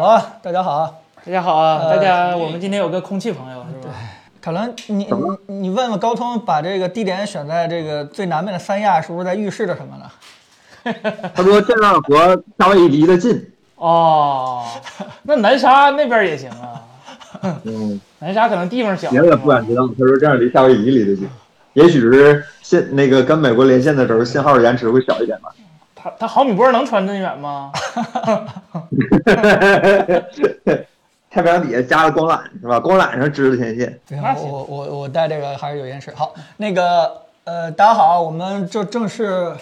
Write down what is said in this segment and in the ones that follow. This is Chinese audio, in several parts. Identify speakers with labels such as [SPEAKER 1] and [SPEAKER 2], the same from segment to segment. [SPEAKER 1] 啊，大家好啊！
[SPEAKER 2] 大家好啊，
[SPEAKER 1] 呃
[SPEAKER 2] 大家，我们今天有嗯个空气朋友是吧？
[SPEAKER 1] 凯伦，你你你问问高通把这个地点选在这个最南面的三亚，是不是在预示着什么呢？
[SPEAKER 3] 他说这样和夏威夷离得近。
[SPEAKER 2] 哦，那南沙那边也行啊，
[SPEAKER 3] 嗯，
[SPEAKER 2] 南沙可能地方小。
[SPEAKER 3] 别的不敢知道。他说这样离夏威夷离得近，也许是信那个跟美国连线的时候信号延迟会小一点吧。
[SPEAKER 2] 它它毫米波能传这么远吗？
[SPEAKER 3] 太平洋底下加了光缆是吧？光缆上支了天线。
[SPEAKER 1] 对
[SPEAKER 2] 那
[SPEAKER 1] 我
[SPEAKER 2] 行
[SPEAKER 1] 我我我带这个还是有延迟。好，那个呃，大家好，我们就正式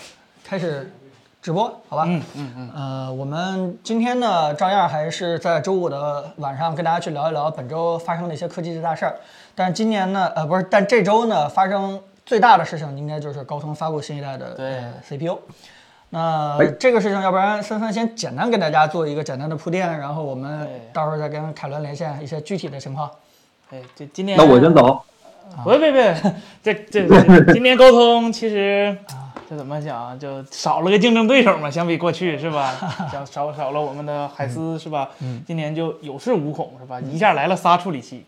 [SPEAKER 1] 开始直播，好吧？
[SPEAKER 2] 嗯嗯嗯，
[SPEAKER 1] 呃，我们今天呢，照样还是在周五的晚上跟大家去聊一聊本周发生的一些科技的大事儿。但是今年呢，呃，不是，但这周呢，发生最大的事情应该就是高通发布新一代的
[SPEAKER 2] 对
[SPEAKER 1] 呃 CPU。那这个事情，要不然森森先简单给大家做一个简单的铺垫，然后我们
[SPEAKER 2] 对
[SPEAKER 1] 到时候再跟凯伦连线一些具体的情况。
[SPEAKER 2] 哎，这今天啊
[SPEAKER 3] 那我先。走，
[SPEAKER 2] 别别 别，这这这今年高通其实啊这怎么讲，就少了个竞争对手嘛，相比过去是 吧？少少少了我们的海思是吧？今年就有恃无恐是吧？一下来了仨处理器，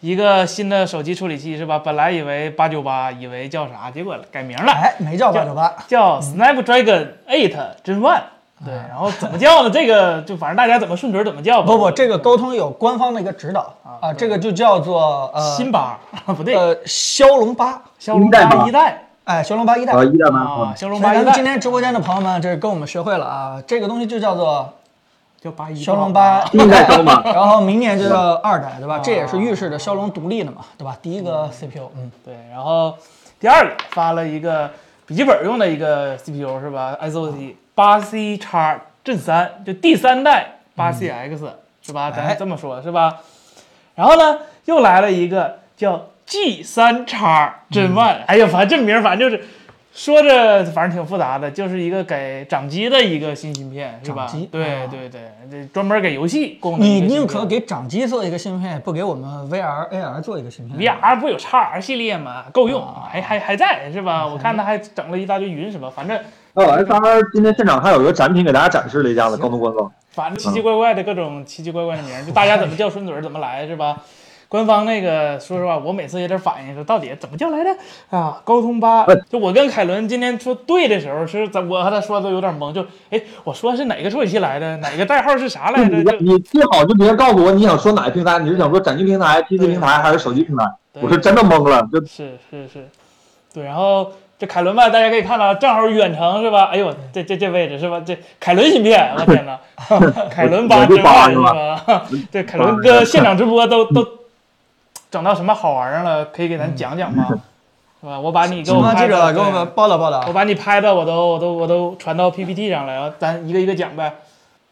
[SPEAKER 2] 一个新的手机处理器是吧？本来以为八九八，以为叫啥，结果改名了，
[SPEAKER 1] 哎，没叫八九八，
[SPEAKER 2] 叫 Snapdragon 8 Gen One。对，然后怎么叫呢？这个就反正大家怎么顺嘴怎么叫吧。
[SPEAKER 1] 啊不不，这个高通有官方的一个指导啊，这个就叫做呃
[SPEAKER 2] 新八 不对，
[SPEAKER 1] 呃骁龙八，
[SPEAKER 2] 骁龙
[SPEAKER 3] 一代
[SPEAKER 2] 八
[SPEAKER 3] 吧
[SPEAKER 2] 一代
[SPEAKER 1] 哎，骁龙八一代
[SPEAKER 3] 啊，一代慢
[SPEAKER 2] 啊，骁龙
[SPEAKER 1] 嗯所以
[SPEAKER 2] 八
[SPEAKER 1] 咱们
[SPEAKER 2] 一代。
[SPEAKER 1] 今天直播间的朋友们，这跟我们学会了啊，这个东西就叫做
[SPEAKER 2] 叫八一
[SPEAKER 1] 骁龙八
[SPEAKER 3] 第一代高嘛
[SPEAKER 1] 然后明年就叫二代，对吧？这也是
[SPEAKER 2] 啊
[SPEAKER 1] 预示着骁龙独立的嘛，对吧？第一个 CPU，嗯，
[SPEAKER 2] 对，然后第二个发了一个笔记本用的一个 CPU 是吧？SOC 八 C 叉 Gen 三，就第三代八 CX、是吧？咱
[SPEAKER 1] 嗯哎
[SPEAKER 2] 这么说是吧？然后呢，又来了一个叫 G 三叉
[SPEAKER 1] 嗯
[SPEAKER 2] Gen One，、哎呀，反正这名儿反正就是。说着，反正挺复杂的，就是一个给掌机的一个新芯片，是吧
[SPEAKER 1] 掌机？
[SPEAKER 2] 对
[SPEAKER 1] 啊
[SPEAKER 2] 对对，这专门给游戏供的一
[SPEAKER 1] 你
[SPEAKER 2] 个芯片。
[SPEAKER 1] 宁可给掌机做一个芯片，也不给我们 VR、AR 做一个芯片。
[SPEAKER 2] VR 不有 x R 系列吗？够用，还还还在是吧？我看他还整了一大堆云什么，反正
[SPEAKER 3] 哦，S R 今天现场还有一个展品给大家展示了一下子，高通官方。
[SPEAKER 2] 反正奇奇怪怪的各种奇奇怪怪的名儿，就大家怎么叫顺嘴儿怎么来是吧？ 官方那个，说实话，我每次有点反应，说到底怎么叫来着？啊，高通八，就我跟凯伦今天说对的时候，是咱我和他说都有点懵，就哎，我说是哪个处理器来着？哪个代号是啥来着？
[SPEAKER 3] 你
[SPEAKER 2] 就
[SPEAKER 3] 你最好就别告诉我你想说哪个平台，你是想说展示平台、PC 平台还是手机平台？
[SPEAKER 2] 对
[SPEAKER 3] 我是真的懵了，这
[SPEAKER 2] 是是是，对，然后这凯伦吧，大家可以看到，正好远程是吧？哎
[SPEAKER 3] 嗯
[SPEAKER 2] 呦，这这这位置是吧？这凯伦芯 片，我天哪，凯伦八
[SPEAKER 3] 我就
[SPEAKER 2] 真
[SPEAKER 3] 扒
[SPEAKER 2] 棒
[SPEAKER 3] 是
[SPEAKER 2] 是吧？对，凯伦哥现场直播都都整到什么好玩儿上了？可以给
[SPEAKER 3] 嗯
[SPEAKER 2] 咱讲 讲吗？是吧？我把你给
[SPEAKER 1] 新
[SPEAKER 2] 我
[SPEAKER 1] 闻
[SPEAKER 2] 拍
[SPEAKER 1] 记
[SPEAKER 2] 的
[SPEAKER 1] 者给我们报道报道
[SPEAKER 2] 我。把你拍的我都我都我都传到 PPT 上来，然后咱一个一个讲呗。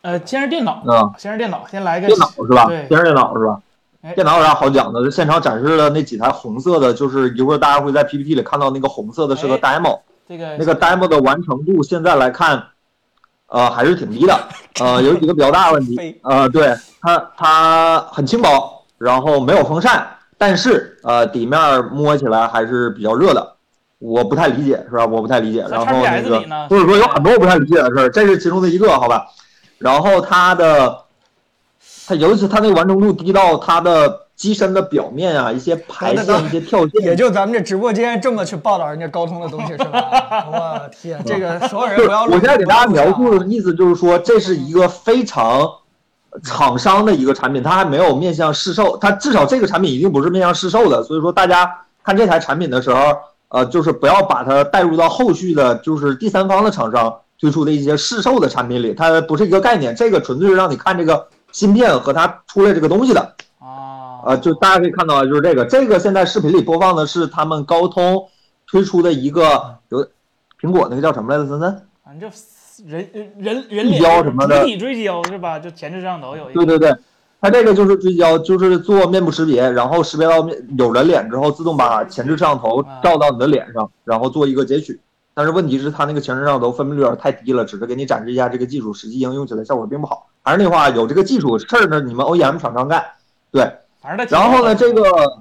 [SPEAKER 2] 呃，先是电脑，
[SPEAKER 3] 啊，
[SPEAKER 2] 先是电脑，先来一个
[SPEAKER 3] 电脑是吧？
[SPEAKER 2] 对
[SPEAKER 3] 先是电脑是吧
[SPEAKER 2] 哎？
[SPEAKER 3] 电脑有啥好讲的？这现场展示了那几台红色的，就是一会儿大家会在 PPT 里看到那个红色的是个
[SPEAKER 2] 哎
[SPEAKER 3] demo，、
[SPEAKER 2] 这个
[SPEAKER 3] 那个 demo 的完成度现在来看，呃，还是挺低的。 呃，有几个比较大的问
[SPEAKER 1] 飞
[SPEAKER 3] 题。呃，对，它它很轻薄，然后没有风扇，但是呃，底面摸起来还是比较热的。我不太理解，是吧？我不太理解。然
[SPEAKER 2] 在
[SPEAKER 3] 后那
[SPEAKER 2] XPS
[SPEAKER 3] 个
[SPEAKER 2] 里呢，
[SPEAKER 3] 或者说有很多我不太理解的事儿，这是其中的一个，好吧。然后它的，它尤其它那个完成度低到它的机身的表面啊，一些排
[SPEAKER 1] 那倒
[SPEAKER 3] 线、一些跳
[SPEAKER 1] 也
[SPEAKER 3] 线，
[SPEAKER 1] 就咱们这直播间这么去报道人家高通的东西是 吧？我天，这个所有人不要
[SPEAKER 3] 我
[SPEAKER 1] 录。
[SPEAKER 3] 现在给大家
[SPEAKER 1] 不要录
[SPEAKER 3] 描
[SPEAKER 1] 像啊
[SPEAKER 3] 述的意思就是说，这是一个非常厂商的一个产品，它还没有面向市售，它至少这个产品一定不是面向市售的。所以说，大家看这台产品的时候，呃，就是不要把它带入到后续的，就是第三方的厂商推出的一些市售的产品里，它不是一个概念，这个纯粹是让你看这个芯片和它出来这个东西的。
[SPEAKER 2] 啊，
[SPEAKER 3] 呃，就大家可以看到，啊，就是这个，这个现在视频里播放的是他们高通推出的一个有苹果那个叫什么来着，森森？
[SPEAKER 2] 反正啊就人人人
[SPEAKER 3] 追
[SPEAKER 2] 脸
[SPEAKER 3] 焦什么的
[SPEAKER 2] 主体追焦是吧？就前置摄像头有一
[SPEAKER 3] 对
[SPEAKER 2] 个，
[SPEAKER 3] 对对，它这个就是追焦，就是做面部识别，然后识别到面有人脸之后，自动把前置摄像头照到你的脸上，然后做一个截取。但是问题是，它那个前置摄像头分辨率有点太低了，只是给你展示一下这个技术，实际应用起来效果并不好。还是那话，有这个技术事儿呢，你们 OEM 厂商干。对，
[SPEAKER 2] 反正它
[SPEAKER 3] 然后呢，这个
[SPEAKER 2] 啊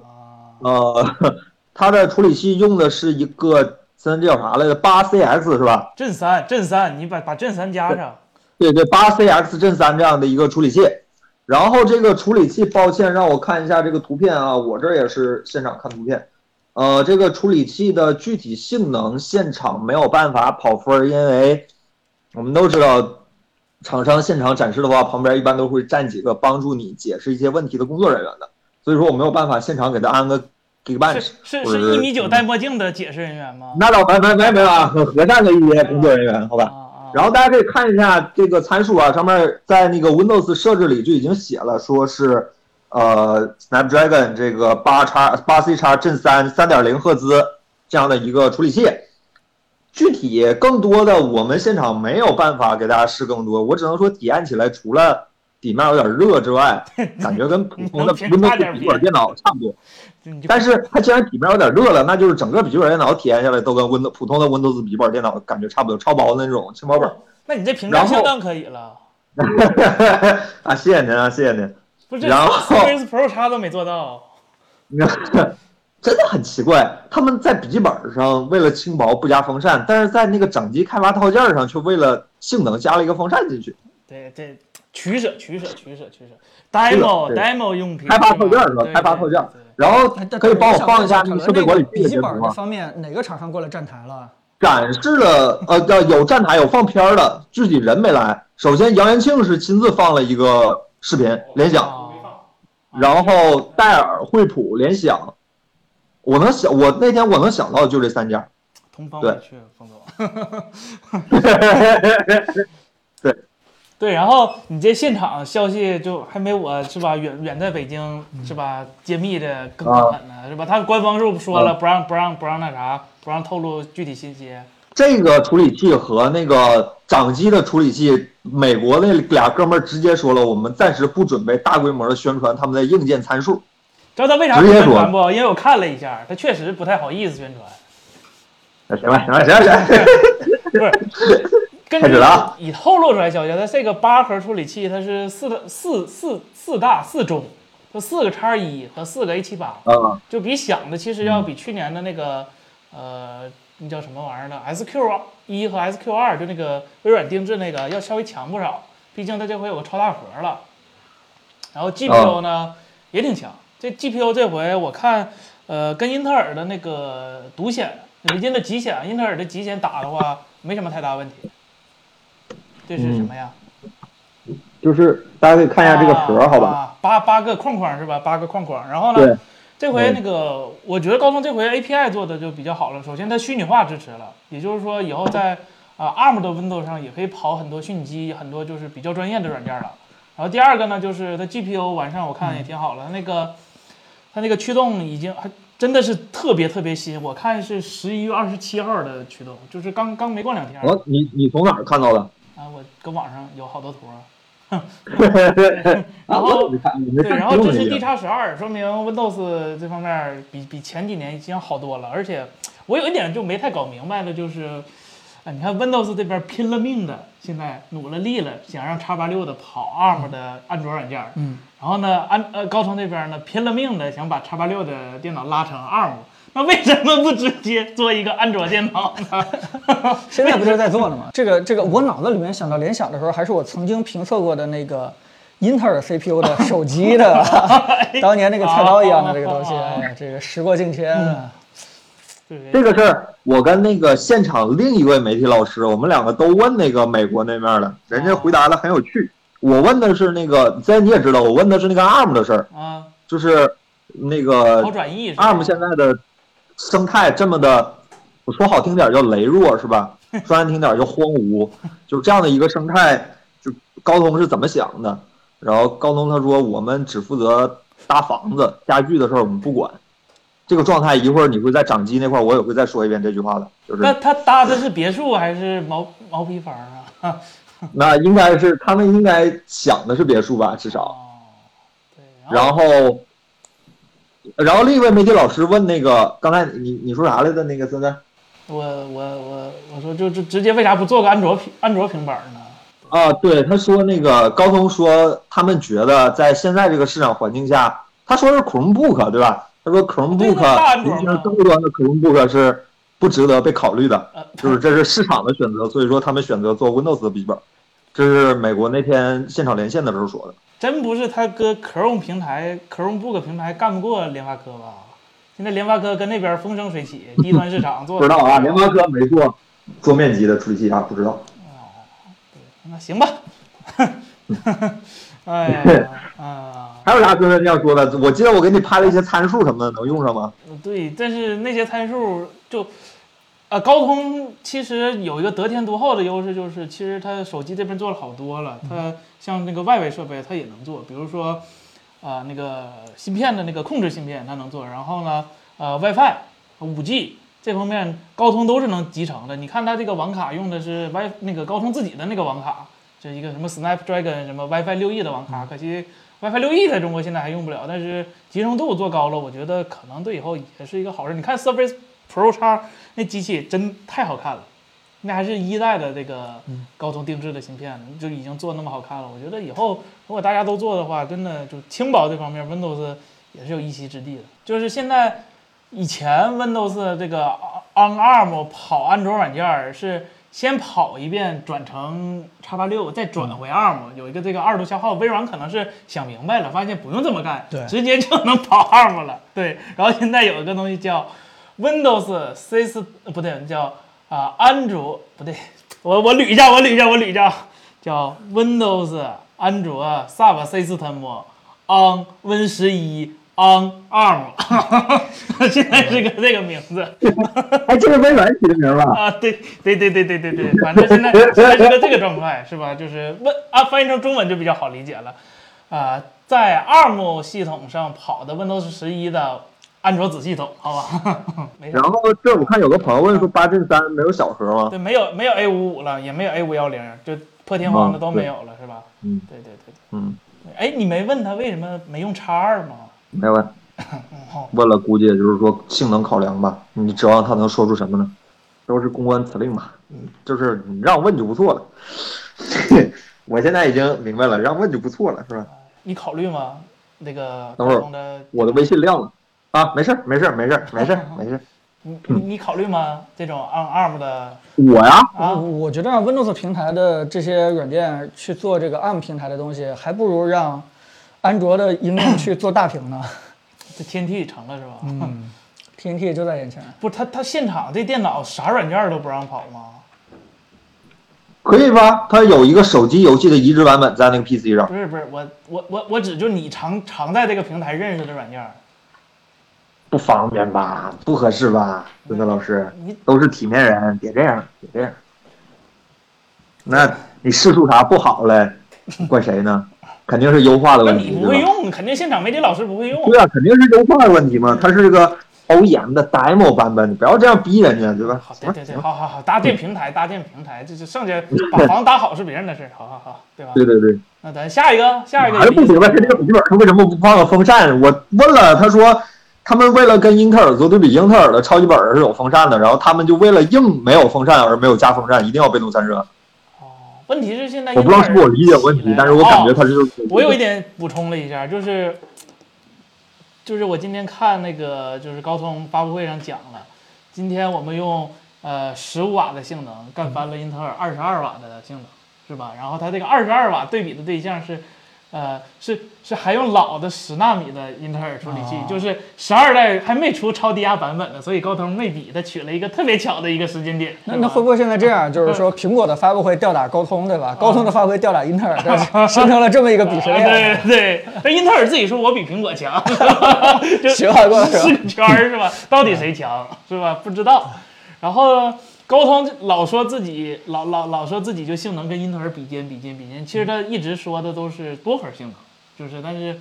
[SPEAKER 3] 呃， 它的处理器用的是一个，咱这叫啥来着？八 CX 是吧？
[SPEAKER 2] 震三震三，你把把震三加上，
[SPEAKER 3] 对对，八 CX 正三这样的一个处理器。然后这个处理器，抱歉，让我看一下这个图片啊，我这儿也是现场看图片。呃，这个处理器的具体性能现场没有办法跑分儿，因为我们都知道，厂商现场展示的话，旁边一般都会站几个帮助你解释一些问题的工作人员的，所以说我没有办法现场给他安个 g i b a n
[SPEAKER 2] 是是是一米
[SPEAKER 3] 嗯
[SPEAKER 2] 九戴墨镜的解释人员吗？
[SPEAKER 3] 那倒没没没没啊，很和善的一些工作人员，好吧。
[SPEAKER 2] 啊
[SPEAKER 3] 然后大家可以看一下这个参数啊，上面在那个 Windows 设置里就已经写了，说是呃 Snapdragon 这个八叉八 C 叉 Gen 三三点零赫兹这样的一个处理器。具体更多的我们现场没有办法给大家试更多，我只能说体验起来，除了底面有点热之 外，感觉跟普通
[SPEAKER 2] 能
[SPEAKER 3] 的
[SPEAKER 2] 平滑
[SPEAKER 3] Windows
[SPEAKER 2] 点
[SPEAKER 3] 笔记本
[SPEAKER 2] 别
[SPEAKER 3] 电脑差不多。
[SPEAKER 2] 就你就
[SPEAKER 3] 但是它既然底面有点热了，那就是整个笔记本电脑体验下来都跟 Windows 普通的 Windows 笔记本电脑感觉差不多，超薄的那种轻薄本儿。
[SPEAKER 2] 那你这评价
[SPEAKER 3] 然后
[SPEAKER 2] 相当可以了，
[SPEAKER 3] 啊，谢谢您啊，谢谢您。
[SPEAKER 2] 不是这
[SPEAKER 3] 然后
[SPEAKER 2] Surface Pro 叉都没做到，
[SPEAKER 3] 真的很奇怪，他们在笔记本上为了轻薄不加风扇，但是在那个整机开发套件上却为了性能加了一个风扇进
[SPEAKER 1] 哎
[SPEAKER 3] 去。
[SPEAKER 2] 对这取舍取舍取舍取舍，demo
[SPEAKER 3] 对
[SPEAKER 2] demo 用品
[SPEAKER 3] 开发套件
[SPEAKER 2] 是
[SPEAKER 3] 是吧
[SPEAKER 2] 吧？对
[SPEAKER 3] 开发套件
[SPEAKER 2] 对对
[SPEAKER 3] 然后
[SPEAKER 1] 哎但
[SPEAKER 3] 可以帮我
[SPEAKER 1] 想
[SPEAKER 3] 放
[SPEAKER 1] 问
[SPEAKER 3] 一下
[SPEAKER 1] 下
[SPEAKER 3] 那个
[SPEAKER 1] 小
[SPEAKER 3] 设备
[SPEAKER 1] 伦
[SPEAKER 3] 管理器
[SPEAKER 1] 笔
[SPEAKER 3] 的
[SPEAKER 1] 记
[SPEAKER 3] 截图
[SPEAKER 1] 本这
[SPEAKER 3] 吗？
[SPEAKER 1] 方面哪个厂商过来站台了？
[SPEAKER 3] 展示了呃呃有站台有放片儿的，具体人没来。首先杨元庆是亲自放了一个视频联想，
[SPEAKER 1] 哦
[SPEAKER 2] 啊
[SPEAKER 3] 然后戴尔、惠普、联想，我能想我那天我能想到的就这三家。
[SPEAKER 2] 同方
[SPEAKER 3] 对
[SPEAKER 2] 委屈，冯总。 对，然后你这现场消息就还没我是吧？远远在北京是
[SPEAKER 3] 嗯
[SPEAKER 2] 吧？揭秘的更狠
[SPEAKER 3] 啊
[SPEAKER 2] 呢、是吧？他官方是说了，不让不让不让那啥，不让透露具体信息。
[SPEAKER 3] 这个处理器和那个掌机的处理器，美国那俩哥们儿直接说了，我们暂时不准备大规模的宣传他们的硬件参数。
[SPEAKER 2] 知道他为啥不
[SPEAKER 3] 直接
[SPEAKER 2] 宣
[SPEAKER 3] 说
[SPEAKER 2] 传不？因为我看了一下，他确实不太好意思宣传。
[SPEAKER 3] 那行吧，行吧，行吧，行吧。
[SPEAKER 2] 不是，根
[SPEAKER 3] 开
[SPEAKER 2] 据
[SPEAKER 3] 始了啊
[SPEAKER 2] 已透露出来消息，它这个八核处理器它是四大四四四大四中，就四个叉一和四个 A 七八，
[SPEAKER 3] 啊，
[SPEAKER 2] 就比想的其实
[SPEAKER 3] 嗯
[SPEAKER 2] 要比去年的那个呃那叫什么玩意儿呢？SQ 一和 SQ 二就那个微软定制那个要稍微强不少，毕竟它这回有个超大核了。然
[SPEAKER 3] 啊
[SPEAKER 2] 后 GPU 呢、也挺强，这 GPU 这回我看呃跟英特尔的那个独显雷军的极显，英特尔的极显打的话没什么太大问题。这是什么呀？
[SPEAKER 3] 就是大家可以嗯看一下这个盒，好吧？
[SPEAKER 2] 啊、八八个框框是吧？八个框框。然后
[SPEAKER 3] 对
[SPEAKER 2] 呢，这回那个我觉得高通这回 API 做的就比较好了。首先它虚拟化支持了，也就是说以后在啊、ARM 的 Windows 上也可以跑很多虚拟机，很多就是比较专业的软件了。然后第二个呢，就是它 GPU 晚上我看也挺好了，它那个它那个驱动已经还真的是特别特别新，我看是十一月二十七号的驱动，就是刚刚没过两天。
[SPEAKER 3] 我你你从哪儿看到的？
[SPEAKER 2] 啊，我跟网上有好多图啊。
[SPEAKER 3] 啊，我没看，我没
[SPEAKER 2] 对，
[SPEAKER 3] 看
[SPEAKER 2] 然后
[SPEAKER 3] 屏幕
[SPEAKER 2] 支持
[SPEAKER 3] 那
[SPEAKER 2] D
[SPEAKER 3] 个
[SPEAKER 2] 叉十二，说明 Windows 这方面儿比比前几年已经好多了。而且我有一点就没太搞明白的，就是，啊，你看 Windows 这边拼了命的，现在努了力了，想让 x 八六的跑 ARM 的安卓软件儿，
[SPEAKER 1] 嗯，
[SPEAKER 2] 然后呢，安呃高通这边呢拼了命的想把 x 八六的电脑拉成 ARM，那为什么不直接做一个安卓电脑呢？
[SPEAKER 1] 现在不就是在做呢吗？这个这个，我脑子里面想到联想的时候，还是我曾经评测过的那个英特尔 CPU 的手机 的， 当年那个菜刀一样的这个东西，
[SPEAKER 2] 哦
[SPEAKER 1] 哎呀，这个时过境迁啊。
[SPEAKER 2] 对不对
[SPEAKER 3] 这个事儿，我跟那个现场另一位媒体老师，我们两个都问那个美国那面的，人家回答的很有趣。我问的是那个，现在你也知道，我问的是那个 ARM 的事儿，
[SPEAKER 2] 啊，
[SPEAKER 3] 就是那
[SPEAKER 2] 好
[SPEAKER 3] 个
[SPEAKER 2] 转译是吧
[SPEAKER 3] ARM 现在的生态这么的，我说好听点儿叫羸弱是吧？说难听点儿叫荒芜，就这样的一个生态，就高通是怎么想的？然后高通他说，我们只负责搭房子、家具的事儿，我们不管。这个状态一会儿你会在掌机那块儿，我也会再说一遍这句话的，就是
[SPEAKER 2] 那他搭的是别墅还是毛毛坯房啊？
[SPEAKER 3] 那应该是他们应该想的是别墅吧，至少。
[SPEAKER 2] 哦，对，然后
[SPEAKER 3] 然后，然后另一位媒体老师问那个，刚才你你说啥来着？那个森森
[SPEAKER 2] 我我我我说就就直接为啥不做个安卓平安卓平板呢？
[SPEAKER 3] 啊，对，他说那个高通说他们觉得在现在这个市场环境下，他说是 Chromebook 对吧？他说
[SPEAKER 2] 对
[SPEAKER 3] Chromebook
[SPEAKER 2] 那大啊安卓
[SPEAKER 3] 年轻人
[SPEAKER 2] 嘛
[SPEAKER 3] 高端的 Chromebook 是不值得被考虑的，
[SPEAKER 2] 呃，
[SPEAKER 3] 就是这是市场的选择，所以说他们选择做 Windows 的笔记本，这是美国那天现场连线的时候说的。
[SPEAKER 2] 真不是他跟 Chrome 平台、Chromebook 平台干不过联发科吧？现在联发科跟那边风生水起，低端市场做 的
[SPEAKER 3] 不知道啊，联发科没做桌面级的处理器啊，不知道。
[SPEAKER 2] 那行吧。 哎呀，啊、
[SPEAKER 3] 还有啥刚才这样说的？我记得我给你拍了一些参数什么的，能用上吗？
[SPEAKER 2] 对，但是那些参数就，呃，高通其实有一个得天独厚的优势，就是其实它手机这边做了好多了，它像那个外围设备它也能做，比如说，啊、那个芯片的那个控制芯片它能做，然后呢，呃，WiFi、五 G 这方面高通都是能集成的。你看它这个网卡用的是 Wi 那个高通自己的那个网卡，这一个什么 Snapdragon 什么 WiFi 六 E 的网卡，可惜 WiFi 六 E 在中国现在还用不了，但是集成度做高了，我觉得可能对以后也是一个好事。你看 Surface Pro 叉那机器真太好看了，那还是一代的这个高通定制的芯片，就已经做那么好看了。我觉得以后如果大家都做的话，真的就轻薄这方面 Windows 也是有一席之地的。就是现在以前 Windows 这个 On ARM 跑安卓软件儿是先跑一遍转成叉八六，再转回 ARM，有一个这个二度消耗。微软可能是想明白了，发现不用这么干，
[SPEAKER 1] 对
[SPEAKER 2] 直接就能跑 ARM 了。对，然后现在有一个东西叫 Windows Sys，呃不对，叫啊、安卓不对，我我捋一下，我捋一下，我捋一下，叫 Windows 安卓 Sub System on Win 十一 on ARM，现在是个这个名字。
[SPEAKER 3] 哎，这是微软起的名儿吧？
[SPEAKER 2] 啊，对对对对对对对，反正现在现在是个这个状态是吧？就是问啊，翻译成中文就比较好理解了。啊，在 ARM 系统上跑的 Windows 十一的安卓子系统，好吧， 没事
[SPEAKER 3] 然。后这我看有个朋友问说八阵三没有小核吗？
[SPEAKER 2] 对，没有没有 A 五五了，也没有 A 五幺零，就破天荒的
[SPEAKER 3] 嗯
[SPEAKER 2] 都没有了，是吧？
[SPEAKER 3] 嗯，
[SPEAKER 2] 对对对
[SPEAKER 3] 嗯，
[SPEAKER 2] 对。哎，你没问他为什么没用叉二吗？
[SPEAKER 3] 没问。
[SPEAKER 2] 嗯，好，
[SPEAKER 3] 问了，估计也就是说性能考量吧。你指望他能说出什么呢？都是公关辞令吧。就是你让问就不错了。 我现在已经明白了，让问就不错了，是
[SPEAKER 2] 啊
[SPEAKER 3] 吧？
[SPEAKER 2] 你考虑吗？那个
[SPEAKER 3] 等会儿
[SPEAKER 2] 高通的，
[SPEAKER 3] 我的微信亮了啊，没事儿，没事儿，没事儿，没事儿，没事儿。
[SPEAKER 2] 你你你考虑吗？这种 on ARM 的
[SPEAKER 3] 我呀，
[SPEAKER 1] 我
[SPEAKER 2] 啊，
[SPEAKER 1] 我觉得让 Windows 平台的这些软件去做这个 ARM 平台的东西，还不如让安卓的应用去做大屏 呢。
[SPEAKER 2] 这天 T 成了是吧？
[SPEAKER 1] 嗯，TNT 就在眼前。
[SPEAKER 2] 不是他他现场这电脑啥软件儿都不让跑吗？
[SPEAKER 3] 可以吧？它有一个手机游戏的移植版本在那个 PC 上
[SPEAKER 2] 不是不是，我我我我指就你常常在这个平台认识的软件儿，
[SPEAKER 3] 不方便吧？不合适吧？孙子老师，
[SPEAKER 2] 你
[SPEAKER 3] 都是体面人，别这样，别这样。那你试出啥不好 嘞？怪谁呢？肯定是优化的
[SPEAKER 2] 那
[SPEAKER 3] 问
[SPEAKER 2] 你
[SPEAKER 3] 题，
[SPEAKER 2] 不会
[SPEAKER 3] 对吧？
[SPEAKER 2] 用，肯定现场媒体老师不会用。
[SPEAKER 3] 嗯对啊，肯定是优化的问题嘛。它是个 OEM 的 demo 版本，你不要这样逼人家，对吧？
[SPEAKER 2] 好，
[SPEAKER 3] 行
[SPEAKER 2] 对
[SPEAKER 3] 吧
[SPEAKER 2] 对对，
[SPEAKER 3] 行吧
[SPEAKER 2] 好好好，搭建平
[SPEAKER 3] 嗯
[SPEAKER 2] 台，搭建平台，这就剩下把房搭好是别人的事儿，好好好，对吧？
[SPEAKER 3] 对对对，
[SPEAKER 2] 那咱下一个，下一个
[SPEAKER 3] 还是不行吧？这个笔记本上为什么不放个风扇？我问了，他说他们为了跟英特尔做对比，英特尔的超级本儿是有风扇的，然后他们就为了硬没有风扇而没有加风扇，一定要被动散热。
[SPEAKER 2] 哦，问题是现在
[SPEAKER 3] 我不知道是不是我理解问题，但是我感觉
[SPEAKER 2] 哦
[SPEAKER 3] 它是。
[SPEAKER 2] 我有一点补充了一下，就是就是我今天看那个就是高通发布会上讲了，今天我们用呃十五瓦的性能干翻了英特尔二十二瓦的性能，是吧？然后它这个二十二瓦对比的对象是。呃，是是还用老的十纳米的英特尔处理器，
[SPEAKER 1] 哦
[SPEAKER 2] 就是十二代还没出超低压版本的，所以高通没比，它取了一个特别巧的一个时间点。
[SPEAKER 1] 那
[SPEAKER 2] 是
[SPEAKER 1] 那
[SPEAKER 2] 吧
[SPEAKER 1] 会不会现在这样，就是 说苹果的发布会吊打高通，对吧？高通的发布会吊打英特尔，但 是形成了这么一个鄙视链。
[SPEAKER 2] 啊对对，那英特尔自己说我比苹果强， 就
[SPEAKER 1] 奇怪怪 是吧
[SPEAKER 2] 是个圈儿是吧？到底谁强是吧？不知道。然后高通老说自己老老老说自己就性能跟英特尔比肩比肩比肩，其实他一直说的都是多核性能，就是但是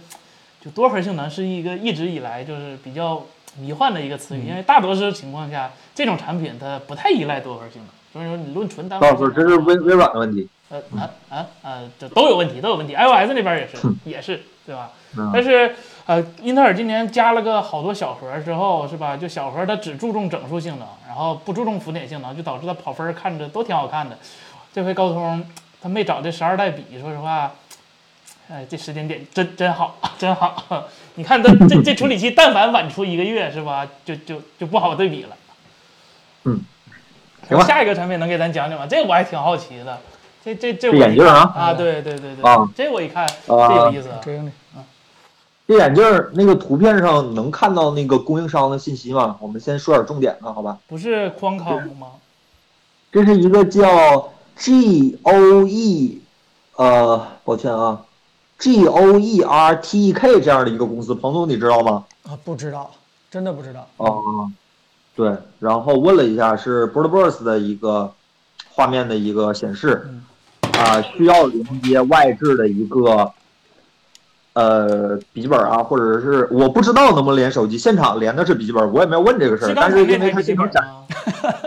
[SPEAKER 2] 就多核性能是一个一直以来就是比较迷幻的一个词语，因为大多数情况下这种产品它不太依赖多核性能，所以说你论纯单核
[SPEAKER 3] 老
[SPEAKER 2] 性能。
[SPEAKER 3] 师，这是微微软的问题。
[SPEAKER 2] 呃啊啊啊，这都有问题，都有问题。iOS 那边也是，也是，对吧？
[SPEAKER 3] 啊嗯
[SPEAKER 2] 但是呃，英特尔今年加了个好多小核之后，是吧？就小核它只注重整数性能，然后不注重浮点性能，就导致它跑分儿看着都挺好看的。这回高通它没找这十二代比，说实话，哎，这时间点真真好，真好。你看它这这处理器，但凡晚出一个月，是吧？就就就不好对比了。
[SPEAKER 3] 嗯，行吧
[SPEAKER 2] 下一个产品能给咱讲讲吗？这我还挺好奇的。这这这我
[SPEAKER 3] 这眼镜儿啊
[SPEAKER 2] 啊，对对对对，
[SPEAKER 3] 啊
[SPEAKER 2] 这我一看，这有意思啊，
[SPEAKER 1] 追英里
[SPEAKER 3] 这眼镜儿那个图片上能看到那个供应商的信息吗？我们先说点重点的，好吧？
[SPEAKER 2] 不是匡康吗？
[SPEAKER 3] 这是一个叫 G O E，呃，抱歉啊，G O E R T E K 这样的一个公司，彭总你知道吗？
[SPEAKER 1] 啊，不知道，真的不知道。
[SPEAKER 3] 哦，对，然后问了一下是 BirdBox 的一个画面的一个显示，
[SPEAKER 2] 嗯
[SPEAKER 3] 啊、需要连接外置的一个呃笔记本啊，或者是我不知道能不能连手机，现场连的是笔记本，我也没有问这个事儿，但
[SPEAKER 2] 刚才
[SPEAKER 3] 是因
[SPEAKER 2] 那台
[SPEAKER 3] 为它
[SPEAKER 2] 笔记
[SPEAKER 3] 现场
[SPEAKER 2] 本
[SPEAKER 3] 展，
[SPEAKER 2] 吗？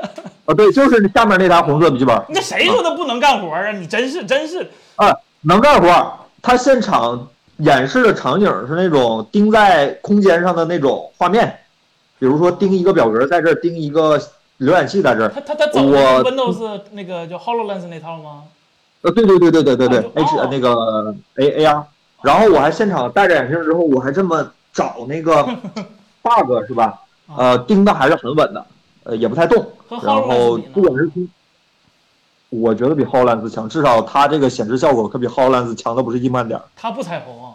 [SPEAKER 3] 啊，对，就是下面那台红色笔记本，
[SPEAKER 2] 那谁说他不能干活啊？你真是真是，
[SPEAKER 3] 啊，能干活儿。他现场演示的场景是那种钉在空间上的那种画面，比如说钉一个表格在这儿，钉一个浏览器在这儿。
[SPEAKER 2] 他他他走
[SPEAKER 3] 我
[SPEAKER 2] 的是 Windows 那个叫 HoloLens 那套吗？
[SPEAKER 3] 呃，对对对对对对对
[SPEAKER 2] 哦
[SPEAKER 3] ，H 呃那个 A A R。然后我还现场戴着眼镜之后，我还这么找那 个 bug 是吧？呃，钉的还是很稳的，呃，也不太动。
[SPEAKER 2] 和
[SPEAKER 3] 然
[SPEAKER 2] HoloLens
[SPEAKER 3] 后
[SPEAKER 2] 比呢
[SPEAKER 3] 不管是从，我觉得比 HoloLens 强，至少它这个显示效果可比 HoloLens 强的不是一万点儿。
[SPEAKER 2] 他不彩虹啊，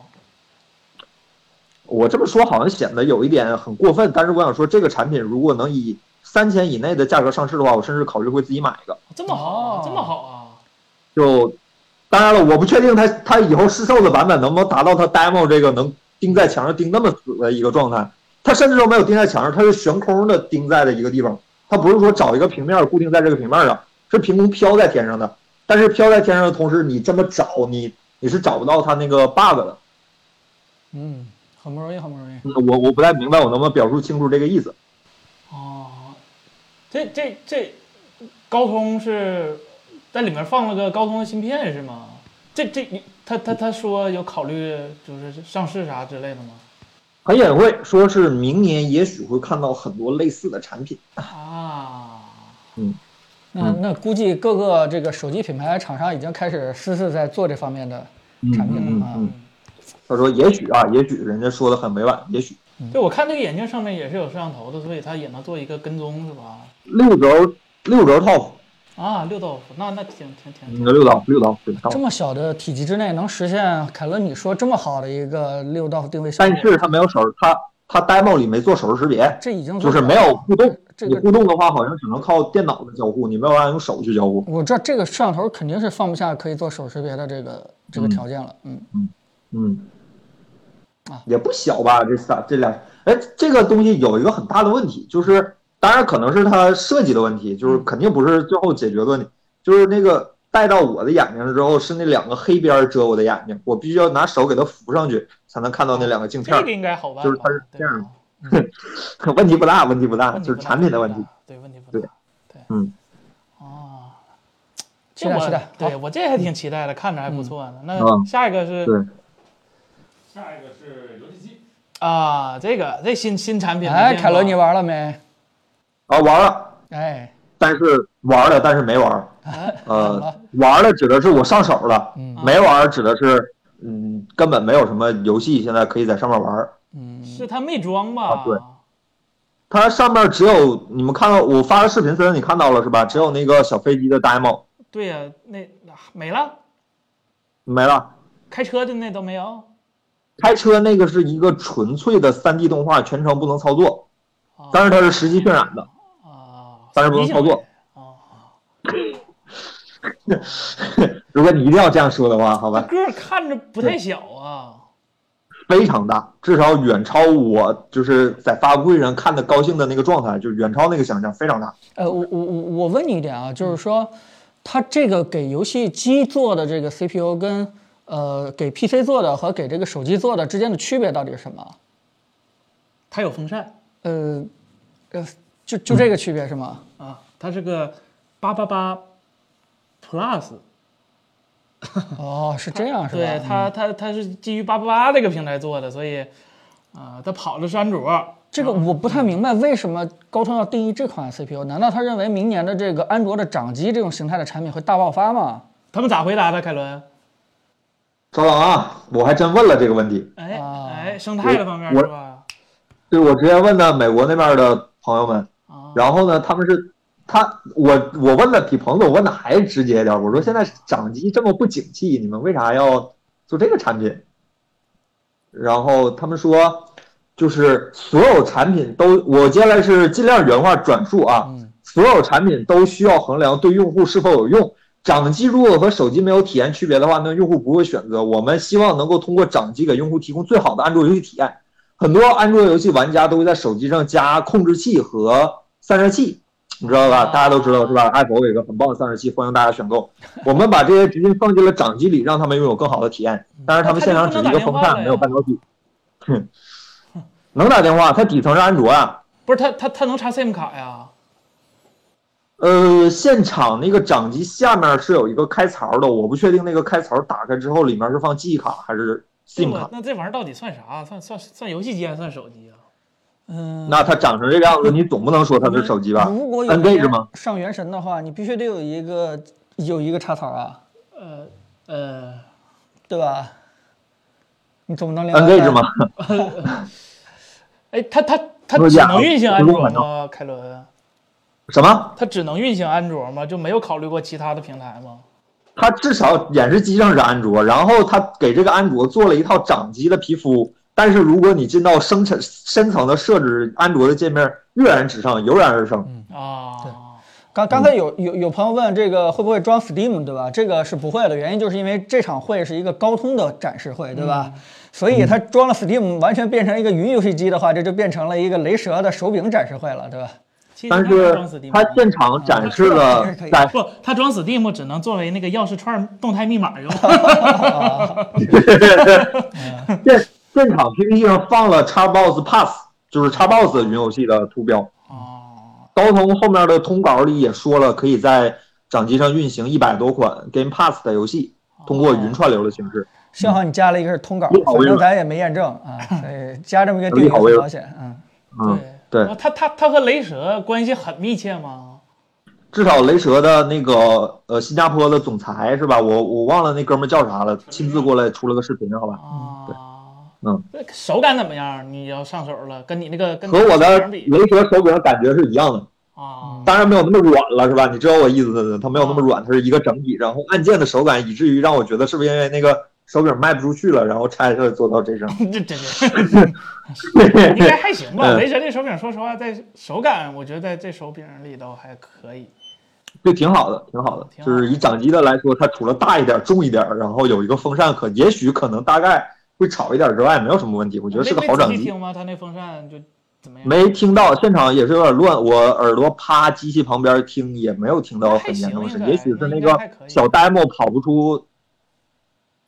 [SPEAKER 3] 我这么说好像显得有一点很过分，但是我想说，这个产品如果能以三千以内的价格上市的话，我甚至考虑会自己买一个。
[SPEAKER 2] 这么好啊
[SPEAKER 1] 哦，
[SPEAKER 2] 这么好啊，
[SPEAKER 3] 就当然了，我不确定它它以后试售的版本能不能达到它 demo 这个能钉在墙上钉那么死的一个状态。它甚至都没有钉在墙上，它是悬空的钉在的一个地方，它不是说找一个平面固定在这个平面上，是凭空飘在天上的。但是飘在天上的同时，你这么找，你你是找不到它那个 bug 的。嗯
[SPEAKER 1] 嗯，很不容易，很不容易。
[SPEAKER 3] 我我不太明白，我能不能表述清楚这个意思？
[SPEAKER 2] 哦，这这这高通是在里面放了个高通的芯片是吗？这这他他他说有考虑就是上市啥之类的吗？
[SPEAKER 3] 很隐晦，说是明年也许会看到很多类似的产品。
[SPEAKER 2] 啊，
[SPEAKER 1] 那
[SPEAKER 3] 嗯
[SPEAKER 1] 那估计各个这个手机品牌厂商已经开始私自在做这方面的产品了啊。
[SPEAKER 3] 嗯他说也许啊，也许人家说的很委婉，也许
[SPEAKER 2] 对，我看这个眼镜上面也是有摄像头的，所以它也能做一个跟踪是吧？
[SPEAKER 3] 六轴六轴套，
[SPEAKER 2] 啊，六豆腐，那那挺挺挺
[SPEAKER 3] 那六刀六刀对套
[SPEAKER 1] 这，么小的体积之内能实现凯伦你说这么好的一个六道定位效
[SPEAKER 3] 但
[SPEAKER 1] 果，
[SPEAKER 3] 是他没有手，他他 demo 里没做手势识别，
[SPEAKER 1] 这已经
[SPEAKER 3] 就是没
[SPEAKER 1] 有。
[SPEAKER 3] 有互动。
[SPEAKER 1] 这
[SPEAKER 3] 你
[SPEAKER 1] 个
[SPEAKER 3] 互动的话，好像只能靠电脑的交互，你没有办法用手去交互。
[SPEAKER 1] 我知道这个摄像头肯定是放不下可以做手识别的这个这个条件了，嗯，
[SPEAKER 3] 嗯
[SPEAKER 1] 啊，
[SPEAKER 3] 也不小吧？这仨这俩，哎，这个东西有一个很大的问题，就是当然可能是它设计的问题，
[SPEAKER 1] 嗯
[SPEAKER 3] 就是肯定不是最后解决的问题，就是那个戴到我的眼睛上之后是那两个黑边儿遮我的眼睛，我必须要拿手给它扶上去才能看到那两个镜片
[SPEAKER 2] 这
[SPEAKER 3] 儿
[SPEAKER 2] 个。应该好办吧，
[SPEAKER 3] 就是它是这样的
[SPEAKER 2] 对吧
[SPEAKER 3] 问题不大，问题不大，
[SPEAKER 2] 问题
[SPEAKER 3] 就
[SPEAKER 2] 不
[SPEAKER 3] 是
[SPEAKER 2] 大
[SPEAKER 3] 产品的问题。，
[SPEAKER 2] 对问题不
[SPEAKER 3] 对
[SPEAKER 2] 大，对，
[SPEAKER 3] 嗯，
[SPEAKER 2] 哦，
[SPEAKER 1] 期待
[SPEAKER 2] 这我
[SPEAKER 1] 期待
[SPEAKER 2] 对我这还挺期待的，看着还不错呢。那
[SPEAKER 3] 嗯
[SPEAKER 2] 下一个是
[SPEAKER 3] 对，
[SPEAKER 4] 下一个是游戏机，
[SPEAKER 2] 啊，这个这新新产品，
[SPEAKER 1] 哎，凯
[SPEAKER 2] 伦
[SPEAKER 1] 伦你玩了没？
[SPEAKER 3] 啊，玩了，
[SPEAKER 1] 哎，
[SPEAKER 3] 但是玩了，但是没 玩儿。
[SPEAKER 1] 怎么
[SPEAKER 3] 呃
[SPEAKER 1] 了，
[SPEAKER 3] 玩了指的是我上手了，
[SPEAKER 1] 嗯
[SPEAKER 3] 没玩儿指的是嗯，根本没有什么游戏现在可以在上面玩儿。
[SPEAKER 1] 嗯，
[SPEAKER 2] 是它没装吧
[SPEAKER 3] 啊？对它上面只有你们看到我发的视频，虽然你看到了是吧？只有那个小飞机的 demo
[SPEAKER 2] 对呀，那啊没了，
[SPEAKER 3] 没了。
[SPEAKER 2] 开车的那都没有
[SPEAKER 3] 开车那个是一个纯粹的 3D 动画，全程不能操作，
[SPEAKER 2] 啊
[SPEAKER 3] 但是它是实际渲染的。
[SPEAKER 2] 啊，
[SPEAKER 3] 但是不能操作
[SPEAKER 2] 啊。
[SPEAKER 3] 如果你一定要这样说的话，好
[SPEAKER 2] 这
[SPEAKER 3] 吧，
[SPEAKER 2] 个儿看着不太小啊，
[SPEAKER 3] 非常大，至少远超我就是在发布会上看的高兴的那个状态，就远超那个想象，非常大。
[SPEAKER 1] 呃，我我我我问你一点啊，就是说，它这个给游戏机做的这个 CPU 跟呃给 PC 做的和给这个手机做的之间的区别到底是什么？
[SPEAKER 2] 它有风扇
[SPEAKER 1] 呃，呃，就就这个区别是吗？
[SPEAKER 2] 啊，它是个八八八
[SPEAKER 3] 啊
[SPEAKER 2] Plus。
[SPEAKER 1] 哦，是这样是吧？
[SPEAKER 2] 对
[SPEAKER 3] 嗯
[SPEAKER 2] 它，它它是基于八八八这个平台做的，所以，啊、它跑的是安卓，
[SPEAKER 1] 这个我不太明白，为什么高通要定义这款 CPU？难道他认为明年的这个安卓的掌机这种形态的产品会大爆发吗？
[SPEAKER 2] 他们咋回答的？凯伦，
[SPEAKER 3] 稍等啊，我还真问了这个问题，
[SPEAKER 2] 哎、
[SPEAKER 1] 啊
[SPEAKER 2] 哎，生态的方面
[SPEAKER 3] 我
[SPEAKER 2] 是吧？
[SPEAKER 3] 对我直接问的美国那边的朋友们，
[SPEAKER 2] 啊，
[SPEAKER 3] 然后呢，他们是他我我问的比彭总问的还直接点儿，我说现在掌机这么不景气，你们为啥要做这个产品？然后他们说，就是所有产品都，我接下来是尽量原话转述啊，
[SPEAKER 2] 嗯
[SPEAKER 3] 所有产品都需要衡量对用户是否有用。掌机如果和手机没有体验区别的话，那用户不会选择。我们希望能够通过掌机给用户提供最好的安卓游戏体验。很多安卓游戏玩家都会在手机上加控制器和散热器，你知道吧？
[SPEAKER 2] 啊
[SPEAKER 3] 大家都知道是吧？Apple 有一个很棒的散热器，欢迎大家选购。我们把这些直接放进了掌机里，让他们拥有更好的体验。但是嗯他们现场只是一个风扇，没有半导体。哼，能打电话，它底层是安卓啊。
[SPEAKER 2] 不是他他他能插 SIM 卡呀？
[SPEAKER 3] 呃，现场那个掌机下面是有一个开槽的，我不确定那个开槽打开之后里面是放记忆卡还是 SIM
[SPEAKER 2] 这
[SPEAKER 3] 卡
[SPEAKER 2] 我。那这玩意儿到底算啥？算算算游戏机还是算手机啊？
[SPEAKER 1] 嗯，
[SPEAKER 3] 那它长成这个样子，你总不能说它是手机吧？
[SPEAKER 1] 如果有
[SPEAKER 3] 安倍是吗
[SPEAKER 1] 上原神的话，你必须得有一个有一个插槽啊，
[SPEAKER 2] 呃呃，
[SPEAKER 1] 对吧？你总不能连
[SPEAKER 3] n g 是
[SPEAKER 1] WiFi
[SPEAKER 3] 吗？
[SPEAKER 2] 哎，他他他
[SPEAKER 3] 诺基
[SPEAKER 2] 只
[SPEAKER 3] 亚
[SPEAKER 2] 能运行安
[SPEAKER 3] 不
[SPEAKER 2] 卓
[SPEAKER 3] 用
[SPEAKER 2] 吗？凯伦，
[SPEAKER 3] 什么？
[SPEAKER 2] 他只能运行安卓吗？就没有考虑过其他的平台吗？
[SPEAKER 3] 它至少演示机上是安卓，然后它给这个安卓做了一套掌机的皮肤。但是如果你进到深层深层的设置，安卓的界面跃然纸上，油然而生。
[SPEAKER 2] 嗯啊，
[SPEAKER 1] 刚刚才有有有朋友问这个会不会装 Steam，对吧？这个是不会的，原因就是因为这场会是一个高通的展示会，对吧？
[SPEAKER 3] 嗯
[SPEAKER 1] 所以它装了 Steam，完全变成一个云游戏机的话，这就变成了一个雷蛇的手柄展示会了，对吧？
[SPEAKER 2] 其实
[SPEAKER 3] 但
[SPEAKER 2] 他
[SPEAKER 3] 是
[SPEAKER 2] 装 Steam
[SPEAKER 3] 它现场展示了
[SPEAKER 1] 嗯可以
[SPEAKER 3] 在
[SPEAKER 2] 不，它装 Steam 只能作为那个钥匙串动态密码用。
[SPEAKER 3] 现现场 PPT 上放了 Xbox Pass，就是 Xbox 云游戏的图标。
[SPEAKER 2] 哦，
[SPEAKER 3] 高通后面的通稿里也说了，可以在掌机上运行一百多款 Game Pass 的游戏，通过云串流的形式。
[SPEAKER 1] 幸好你加了一个是通稿，
[SPEAKER 3] 嗯利好
[SPEAKER 1] 反
[SPEAKER 3] 为
[SPEAKER 1] 正
[SPEAKER 3] 荣
[SPEAKER 1] 咱也没验证 啊，所以加这么一个定
[SPEAKER 3] 利
[SPEAKER 1] 义
[SPEAKER 3] 好为
[SPEAKER 1] 很
[SPEAKER 3] 荣
[SPEAKER 1] 保险，嗯。
[SPEAKER 3] 嗯，
[SPEAKER 2] 对，哦
[SPEAKER 3] 对
[SPEAKER 2] 然后它它它和雷蛇关系很密切吗？
[SPEAKER 3] 至少雷蛇的那个呃新加坡的总裁是吧？我我忘了那哥们儿叫啥了，亲自过来出了个视频，好吧？
[SPEAKER 2] 啊，
[SPEAKER 3] 嗯
[SPEAKER 2] 那手感怎么样？你要上手了，跟你那个跟
[SPEAKER 3] 和我的嗯
[SPEAKER 2] 手柄比
[SPEAKER 3] 雷蛇手柄感觉是一样的，
[SPEAKER 2] 啊，
[SPEAKER 3] 当然没有那么软了，是吧？你知道我意思，它没有那么软，它是一个整体。然后按键的手感，以至于让我觉得是不是因为那个手柄卖不出去了，然后拆下来做到这 上？
[SPEAKER 2] 这这这应该还行吧。
[SPEAKER 3] 嗯
[SPEAKER 2] 雷蛇这手柄，说实话，在手感，我觉得在这手柄里头还可以。
[SPEAKER 3] 对，挺好的，挺好的。
[SPEAKER 2] 挺好
[SPEAKER 3] 就
[SPEAKER 2] 的
[SPEAKER 3] 是以掌机的来说，它除了大一点、重一点，然后有一个风扇可，也许可能大概会吵一点之外，没有什么问题。我
[SPEAKER 2] 我
[SPEAKER 3] 觉得是个好掌机。
[SPEAKER 2] 听吗？它那风扇就怎么样？
[SPEAKER 3] 没听到，现场也是有点乱，我耳朵趴机器旁边听，也没有听到很严重的声
[SPEAKER 2] 那
[SPEAKER 3] 音，
[SPEAKER 2] 还
[SPEAKER 3] 也
[SPEAKER 2] 行
[SPEAKER 3] 许
[SPEAKER 2] 应该
[SPEAKER 3] 是那个
[SPEAKER 2] 还可以
[SPEAKER 3] 小 demo 跑不出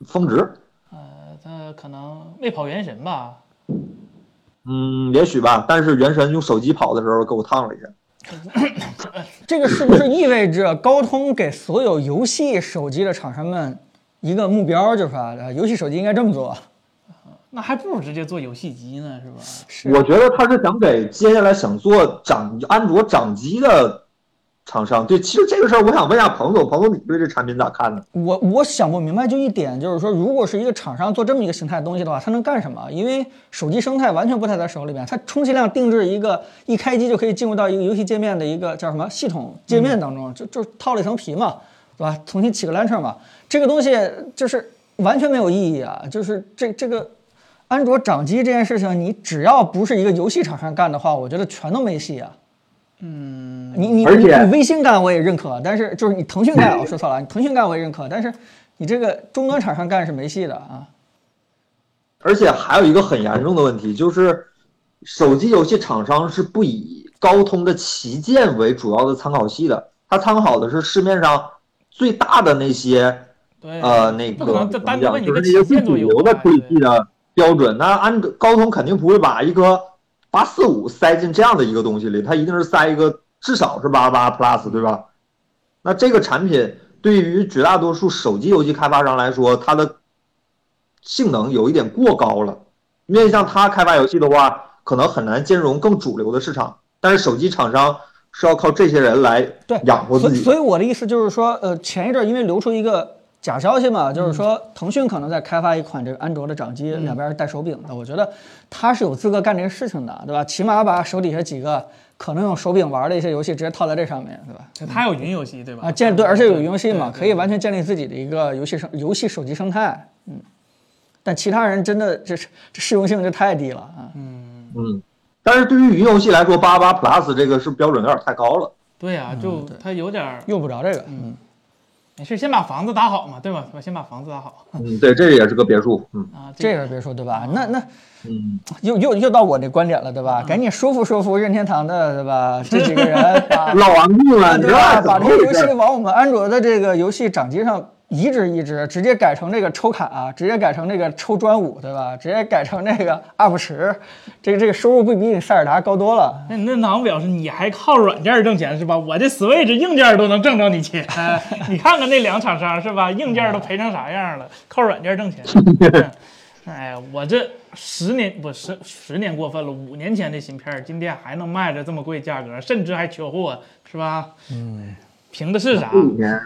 [SPEAKER 3] 峰值，
[SPEAKER 2] 呃，它可能没跑原神吧？
[SPEAKER 3] 嗯，也许吧。但是原神用手机跑的时候给我烫了一下，
[SPEAKER 1] 这个是不是意味着高通给所有游戏手机的厂商们一个目标，就是说，呃游戏手机应该这么做？
[SPEAKER 2] 那还不如直接做游戏机呢，是吧？
[SPEAKER 1] 是
[SPEAKER 3] 我觉得他是想给接下来想做掌安卓掌机的厂商。对，其实这个事儿我想问一下彭总，彭总你对这产品咋看呢？
[SPEAKER 1] 我我想不明白就一点，就是说，如果是一个厂商做这么一个形态的东西的话，他能干什么？因为手机生态完全不太在手里面，它充其量定制一个一开机就可以进入到一个游戏界面的一个叫什么系统界面当中，就就套了一层皮嘛，对吧？重新起个 lantern 嘛，这个东西就是完全没有意义啊！就是这这个安卓掌机这件事情，你只要不是一个游戏厂商干的话，我觉得全都没戏啊。嗯，你你
[SPEAKER 3] 而且
[SPEAKER 1] 你你微信干我也认可，但是就是你腾讯干，我说错了，你腾讯干我也认可，但是你这个终端厂商干是没戏的啊。
[SPEAKER 3] 而且还有一个很严重的问题，就是手机游戏厂商是不以高通的旗舰为主要的参考系的，它参考的是市面上最大的那些
[SPEAKER 2] 对，
[SPEAKER 3] 呃那
[SPEAKER 2] 不
[SPEAKER 3] 个
[SPEAKER 2] 可能
[SPEAKER 3] 怎
[SPEAKER 2] 单
[SPEAKER 3] 么
[SPEAKER 2] 独问
[SPEAKER 3] 讲，
[SPEAKER 2] 你
[SPEAKER 3] 就是
[SPEAKER 2] 个
[SPEAKER 3] 那些
[SPEAKER 2] 旗
[SPEAKER 3] 最
[SPEAKER 2] 舰
[SPEAKER 3] 主
[SPEAKER 2] 都有啊
[SPEAKER 3] 流的处理器
[SPEAKER 2] 对
[SPEAKER 3] 的标准。那安卓高通肯定不会把一个八四五塞进这样的一个东西里，它一定是塞一个至少是八八 Plus 对吧？那这个产品对于绝大多数手机游戏开发商来说，它的性能有一点过高了。面向它开发游戏的话，可能很难兼容更主流的市场。但是手机厂商是要靠这些人来
[SPEAKER 1] 对
[SPEAKER 3] 养活
[SPEAKER 1] 所
[SPEAKER 3] 自
[SPEAKER 1] 以
[SPEAKER 3] 己
[SPEAKER 1] 所以我的意思就是说，呃，前一阵儿因为流出一个假消息嘛，
[SPEAKER 3] 嗯
[SPEAKER 1] 就是说腾讯可能在开发一款这个安卓的掌机，两边儿带手柄的，我觉得他是有资格干这个事情的，对吧？起码把手底下几个可能用手柄玩的一些游戏直接套在这上面，对吧？
[SPEAKER 2] 就它有云游戏对吧？
[SPEAKER 1] 啊，建对，而且有云游戏嘛，
[SPEAKER 2] 对对
[SPEAKER 1] 可以完全建立自己的一个游戏生游戏手机生态，嗯。但其他人真的这是这适用性就太低了啊！
[SPEAKER 3] 嗯，但是对于云游戏来说，八八 plus 这个是标准有点太高了。
[SPEAKER 2] 对呀、就它有点儿
[SPEAKER 1] 用不着这个，嗯，
[SPEAKER 2] 没事，先把房子打好嘛，对吧？先把房子打好
[SPEAKER 3] 嗯，对，这也是个别墅。嗯
[SPEAKER 2] 啊。
[SPEAKER 1] 这个别说对吧？那那
[SPEAKER 3] 嗯，
[SPEAKER 1] 又又又到我这观点了，对吧？赶紧说服说服任天堂的，对 吧？这几个人把
[SPEAKER 3] 老顽固了，你
[SPEAKER 1] 对
[SPEAKER 3] 知道
[SPEAKER 1] 吧？把
[SPEAKER 3] 怎么
[SPEAKER 1] 这个
[SPEAKER 3] 回
[SPEAKER 1] 游戏
[SPEAKER 3] 事？
[SPEAKER 1] 往我们安卓的这个游戏掌机上移植移植，直接改成这个抽卡、啊直接改成这个抽专五，对吧？直接改成这个 UP 十，这个这个收入不比你塞尔达高多了？
[SPEAKER 2] 那你那党表示你还靠软件挣钱是吧？我这 Switch 硬件都能挣着 你钱，你看看那两厂商是吧？硬件都赔成啥样了，靠软件挣钱。嗯哎呀，我这十年不十十年过分了，五年前的芯片儿今天还能卖着这么贵价格，甚至还缺货是吧？嗯，凭的是啥？
[SPEAKER 3] 一年，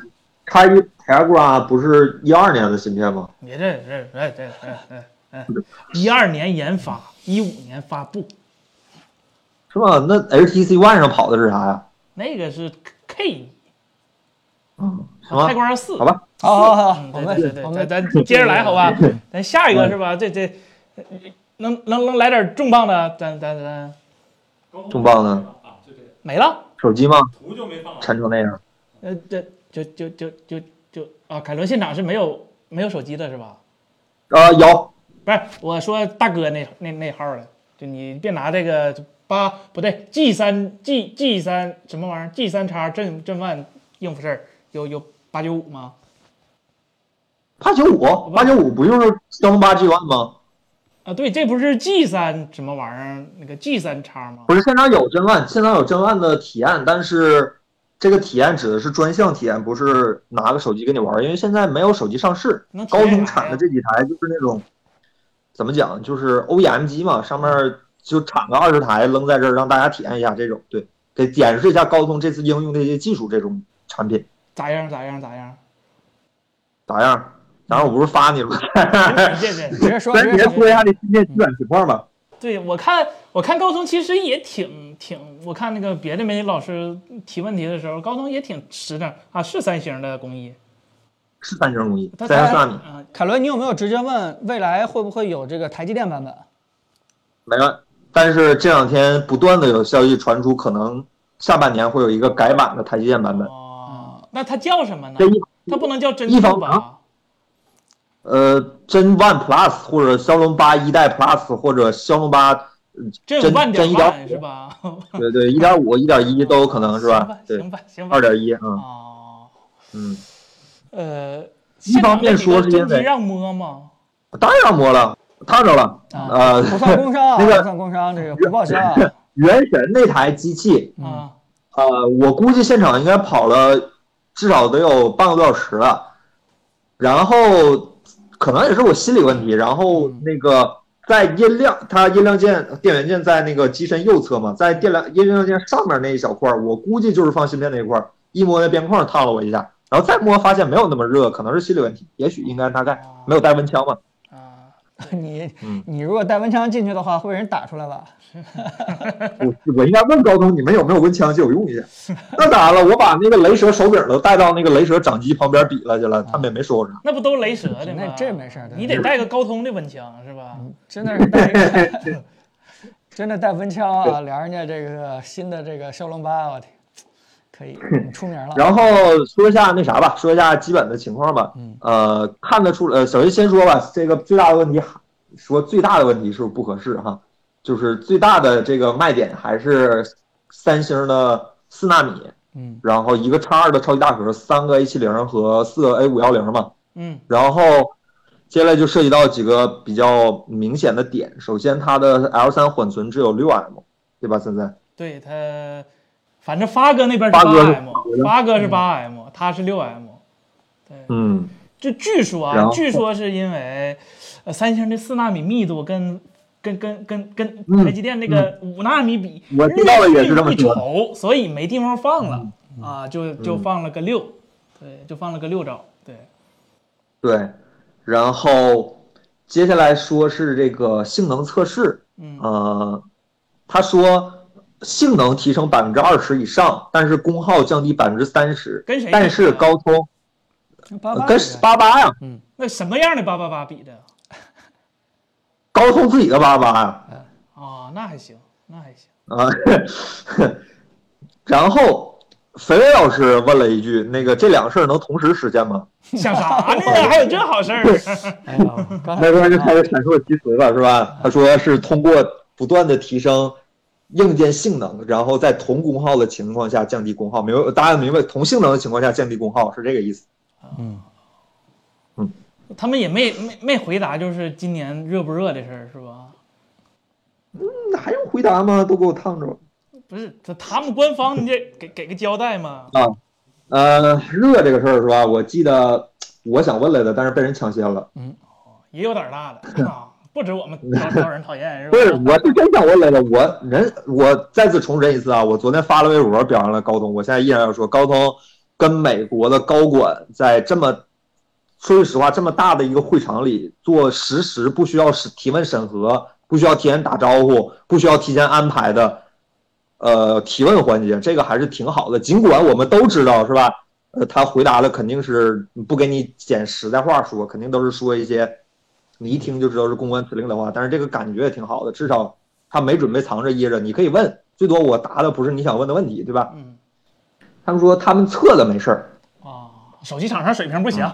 [SPEAKER 3] 它一 Tegra 不是一二年的芯片吗？
[SPEAKER 2] 你这这这这这这哎，一二年研发，一五年发布，
[SPEAKER 3] 是吧？那 HTC One 上跑的是啥呀？
[SPEAKER 2] 那个是 K 一，
[SPEAKER 3] 嗯，什
[SPEAKER 2] 开
[SPEAKER 3] 么？
[SPEAKER 2] 关四，
[SPEAKER 3] 好吧，
[SPEAKER 1] 好好好好
[SPEAKER 2] 嗯，
[SPEAKER 1] 我
[SPEAKER 2] 对对
[SPEAKER 1] 们
[SPEAKER 2] 对，
[SPEAKER 1] 我
[SPEAKER 2] 咱
[SPEAKER 1] 们
[SPEAKER 2] 咱接着来好 吧？咱下一个是吧？这这呃能能能来点重磅的，咱咱咱
[SPEAKER 4] 高通
[SPEAKER 3] 重磅呢
[SPEAKER 4] 啊，就这个
[SPEAKER 2] 没了。
[SPEAKER 3] 手机吗？
[SPEAKER 4] 图就没放了。
[SPEAKER 3] 沉成那样。
[SPEAKER 2] 呃，这就就就就就啊，凯伦现场是没有没有手机的是吧？
[SPEAKER 3] 啊，有，
[SPEAKER 2] 不是，我说大哥那那那号儿了，就你别拿这个八不对 G 三 G G 三什么玩意儿 G 三叉震震万应付事儿，有有八九五吗？
[SPEAKER 3] 八九五，八九五不就是骁龙八 G One 吗？
[SPEAKER 2] 啊，对，这不是 G 三什么玩意儿那个 G 三叉吗？
[SPEAKER 3] 不是，现场有真案，现场有真案的体验，但是这个体验指的是专项体验，不是拿个手机跟你玩儿，因为现在没有手机上市。
[SPEAKER 2] 能体
[SPEAKER 3] 高
[SPEAKER 2] 验啥呀
[SPEAKER 3] 通产的这几台就是那种，怎么讲，就是 OEM 机嘛，上面就产个二十台扔在这儿，让大家体验一下这种，对，给演示一下高通这次应用的一些技术这种产品
[SPEAKER 2] 咋样咋样咋样？
[SPEAKER 3] 咋样？然后我不是发你了吗？
[SPEAKER 2] 嗯这这
[SPEAKER 1] 直接说
[SPEAKER 3] 咱
[SPEAKER 1] 直
[SPEAKER 3] 直
[SPEAKER 1] 接
[SPEAKER 3] 接
[SPEAKER 1] 说。
[SPEAKER 3] 说一下这芯
[SPEAKER 2] 嗯
[SPEAKER 3] 片基本情况吧。
[SPEAKER 2] 对我看，我看高通其实也挺挺，我看那个别的媒体老师提问题的时候，高通也挺实诚啊，是三星的工艺，
[SPEAKER 3] 是三星工艺，
[SPEAKER 2] 它
[SPEAKER 3] 三星纳米，
[SPEAKER 2] 啊，
[SPEAKER 1] 凯伦，你有没有直接问未来会不会有这个台积电版 本？
[SPEAKER 3] 没了。但是这两天不断的有消息传出，可能下半年会有一个改版的台积电版本。
[SPEAKER 2] 哦，那它叫什么呢
[SPEAKER 3] 这？一
[SPEAKER 2] 它不能叫真
[SPEAKER 3] 一方
[SPEAKER 2] 珠吧
[SPEAKER 3] 糖？呃，真 One Plus 或者骁龙八一代 Plus 或者骁龙 八，
[SPEAKER 2] 真有
[SPEAKER 3] 真
[SPEAKER 2] 万
[SPEAKER 3] 真
[SPEAKER 2] 点
[SPEAKER 3] 一
[SPEAKER 2] 万
[SPEAKER 3] 点
[SPEAKER 2] 是吧？
[SPEAKER 3] 对对，一点五、一点一都有可能 是
[SPEAKER 2] 行
[SPEAKER 3] 吧
[SPEAKER 2] 吧？
[SPEAKER 3] 对，
[SPEAKER 2] 行吧，行吧
[SPEAKER 3] 二。点一，嗯
[SPEAKER 2] 哦，
[SPEAKER 3] 嗯，
[SPEAKER 2] 呃，
[SPEAKER 3] 一方面说是
[SPEAKER 2] 现场那几
[SPEAKER 3] 因为
[SPEAKER 2] 个真机让摸吗？
[SPEAKER 3] 当然摸了，烫着了。
[SPEAKER 1] 啊
[SPEAKER 3] 呃，
[SPEAKER 1] 不 算工伤啊，
[SPEAKER 3] 那个
[SPEAKER 1] 不算工伤，这个不报销啊。
[SPEAKER 3] 原神那台机器，
[SPEAKER 2] 啊，
[SPEAKER 3] 呃，我估计现场应该跑了至少得有半个多小时了，然后可能也是我心理问题，然后那个。在音量，它音量键、电源键在那个机身右侧嘛，在电量音量键上面那一小块儿，我估计就是放芯片那一块儿。一摸那边框烫了我一下，然后再摸发现没有那么热，可能是心理问题，也许应该大概没有带温枪嘛。
[SPEAKER 2] 啊，
[SPEAKER 1] 你
[SPEAKER 3] 嗯
[SPEAKER 1] 你如果带温枪进去的话，会被人打出来 吧？
[SPEAKER 3] 我我应该问高通，你们有没有温枪借我用一下？那当然了，我把那个雷蛇手柄都带到那个雷蛇掌机旁边比了去了，他们也没说我啥。
[SPEAKER 2] 那不都雷蛇的
[SPEAKER 1] 那
[SPEAKER 2] 吗？
[SPEAKER 1] 这没事儿的嗯
[SPEAKER 2] 你得带个高通的温枪是吧？
[SPEAKER 1] 真的是带一个真的带温枪啊， 聊人家这个新的这个骁龙八，我天，可 以，你出名了。
[SPEAKER 3] 然后说一下那啥吧，说一下基本的情况吧。呃，看得出来，呃，小叶先说吧，这个最大的问题，说最大的问题是不是不合适哈？就是最大的这个卖点还是三星的四纳米，
[SPEAKER 1] 嗯，
[SPEAKER 3] 然后一个叉二的超级大核，三个 A 七零和四个 A 五幺零嘛。
[SPEAKER 2] 嗯，
[SPEAKER 3] 然后接下来就涉及到几个比较明显的点。首先，它的 L 3缓存只有六 M，对吧？森森，
[SPEAKER 2] 对他，反正发哥那边是
[SPEAKER 3] 发
[SPEAKER 2] 八
[SPEAKER 3] 哥是
[SPEAKER 2] M，发哥是八 M，他是六 M。
[SPEAKER 3] 嗯，
[SPEAKER 2] 这据说
[SPEAKER 3] 然
[SPEAKER 2] 啊，
[SPEAKER 3] 后
[SPEAKER 2] 据说是因为，呃，三星的四纳米密度跟跟跟跟跟
[SPEAKER 3] 嗯
[SPEAKER 2] 台积电那个五纳米比，
[SPEAKER 3] 我知道的嗯也是这么说
[SPEAKER 2] 略逊一筹，所以没地方放了啊，就就放了个六，对，就放了个六兆，对，
[SPEAKER 3] 对。然后接下来说是这个性能测试，
[SPEAKER 2] 嗯
[SPEAKER 3] 呃，他说性能提升百分之二十以上，但是功耗降低百分之三十。
[SPEAKER 2] 跟谁比啊
[SPEAKER 3] 但是高通呃
[SPEAKER 1] 八八
[SPEAKER 3] 跟八八呀，
[SPEAKER 2] 嗯，那什么样的八八八比的
[SPEAKER 3] 高通自己的八八呀，
[SPEAKER 2] 啊？那还行，那还行。
[SPEAKER 3] 啊，然后肥伟老师问了一句：“那个这两个事儿能同时实现吗
[SPEAKER 2] 想啥呢？还有这好事儿？
[SPEAKER 1] 哎 呦，？”刚才
[SPEAKER 3] 那边就开始阐述其词了，是吧？他说是通过不断的提升硬件性能，然后在同功耗的情况下降低功耗。没有，大家明白，同性能的情况下降低功耗是这个意思。
[SPEAKER 2] 他们也没没没回答，就是今年热不热的事儿是吧？
[SPEAKER 3] 那还用回答吗？都给我烫着了。
[SPEAKER 2] 不是，他他们官方你这给给个交代嘛？
[SPEAKER 3] 啊，呃，热这个事儿是吧？我记得我想问来的，但是被人抢先了。
[SPEAKER 2] 也有点儿大 的啊，不止我们招招人讨厌是
[SPEAKER 3] 不是，
[SPEAKER 2] 吧？
[SPEAKER 3] 我是真想问来着。我人，我再次重申一次啊，我昨天发了微博表扬了高通，我现在依然要说，高通跟美国的高管在这么，说句实话，这么大的一个会场里做实时不需要是提问审核，不需要提前打招呼，不需要提前安排的，呃，提问环节，这个还是挺好的。尽管我们都知道是吧？呃，他回答的肯定是不给你捡实在话说，肯定都是说一些。你一听就知道是公关指令的话，但是这个感觉也挺好的，至少他没准备藏着掖着，你可以问，最多我答的不是你想问的问题，对吧？
[SPEAKER 2] 嗯
[SPEAKER 3] 他们说他们测了没事儿，
[SPEAKER 2] 啊，手机厂商水平不
[SPEAKER 3] 啊
[SPEAKER 2] 行，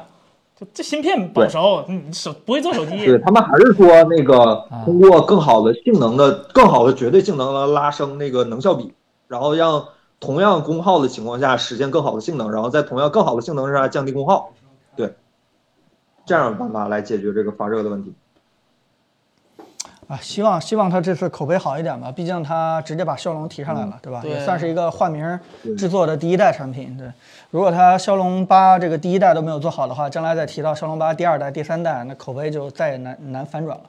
[SPEAKER 2] 这这芯片不好熟，你手不会做手机
[SPEAKER 3] 对他们还是说那个通过更好的性能的、更好的绝对性能的拉升那个能效比，然后让同样功耗的情况下实现更好的性能，然后在同样更好的性能下降低功耗，对，这样的办法来解决这个发热的问题。
[SPEAKER 1] 啊，希望希望他这次口碑好一点吧，毕竟他直接把骁龙提上来
[SPEAKER 3] 嗯
[SPEAKER 1] 了，对吧？
[SPEAKER 2] 对
[SPEAKER 1] 也算是一个换名制作的第一代产品。对，如果他骁龙八这个第一代都没有做好的话，将来再提到骁龙八第二代、第三代，那口碑就再也难难反转了。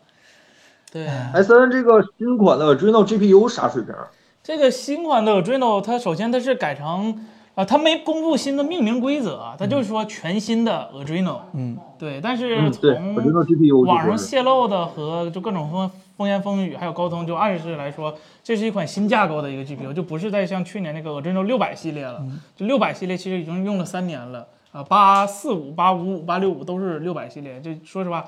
[SPEAKER 2] 对，
[SPEAKER 3] S N 哎这个新款的 Adreno GPU 啥水平？啊
[SPEAKER 2] 这个新款的 Adreno，它首先它是改成啊、它没公布新的命名规则啊，它就是说全新的 Adreno。
[SPEAKER 1] 嗯，
[SPEAKER 2] 对，但是
[SPEAKER 3] 嗯，对
[SPEAKER 2] 从
[SPEAKER 3] ，Adreno GPU
[SPEAKER 2] 网上
[SPEAKER 3] 就是
[SPEAKER 2] 泄露的和就各种风风言风语，还有高通就暗示来说，这是一款新架构的一个 GPU，就不是在像去年那个 Adreno 六百系列了。就六百系列其实已经用了三年了啊，八四五、八五五、八六五都是六百系列。就说实话，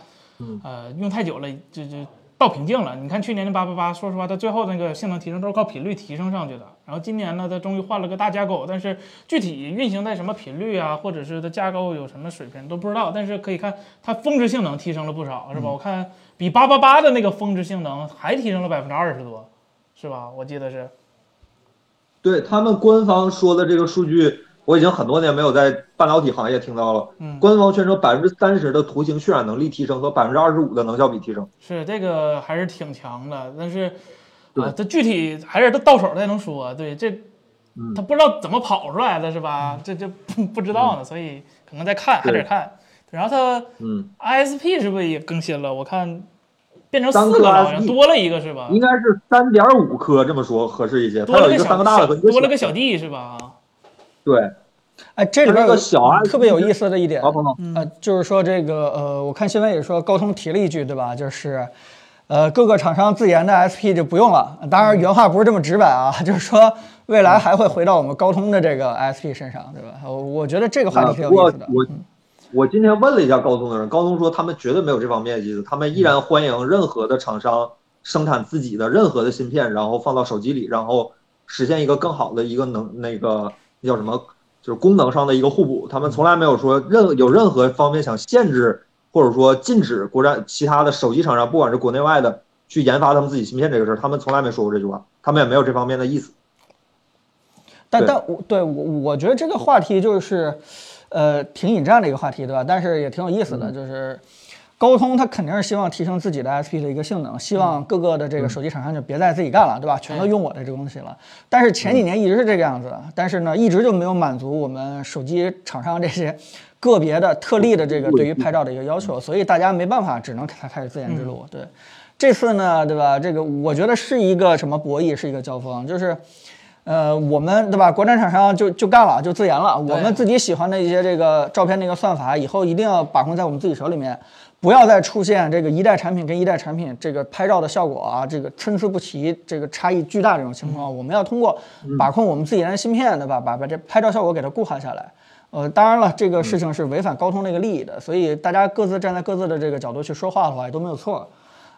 [SPEAKER 2] 呃，用太久了，就就到瓶颈了。你看去年的八八八，说实话，它最后那个性能提升都是靠频率提升上去的。然后今年呢，它终于换了个大架构，但是具体运行在什么频率啊，或者是它架构有什么水平都不知道。但是可以看它峰值性能提升了不少，是
[SPEAKER 3] 嗯
[SPEAKER 2] 吧？我看比八八八的那个峰值性能还提升了百分之二十多，是吧？我记得是。
[SPEAKER 3] 对他们官方说的这个数据，我已经很多年没有在半导体行业听到了。
[SPEAKER 2] 嗯
[SPEAKER 3] 官方宣称百分之三十的图形渲染能力提升和百分之二十五的能效比提升。
[SPEAKER 2] 是这个还是挺强的，但是
[SPEAKER 3] 对
[SPEAKER 2] 啊，它具体还是到到手才能说。对，这
[SPEAKER 3] 嗯
[SPEAKER 2] 他不知道怎么跑出来的是吧？这这不不知道呢，所以可能在看，还
[SPEAKER 3] 嗯对
[SPEAKER 2] 得看。然后它
[SPEAKER 3] 嗯，
[SPEAKER 2] ISP 是不是也更新了？我看变成
[SPEAKER 3] 三
[SPEAKER 2] 四
[SPEAKER 3] 颗
[SPEAKER 2] 个了，好像
[SPEAKER 3] ISP
[SPEAKER 2] 多了一个是吧？
[SPEAKER 3] 应该是三点五颗，这么说合适一些。它
[SPEAKER 2] 啊多了
[SPEAKER 3] 有一个
[SPEAKER 2] 小
[SPEAKER 3] 三个大的和
[SPEAKER 2] 小
[SPEAKER 3] 一个
[SPEAKER 2] 多
[SPEAKER 3] 小
[SPEAKER 2] 了
[SPEAKER 3] 的。
[SPEAKER 2] 个小弟是吧？啊，
[SPEAKER 3] 对，
[SPEAKER 1] 哎，这里边
[SPEAKER 3] 它这
[SPEAKER 1] 有
[SPEAKER 3] 个小啊
[SPEAKER 1] 特别有意思的一点，
[SPEAKER 3] 好，鹏鹏，
[SPEAKER 1] 呃，就是说这个呃，我看新闻也说高通提了一句，对吧？就是，呃，各个厂商自研的 SP 就不用了。当然，原话不是这么直白啊， 就是说未来还会回到我们高通的这个 SP 身上，对吧？我我觉得这个话
[SPEAKER 3] 啊
[SPEAKER 1] 题挺
[SPEAKER 3] 不
[SPEAKER 1] 有
[SPEAKER 3] 过
[SPEAKER 1] 意思的。嗯
[SPEAKER 3] 我我今天问了一下高通的人，高通说他们绝对没有这方面的意思，他们依
[SPEAKER 1] 嗯
[SPEAKER 3] 然欢迎任何的厂商生产自己的任何的芯片，然后放到手机里，然后实现一个更好的一个能那个那叫什么，就是功能上的一个互补。他
[SPEAKER 1] 嗯
[SPEAKER 3] 们从来没有说任有任何方面想限制或者说禁止国产其他的手机厂商，不管是国内外的，去研发他们自己芯片这个事儿，他们从来没说过这句话，他们也没有这方面的意 思。
[SPEAKER 1] 但但
[SPEAKER 3] 对
[SPEAKER 1] 我对我我觉得这个话题就是，呃，挺引战的一个话题，对吧？但是也挺有意思的，就是高通它肯定是希望提升自己的 SP 的一个性能，希望各个的这个手机厂商就别再自己干了，对吧？全都用我的这个东西了。但是前几年一直是这个样子的，但是呢，一直就没有满足我们手机厂商这些个别的特例的这个对于拍照的一个要求，所以大家没办法，只能开开始自研之路，对。这次呢，对吧？这个我觉得是一个什么博弈，是一个交锋，就是，呃，我们对吧？国产厂商就就干了，就自研了。我们自己喜欢的一些这个照片的一个算法，以后一定要把控在我们自己手里面，不要再出现这个一代产品跟一代产品这个拍照的效果啊，这个参差不齐，这个差异巨大这种情况，我们要通过把控我们自己的芯片，对吧？把把这拍照效果给它固化下来。呃，当然了，这个事情是违反高通那个利益的，所以大家各自站在各自的这个角度去说话的话，也都没有错。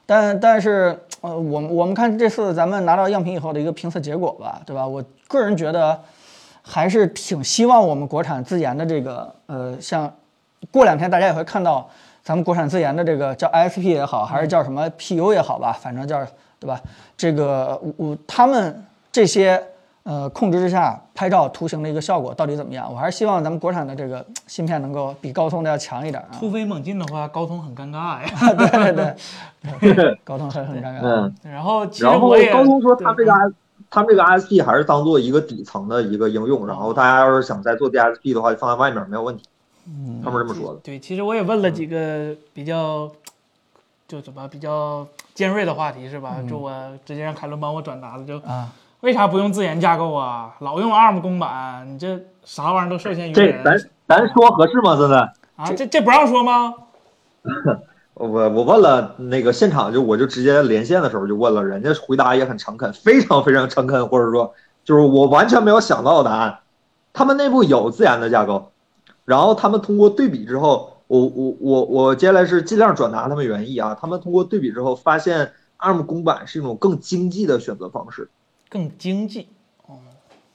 [SPEAKER 1] 但但是，呃，我们我们看这次咱们拿到样品以后的一个评测结果吧，对吧？我个人觉得，还是挺希望我们国产自研的这个，呃，像过两天大家也会看到咱们国产自研的这个叫 ISP 也好，还是叫什么 PU 也好吧，反正叫对吧？这个我我他们这些呃控制之下拍照图形的一个效果到底怎么样？我还是希望咱们国产的这个芯片能够比高通的要强一点 啊。
[SPEAKER 2] 突飞猛进的话，高通很尴尬呀。
[SPEAKER 1] 对对对，对高通很很尴尬。
[SPEAKER 3] 嗯，
[SPEAKER 2] 然后其实
[SPEAKER 3] 然后
[SPEAKER 2] 我也
[SPEAKER 3] 高通说他
[SPEAKER 2] 对
[SPEAKER 3] 这个 S，他们这个 SP 还是当做一个底层的一个应用，然后大家要是想再做 DSP 的话，就放在外面没有问题。他们是这么说的。
[SPEAKER 2] 对，其实我也问了几个比较，就怎么比较尖锐的话题是
[SPEAKER 3] 嗯
[SPEAKER 2] 吧？就我直接让凯伦帮我转达的，就
[SPEAKER 1] 啊，
[SPEAKER 2] 为啥不用自研架构啊？老用 ARM 公版，你这啥玩意儿都受限于
[SPEAKER 3] 这
[SPEAKER 2] 人
[SPEAKER 3] 咱咱说合适吗？真的，
[SPEAKER 2] 啊？这这不让说吗？
[SPEAKER 3] 我我问了那个现场就我就直接连线的时候就问了，人家回答也很诚恳，非常非常诚恳，或者说就是我完全没有想到的答案。他们内部有自研的架构，然后他们通过对比之后，我我我我接下来是尽量转达他们原意啊。他们通过对比之后发现 ARM 公版是一种更经济的选择方式。
[SPEAKER 2] 更经济，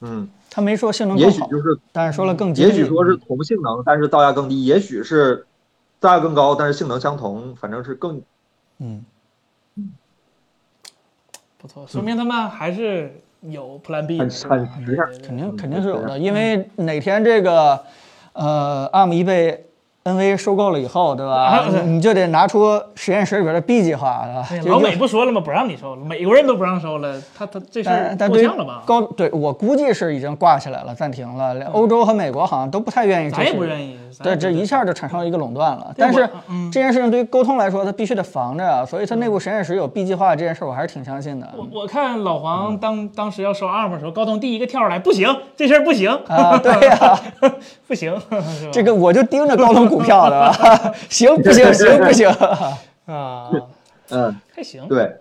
[SPEAKER 3] 嗯，
[SPEAKER 1] 他没说性能
[SPEAKER 3] 也
[SPEAKER 1] 更
[SPEAKER 3] 许
[SPEAKER 1] 好，
[SPEAKER 3] 就是
[SPEAKER 1] 但是说了更
[SPEAKER 3] 也许
[SPEAKER 1] 经济嗯
[SPEAKER 3] 说是同性能，但是造价更低；也许是造价更高，但是性能相同，反正是更
[SPEAKER 1] 嗯。
[SPEAKER 2] 不错，说明他们还是有 Plan B 的
[SPEAKER 3] 很
[SPEAKER 2] 是吧
[SPEAKER 3] 很实在。
[SPEAKER 1] 肯定肯定是有的，因为
[SPEAKER 3] 嗯
[SPEAKER 1] 哪天这个，呃，ARM 一被 NV 收购了以后，对吧
[SPEAKER 2] 啊？
[SPEAKER 1] 你你就得拿出实验室里边的 B 计划，对吧
[SPEAKER 2] 哎呀？
[SPEAKER 1] 就
[SPEAKER 2] 老美不说了吗？不让你收了，美国人都不让收了，他他这事儿
[SPEAKER 1] 但但
[SPEAKER 2] 过
[SPEAKER 1] 对于
[SPEAKER 2] 呛了吧？嗯
[SPEAKER 1] 高对我估计是已经挂起来了，暂停了。连欧洲和美国好像都不太愿意，
[SPEAKER 2] 咱也不
[SPEAKER 1] 意。
[SPEAKER 2] 愿意。咱也
[SPEAKER 1] 对，
[SPEAKER 2] 不
[SPEAKER 1] 这
[SPEAKER 2] 愿
[SPEAKER 1] 一
[SPEAKER 2] 意
[SPEAKER 1] 下就产生了一个垄断了。但是
[SPEAKER 2] 嗯
[SPEAKER 1] 这件事情对于沟通来说，它必须得防着啊，所以它内部实验室有 B 计划这件事，我还是挺相信的。
[SPEAKER 2] 我我看老黄当当时要收 ARM 的时候，高通第一个跳出来，不行，这事儿不行，
[SPEAKER 1] 啊，对呀、
[SPEAKER 2] 不行，是吧？
[SPEAKER 1] 这个我就盯着高通股票的 吧，行不行？行不行？
[SPEAKER 2] 啊，
[SPEAKER 3] 嗯。
[SPEAKER 2] 还 行，
[SPEAKER 3] 对，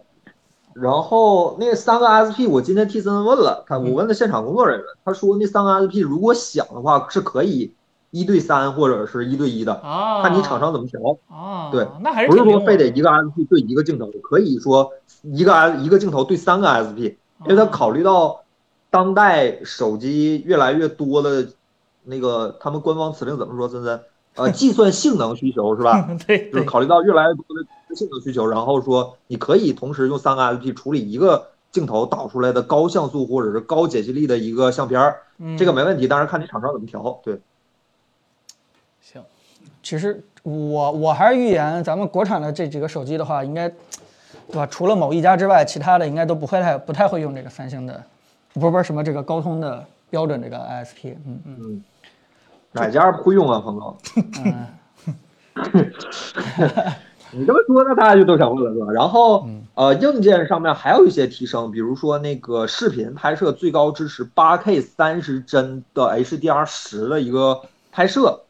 [SPEAKER 3] 然后那三个 SP，我今天替森问了，他
[SPEAKER 2] 嗯
[SPEAKER 3] 我问了现场工作人员，他说那三个 SP 如果想的话是可以一对三或者是一对一的，
[SPEAKER 2] 啊，
[SPEAKER 3] 看你厂商怎么调，
[SPEAKER 2] 啊，
[SPEAKER 3] 对，
[SPEAKER 2] 那还是
[SPEAKER 3] 不是
[SPEAKER 2] 挺
[SPEAKER 3] 说
[SPEAKER 2] 灵
[SPEAKER 3] 非
[SPEAKER 2] 活
[SPEAKER 3] 得
[SPEAKER 2] 的
[SPEAKER 3] 一个 SP 对一个镜头，可以说一个 S 一个镜头对三个 SP，因为
[SPEAKER 2] 哦
[SPEAKER 3] 他考虑到当代手机越来越多的那个他们官方辞令怎么说，森森， 呃，计算性能需求是吧？
[SPEAKER 2] 对
[SPEAKER 3] 就是
[SPEAKER 2] 对，
[SPEAKER 3] 考虑到越来越多的性能需求，然后说你可以同时用三个 SP 处理一个镜头导出来的高像素或者是高解析力的一个相片儿，
[SPEAKER 2] 嗯
[SPEAKER 3] 这个没问题，当然看你厂商怎么调。对，
[SPEAKER 2] 行，
[SPEAKER 1] 其实我我还是预言，咱们国产的这几个手机的话，应该，对吧？除了某一家之外，其他的应该都不会太不太会用这个三星的，不是不是什么这个高通的标准这个 ISP，嗯嗯
[SPEAKER 3] 哪家不会用啊，彭总？ 你这么说，那大家就都想问了，是吧？然后，呃，硬件上面还有一些提升，比如说那个视频拍摄最高支持 8K 三十帧的 HDR 十的一个拍摄，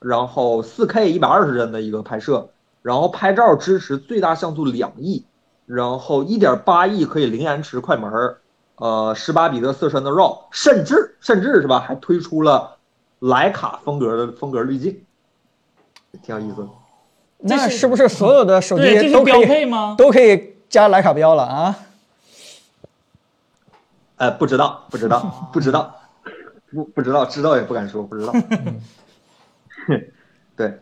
[SPEAKER 3] 然后 4K 一百二十帧的一个拍摄，然后拍照支持最大像素两亿，然后一点八亿可以零延迟快门儿，呃，十八比特色深的 RAW，甚至甚至是吧，还推出了徕卡风格的风格滤镜，挺有意思的。
[SPEAKER 1] 那
[SPEAKER 2] 这
[SPEAKER 1] 是不是所有的手
[SPEAKER 2] 对，这
[SPEAKER 1] 机
[SPEAKER 2] 是
[SPEAKER 1] 都可
[SPEAKER 2] 标
[SPEAKER 1] 以
[SPEAKER 2] 配吗？
[SPEAKER 1] 都可以加徕卡标了啊？
[SPEAKER 3] 呃，不知道，不知道，不知道，不不知道，知道也不敢说，不知道。 对，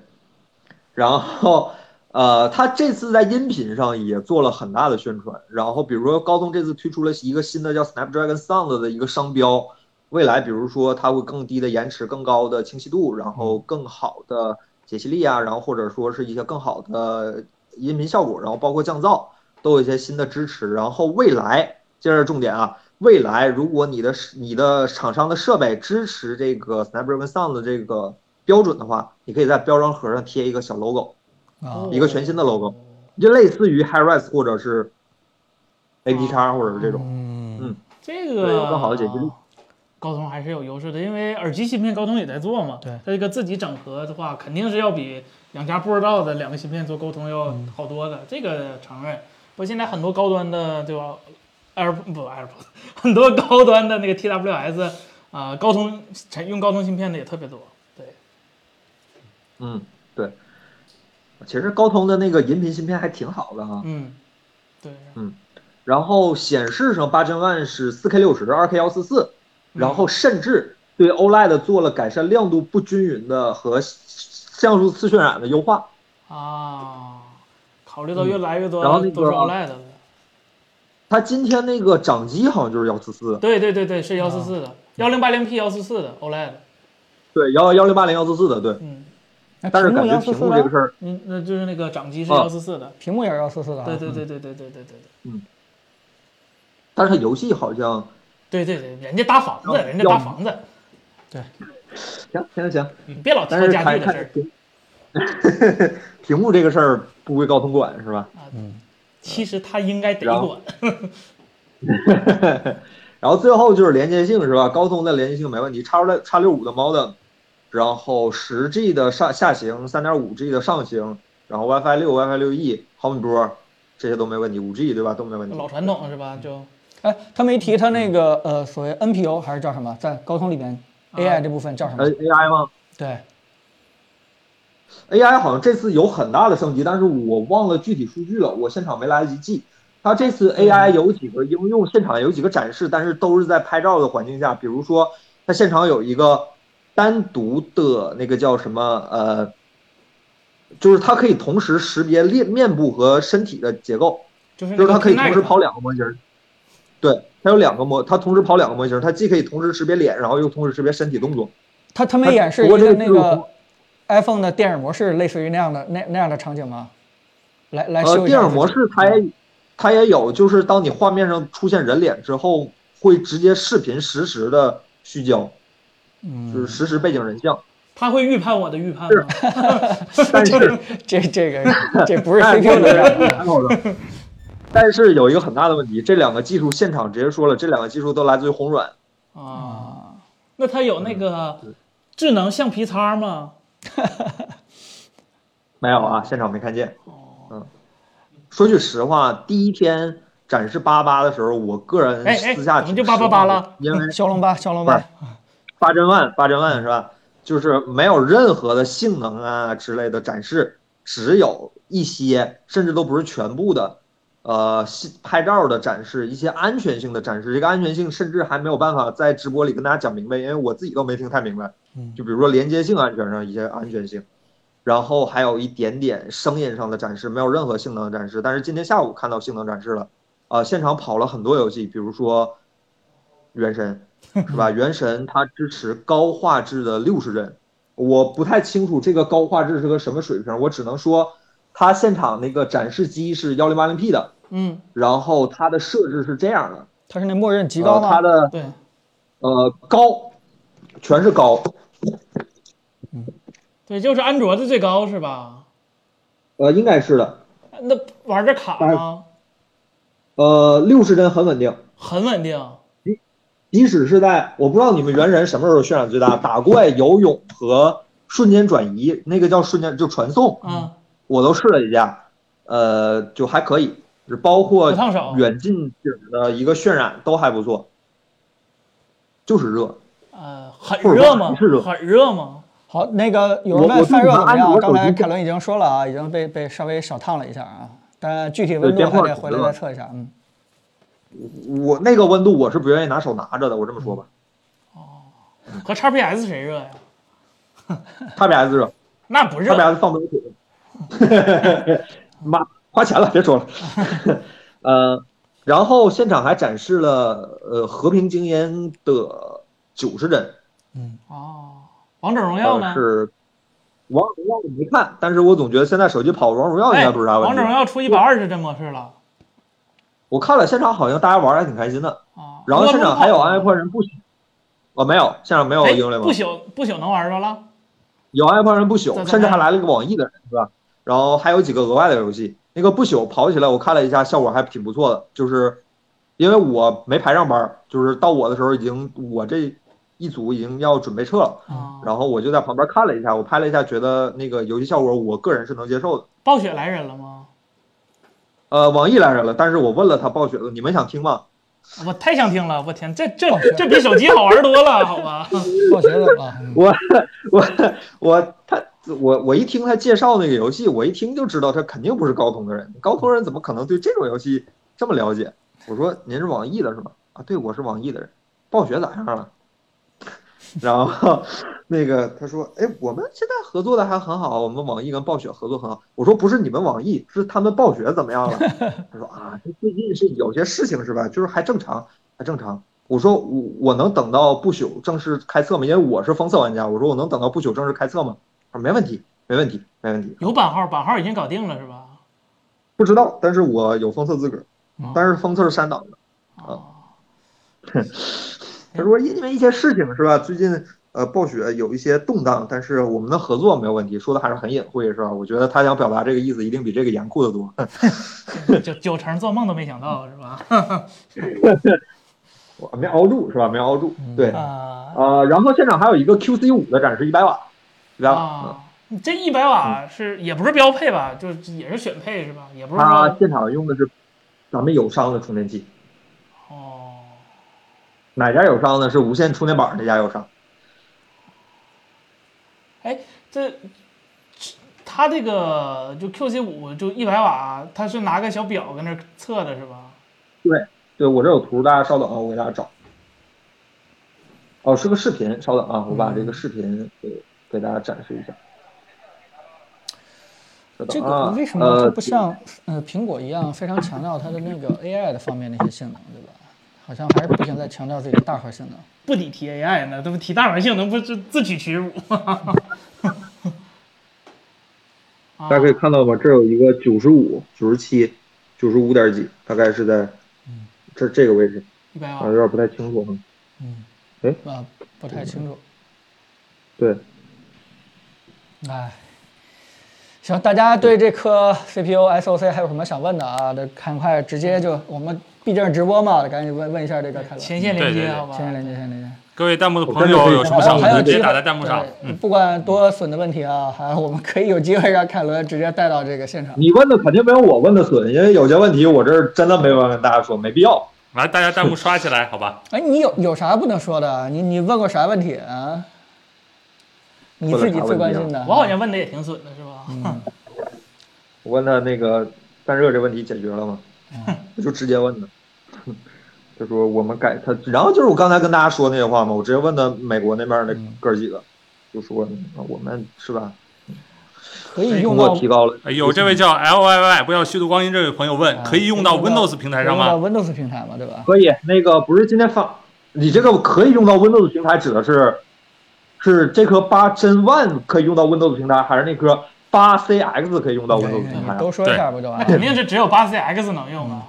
[SPEAKER 3] 然后呃，他这次在音频上也做了很大的宣传，然后比如说高通这次推出了一个新的叫 Snapdragon Sound 的一个商标，未来比如说它会更低的延迟、更高的清晰度，然后更好的解析力啊，然后或者说是一些更好的音频效果，然后包括降噪都有一些新的支持，然后未来这是重点啊。未来，如果你的你的厂商的设备支持这个 Snapdragon Sound 的这个标准的话，你可以在标章盒上贴一个小 logo，
[SPEAKER 1] 啊，
[SPEAKER 2] 哦
[SPEAKER 3] 一个全新的 logo，就类似于 HiRes 或者是 A P 叉或者是这种。
[SPEAKER 1] 嗯
[SPEAKER 3] 嗯
[SPEAKER 2] 这
[SPEAKER 3] 对有
[SPEAKER 2] 个
[SPEAKER 3] 更好的解析力
[SPEAKER 2] 高通还是有优势的，因为耳机芯片高通也在做嘛。
[SPEAKER 1] 对
[SPEAKER 2] 它这个自己整合的话，肯定是要比两家不知道的两个芯片做沟通要好多的，这个承认。不过现在很多高端的，对吧？Air 不 AirPods，很多高端的那个 TWS 啊、高通用高通芯片的也特别多。对，
[SPEAKER 3] 嗯，对。其实高通的那个音频芯片还挺好的哈，
[SPEAKER 2] 嗯，对，
[SPEAKER 3] 然后显示上八千万是四 K 六十、二 K 幺四四，然后甚至对 OLED E 做了改善亮度不均匀的和像素次渲染的优化。
[SPEAKER 2] 啊，考虑到越来越多、
[SPEAKER 3] 嗯然后那个
[SPEAKER 2] 都是 OLED 的了，
[SPEAKER 3] 它今天那个掌机好像就是幺四四，
[SPEAKER 2] 对对对对，是幺四四的，幺零八零 P 幺四四的 OLED，
[SPEAKER 3] 对幺幺零八零幺四四的，对。
[SPEAKER 2] 嗯，
[SPEAKER 1] 那
[SPEAKER 3] 但是
[SPEAKER 1] 屏幕
[SPEAKER 3] 感觉
[SPEAKER 1] 幺四
[SPEAKER 3] 屏
[SPEAKER 1] 四
[SPEAKER 3] 幕这个
[SPEAKER 1] 的，
[SPEAKER 3] 事儿，
[SPEAKER 2] 嗯，那就是那个掌机是
[SPEAKER 3] 啊
[SPEAKER 2] 幺四四的，
[SPEAKER 1] 屏幕也是幺四四的啊。
[SPEAKER 2] 对对对对对对对对对
[SPEAKER 3] 但是它游戏好像
[SPEAKER 2] 对对对，人家搭房子，
[SPEAKER 3] 要
[SPEAKER 2] 人家搭房子，
[SPEAKER 3] 行行行，
[SPEAKER 2] 你别老提
[SPEAKER 3] 但是
[SPEAKER 2] 家
[SPEAKER 3] 看
[SPEAKER 2] 具的事
[SPEAKER 3] 看
[SPEAKER 2] 儿
[SPEAKER 3] 屏屏 幕这个事儿不归高通管是吧？
[SPEAKER 2] 啊。其实他应该得
[SPEAKER 3] 然后
[SPEAKER 2] 管，
[SPEAKER 3] 然后最后就是连接性是吧？高通的连接性没问题，叉六叉六五的 modem，然后十 G 的上下行，三点五 G 的上行，然后 WiFi 六、WiFi 六 E、毫米波这些都没问题，五 G 对吧？都没问题。
[SPEAKER 2] 老传统是吧？就
[SPEAKER 1] 哎，他没提他那个呃，所谓 NPU 还是叫什么，在高通里边 AI 这部分叫什么
[SPEAKER 3] 呃？AI 吗
[SPEAKER 1] 对，
[SPEAKER 3] ？AI 好像这次有很大的升级，但是我忘了具体数据了，我现场没来得及记。它这次
[SPEAKER 2] 嗯
[SPEAKER 3] AI 有几个应用，现场有几个展示，但是都是在拍照的环境下，比如说它现场有一个单独的那个叫什么呃，就是它可以同时识别面面部和身体的结构，
[SPEAKER 2] 就是
[SPEAKER 3] 就是
[SPEAKER 2] 那
[SPEAKER 3] 它
[SPEAKER 2] 个
[SPEAKER 3] 可以
[SPEAKER 2] Kinect
[SPEAKER 3] 同时跑两个模型儿。对，它有两个模，它同时跑两个模型儿，它既可以同时识别脸，然后又同时识别身体动作。
[SPEAKER 1] 他他没演示
[SPEAKER 3] 不
[SPEAKER 1] 一
[SPEAKER 3] 过
[SPEAKER 1] 个
[SPEAKER 3] 这个
[SPEAKER 1] 那
[SPEAKER 3] 技术活
[SPEAKER 1] 个 iPhone 的电影模式，类似于那样的那那样的场景吗？来来
[SPEAKER 3] 呃
[SPEAKER 1] 修，一下
[SPEAKER 3] 电
[SPEAKER 1] 自
[SPEAKER 3] 影
[SPEAKER 1] 己
[SPEAKER 3] 模式它也它也有，就是当你画面上出现人脸之后，会直接视频实时的虚焦，就是实时背景人像。
[SPEAKER 2] 他会预判我的预判吗？
[SPEAKER 3] 但是
[SPEAKER 1] 这这个这不是
[SPEAKER 3] 哎
[SPEAKER 1] CPU
[SPEAKER 3] 对
[SPEAKER 1] 的账
[SPEAKER 3] 蛮好的。但是有一个很大的问题，这两个技术现场直接说了，这两个技术都来自于红软。
[SPEAKER 2] 啊，那他有那个 智能橡皮擦吗？
[SPEAKER 3] 没有啊，现场没看见。嗯，说句实话，第一天展示八八的时候，我个
[SPEAKER 2] 哎
[SPEAKER 3] 人
[SPEAKER 2] 哎
[SPEAKER 3] 私下
[SPEAKER 2] 怎
[SPEAKER 3] 挺
[SPEAKER 2] 么就
[SPEAKER 3] 失望的
[SPEAKER 2] 888了，
[SPEAKER 3] 因为
[SPEAKER 1] 骁龙八，骁龙
[SPEAKER 3] 不
[SPEAKER 1] 八
[SPEAKER 3] 是，八千万，八千万是吧？就是没有任何的性能啊之类的展示，只有一些，甚至都不是全部的，呃，信拍照的展示，一些安全性的展示。这个安全性甚至还没有办法在直播里跟大家讲明白，因为我自己都没听太明白。
[SPEAKER 1] 嗯
[SPEAKER 3] 就比如说连接性安全上一些安全性，然后还有一点点声音上的展示，没有任何性能的展示。但是今天下午看到性能展示了，啊、现场跑了很多游戏，比如说《原神》。 是吧？原神它支持高画质的六十帧，我不太清楚这个高画质是个什么水平，我只能说它现场那个展示机是幺零八零 P 的，
[SPEAKER 2] 嗯，
[SPEAKER 3] 然后它的设置是这样的，
[SPEAKER 1] 它是那默认极高
[SPEAKER 3] 呃、它
[SPEAKER 1] 吗？
[SPEAKER 3] 的
[SPEAKER 2] 对，
[SPEAKER 3] 呃高，全是高，
[SPEAKER 2] 对，就是安卓的最高是吧？
[SPEAKER 3] 呃应该是的，
[SPEAKER 2] 那玩这卡吗？
[SPEAKER 3] 哎呃六十帧很稳定，
[SPEAKER 2] 很稳定。
[SPEAKER 3] 即使是在我不知道你们原神什么时候渲染最大，打怪、游泳和瞬间转移，那个叫瞬间就传送，
[SPEAKER 2] 啊，
[SPEAKER 3] 我都试了一下，呃，就还可以，是包括
[SPEAKER 2] 不烫手
[SPEAKER 3] 远近景的一个渲染都还不错，就是热。
[SPEAKER 2] 呃，很
[SPEAKER 3] 不是
[SPEAKER 2] 热
[SPEAKER 3] 不
[SPEAKER 2] 吗？
[SPEAKER 3] 是热
[SPEAKER 2] 很热吗？
[SPEAKER 1] 好，那个有
[SPEAKER 3] 我
[SPEAKER 1] 人问
[SPEAKER 3] 我
[SPEAKER 1] 散热
[SPEAKER 3] 自
[SPEAKER 1] 怎么
[SPEAKER 3] 己拿安
[SPEAKER 1] 样？
[SPEAKER 3] 卓
[SPEAKER 1] 刚
[SPEAKER 3] 手
[SPEAKER 1] 才
[SPEAKER 3] 机
[SPEAKER 1] 凯伦已经说了啊，已经被被稍微小烫了一下啊，但具体
[SPEAKER 3] 对
[SPEAKER 1] 温度
[SPEAKER 3] 边
[SPEAKER 1] 还
[SPEAKER 3] 框
[SPEAKER 1] 得
[SPEAKER 3] 挺
[SPEAKER 1] 回来
[SPEAKER 3] 热
[SPEAKER 1] 再测一下。嗯，
[SPEAKER 3] 我那个温度我是不愿意拿手拿着的，我这么说吧，
[SPEAKER 2] 和 XPS 谁热呀？嗯
[SPEAKER 3] 叉 PS 热，
[SPEAKER 2] 那不热，
[SPEAKER 3] 叉 PS 放不了腿。 妈，花钱了，别说了。 呃，然后现场还展示了呃《和平精英》的九十帧，
[SPEAKER 2] 哦，王者荣耀
[SPEAKER 3] 呃
[SPEAKER 2] 呢？
[SPEAKER 3] 是王者荣耀我没看，但是我总觉得现在手机跑王者荣耀应
[SPEAKER 2] 哎，
[SPEAKER 3] 该不是啥问题。
[SPEAKER 2] 王者荣耀出一百二十帧模式了
[SPEAKER 3] 我看了现场，好像大家玩的还挺开心的。
[SPEAKER 2] 啊。
[SPEAKER 3] 然后现场还有
[SPEAKER 2] 安
[SPEAKER 3] 安徽人不朽，哦，没有，现场没有英联
[SPEAKER 2] 哎不
[SPEAKER 3] 盟，
[SPEAKER 2] 朽不朽能玩着了。
[SPEAKER 3] 有安徽人不
[SPEAKER 2] 在
[SPEAKER 3] 朽，
[SPEAKER 2] 在
[SPEAKER 3] 甚至还来了一个网易的人，是吧？然后还有几个额外的游戏。那个不朽跑起来，我看了一下，效果还挺不错的。就是因为我没排上班，就是到我的时候已经我这一组已经要准备撤了，
[SPEAKER 2] 啊，
[SPEAKER 3] 然后我就在旁边看了一下，我拍了一下，觉得那个游戏效果我个人是能接受的。
[SPEAKER 2] 暴雪来人了吗？
[SPEAKER 3] 呃，网易来人了，但是我问了他暴雪了，你们想听吗？
[SPEAKER 2] 我太想听了，我天，这这这比手机好玩多了，好吧？
[SPEAKER 1] 暴雪怎么了？嗯
[SPEAKER 3] 我我他我我一听他介绍那个游戏，我一听就知道他肯定不是高通的人，高通人怎么可能对这种游戏这么了解？我说您是网易的是吗？啊，对，我是网易的人。暴雪咋样了？ 然后那个他说，哎，我们现在合作的还很好，我们网易跟暴雪合作很好。我说不是你们网易，是他们暴雪怎么样了？他说啊，这最近是有些事情是吧？就是还正常，还正常。我说我我能等到不朽正式开测吗？因为我是封测玩家，我说我能等到不朽正式开测吗？他说没问题，没问题，没问题。
[SPEAKER 2] 有版号，版号已经搞定了是吧？
[SPEAKER 3] 不知道，但是我有封测资格
[SPEAKER 1] 哦，
[SPEAKER 3] 但是封测是删档的。哦
[SPEAKER 2] 啊，哎
[SPEAKER 3] 他说因为一些事情是吧？最近呃暴雪有一些动荡，但是我们的合作没有问题，说的还是很隐晦是吧？我觉得他想表达这个意思一定比这个严酷的多。
[SPEAKER 2] 九九成做梦都没想到是吧？
[SPEAKER 3] 我没熬住是吧？没熬住。
[SPEAKER 2] 嗯
[SPEAKER 3] 对，
[SPEAKER 1] 啊，
[SPEAKER 3] 呃，然后现场还有一个 QC 五的展示，一百瓦，一百瓦。嗯
[SPEAKER 2] 啊，这一百瓦是也不是标配吧？就是也是选配是吧？也啊不是
[SPEAKER 3] 他
[SPEAKER 2] 说
[SPEAKER 3] 现场用的是咱们友商的充电器，
[SPEAKER 2] 哦，
[SPEAKER 3] 哪家友商呢？是无线充电板那家友商。
[SPEAKER 2] 这它这个就 QC 五就一百瓦，它是拿个小表跟那儿测的是吧？
[SPEAKER 3] 对我这有图，大家稍等啊，我给大家找。哦，是个视频，稍等啊，我把这
[SPEAKER 1] 嗯
[SPEAKER 3] 个视频给给大家展示一下。稍
[SPEAKER 1] 这
[SPEAKER 3] 等
[SPEAKER 1] 个
[SPEAKER 3] 啊
[SPEAKER 1] 为什么它
[SPEAKER 3] 呃
[SPEAKER 1] 不像呃苹果一样非常强调它的那个 AI 的方面那些性能，对吧？好像还是不停在强调自己的大核性能。
[SPEAKER 2] 不抵提 AI 呢，这不提大玩性能不是自取其辱吗？啊
[SPEAKER 3] 大家可以看到吧，这有一个九十五、九十七、九十五点几，大概是在这这个位置
[SPEAKER 2] 一百
[SPEAKER 3] 啊，
[SPEAKER 2] 瓦
[SPEAKER 3] 有点不太清楚哈。
[SPEAKER 1] 嗯，
[SPEAKER 3] 哎
[SPEAKER 1] 啊，不太清楚。
[SPEAKER 3] 对，
[SPEAKER 1] 哎，行，大家对这颗 CPU、SOC 还有什么想问的啊？这赶快直接就，我们毕竟是直播嘛，赶紧问问一下这个凯伦。
[SPEAKER 2] 前线连
[SPEAKER 4] 对对
[SPEAKER 2] 接
[SPEAKER 4] 对
[SPEAKER 2] 好吧？
[SPEAKER 1] 先连接，先连接。
[SPEAKER 4] 各位弹幕的朋友有什么
[SPEAKER 1] 然
[SPEAKER 4] 想
[SPEAKER 1] 后哦
[SPEAKER 4] 问
[SPEAKER 1] 还有
[SPEAKER 4] 的，直接
[SPEAKER 1] 机
[SPEAKER 4] 打
[SPEAKER 1] 会
[SPEAKER 4] 在弹幕上
[SPEAKER 1] 对。
[SPEAKER 4] 嗯，
[SPEAKER 1] 不管多损的问题啊，还我们可以有机会让凯伦直接带到这个现场。
[SPEAKER 3] 你问的肯定没有我问的损，因为有些问题我这儿真的没法跟大家说，没必要。
[SPEAKER 4] 来，大家弹幕刷起来，好吧？
[SPEAKER 1] 哎，你有有啥不能说的？你你问过啥问题啊？你自己最
[SPEAKER 3] 啊
[SPEAKER 1] 关心的。
[SPEAKER 2] 我好像问的也挺损的是吧？
[SPEAKER 3] 我问他那个散热这问题解决了吗？
[SPEAKER 1] 嗯
[SPEAKER 3] 我就直接问他， 他说我们改他，然后就是我刚才跟大家说那些话嘛，我直接问他美国那边的哥几
[SPEAKER 1] 嗯
[SPEAKER 3] 个，就说啊我们是吧，
[SPEAKER 1] 可以
[SPEAKER 3] 通
[SPEAKER 1] 用
[SPEAKER 3] 过
[SPEAKER 1] 到
[SPEAKER 3] 提高了，
[SPEAKER 4] 哎有这位叫 L Y Y 不要虚度光阴这位朋友问，可以用到 Windows 平台上
[SPEAKER 1] 啊用到
[SPEAKER 4] 吗？
[SPEAKER 1] Windows 平台嘛，对吧？
[SPEAKER 3] 可以那个不是今天发，你这个可以用到 Windows 平台，指的是是这颗八真 One 可以用到 Windows 平台，还是那颗八 CX 可以用到 Windows 平台啊
[SPEAKER 1] 你？哎都说一下不就完
[SPEAKER 2] 那
[SPEAKER 1] 了？
[SPEAKER 2] 肯定是只有八 CX 能用啊。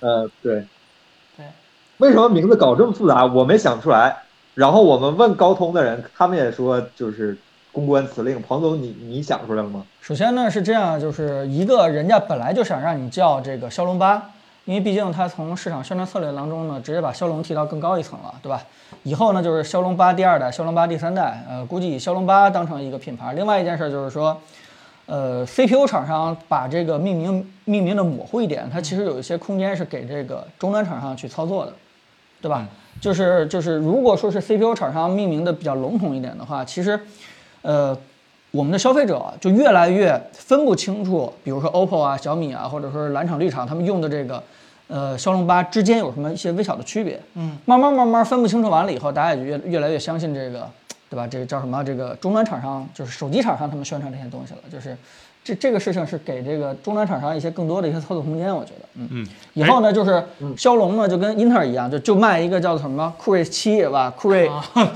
[SPEAKER 3] 呃，对，
[SPEAKER 2] 对，
[SPEAKER 3] 为什么名字搞这么复杂？我没想出来。然后我们问高通的人，他们也说就是公关辞令。庞总，你你想出来了吗？
[SPEAKER 1] 首先呢是这样，就是一个人家本来就想让你叫这个骁龙八，因为毕竟它从市场宣传策略当中呢，直接把骁龙提到更高一层了，对吧？以后呢就是骁龙八第二代、骁龙八第三代，呃，估计以骁龙八当成一个品牌。另外一件事就是说，呃，CPU 厂商把这个命名命名的模糊一点，它其实有一些空间是给这个终端厂商去操作的。对吧？就是就是，如果说是 CPU 厂商命名的比较笼统一点的话，其实，呃，我们的消费者就越来越分不清楚，比如说 OPPO 啊、小米啊，或者说是蓝厂、绿厂，他们用的这个，呃，骁龙八之间有什么一些微小的区别。
[SPEAKER 2] 嗯，
[SPEAKER 1] 慢慢慢慢分不清楚完了以后，大家也就越越来越相信这个，对吧？这个叫什么？这个终端厂商就是手机厂商他们宣传这些东西了，就是。这这个事情是给这个终端厂商一些更多的一些操作空间，我觉得，嗯
[SPEAKER 4] 嗯，
[SPEAKER 1] 以后呢，就是骁龙呢，就跟英特尔一样，就就卖一个叫做什么酷睿七是吧？酷睿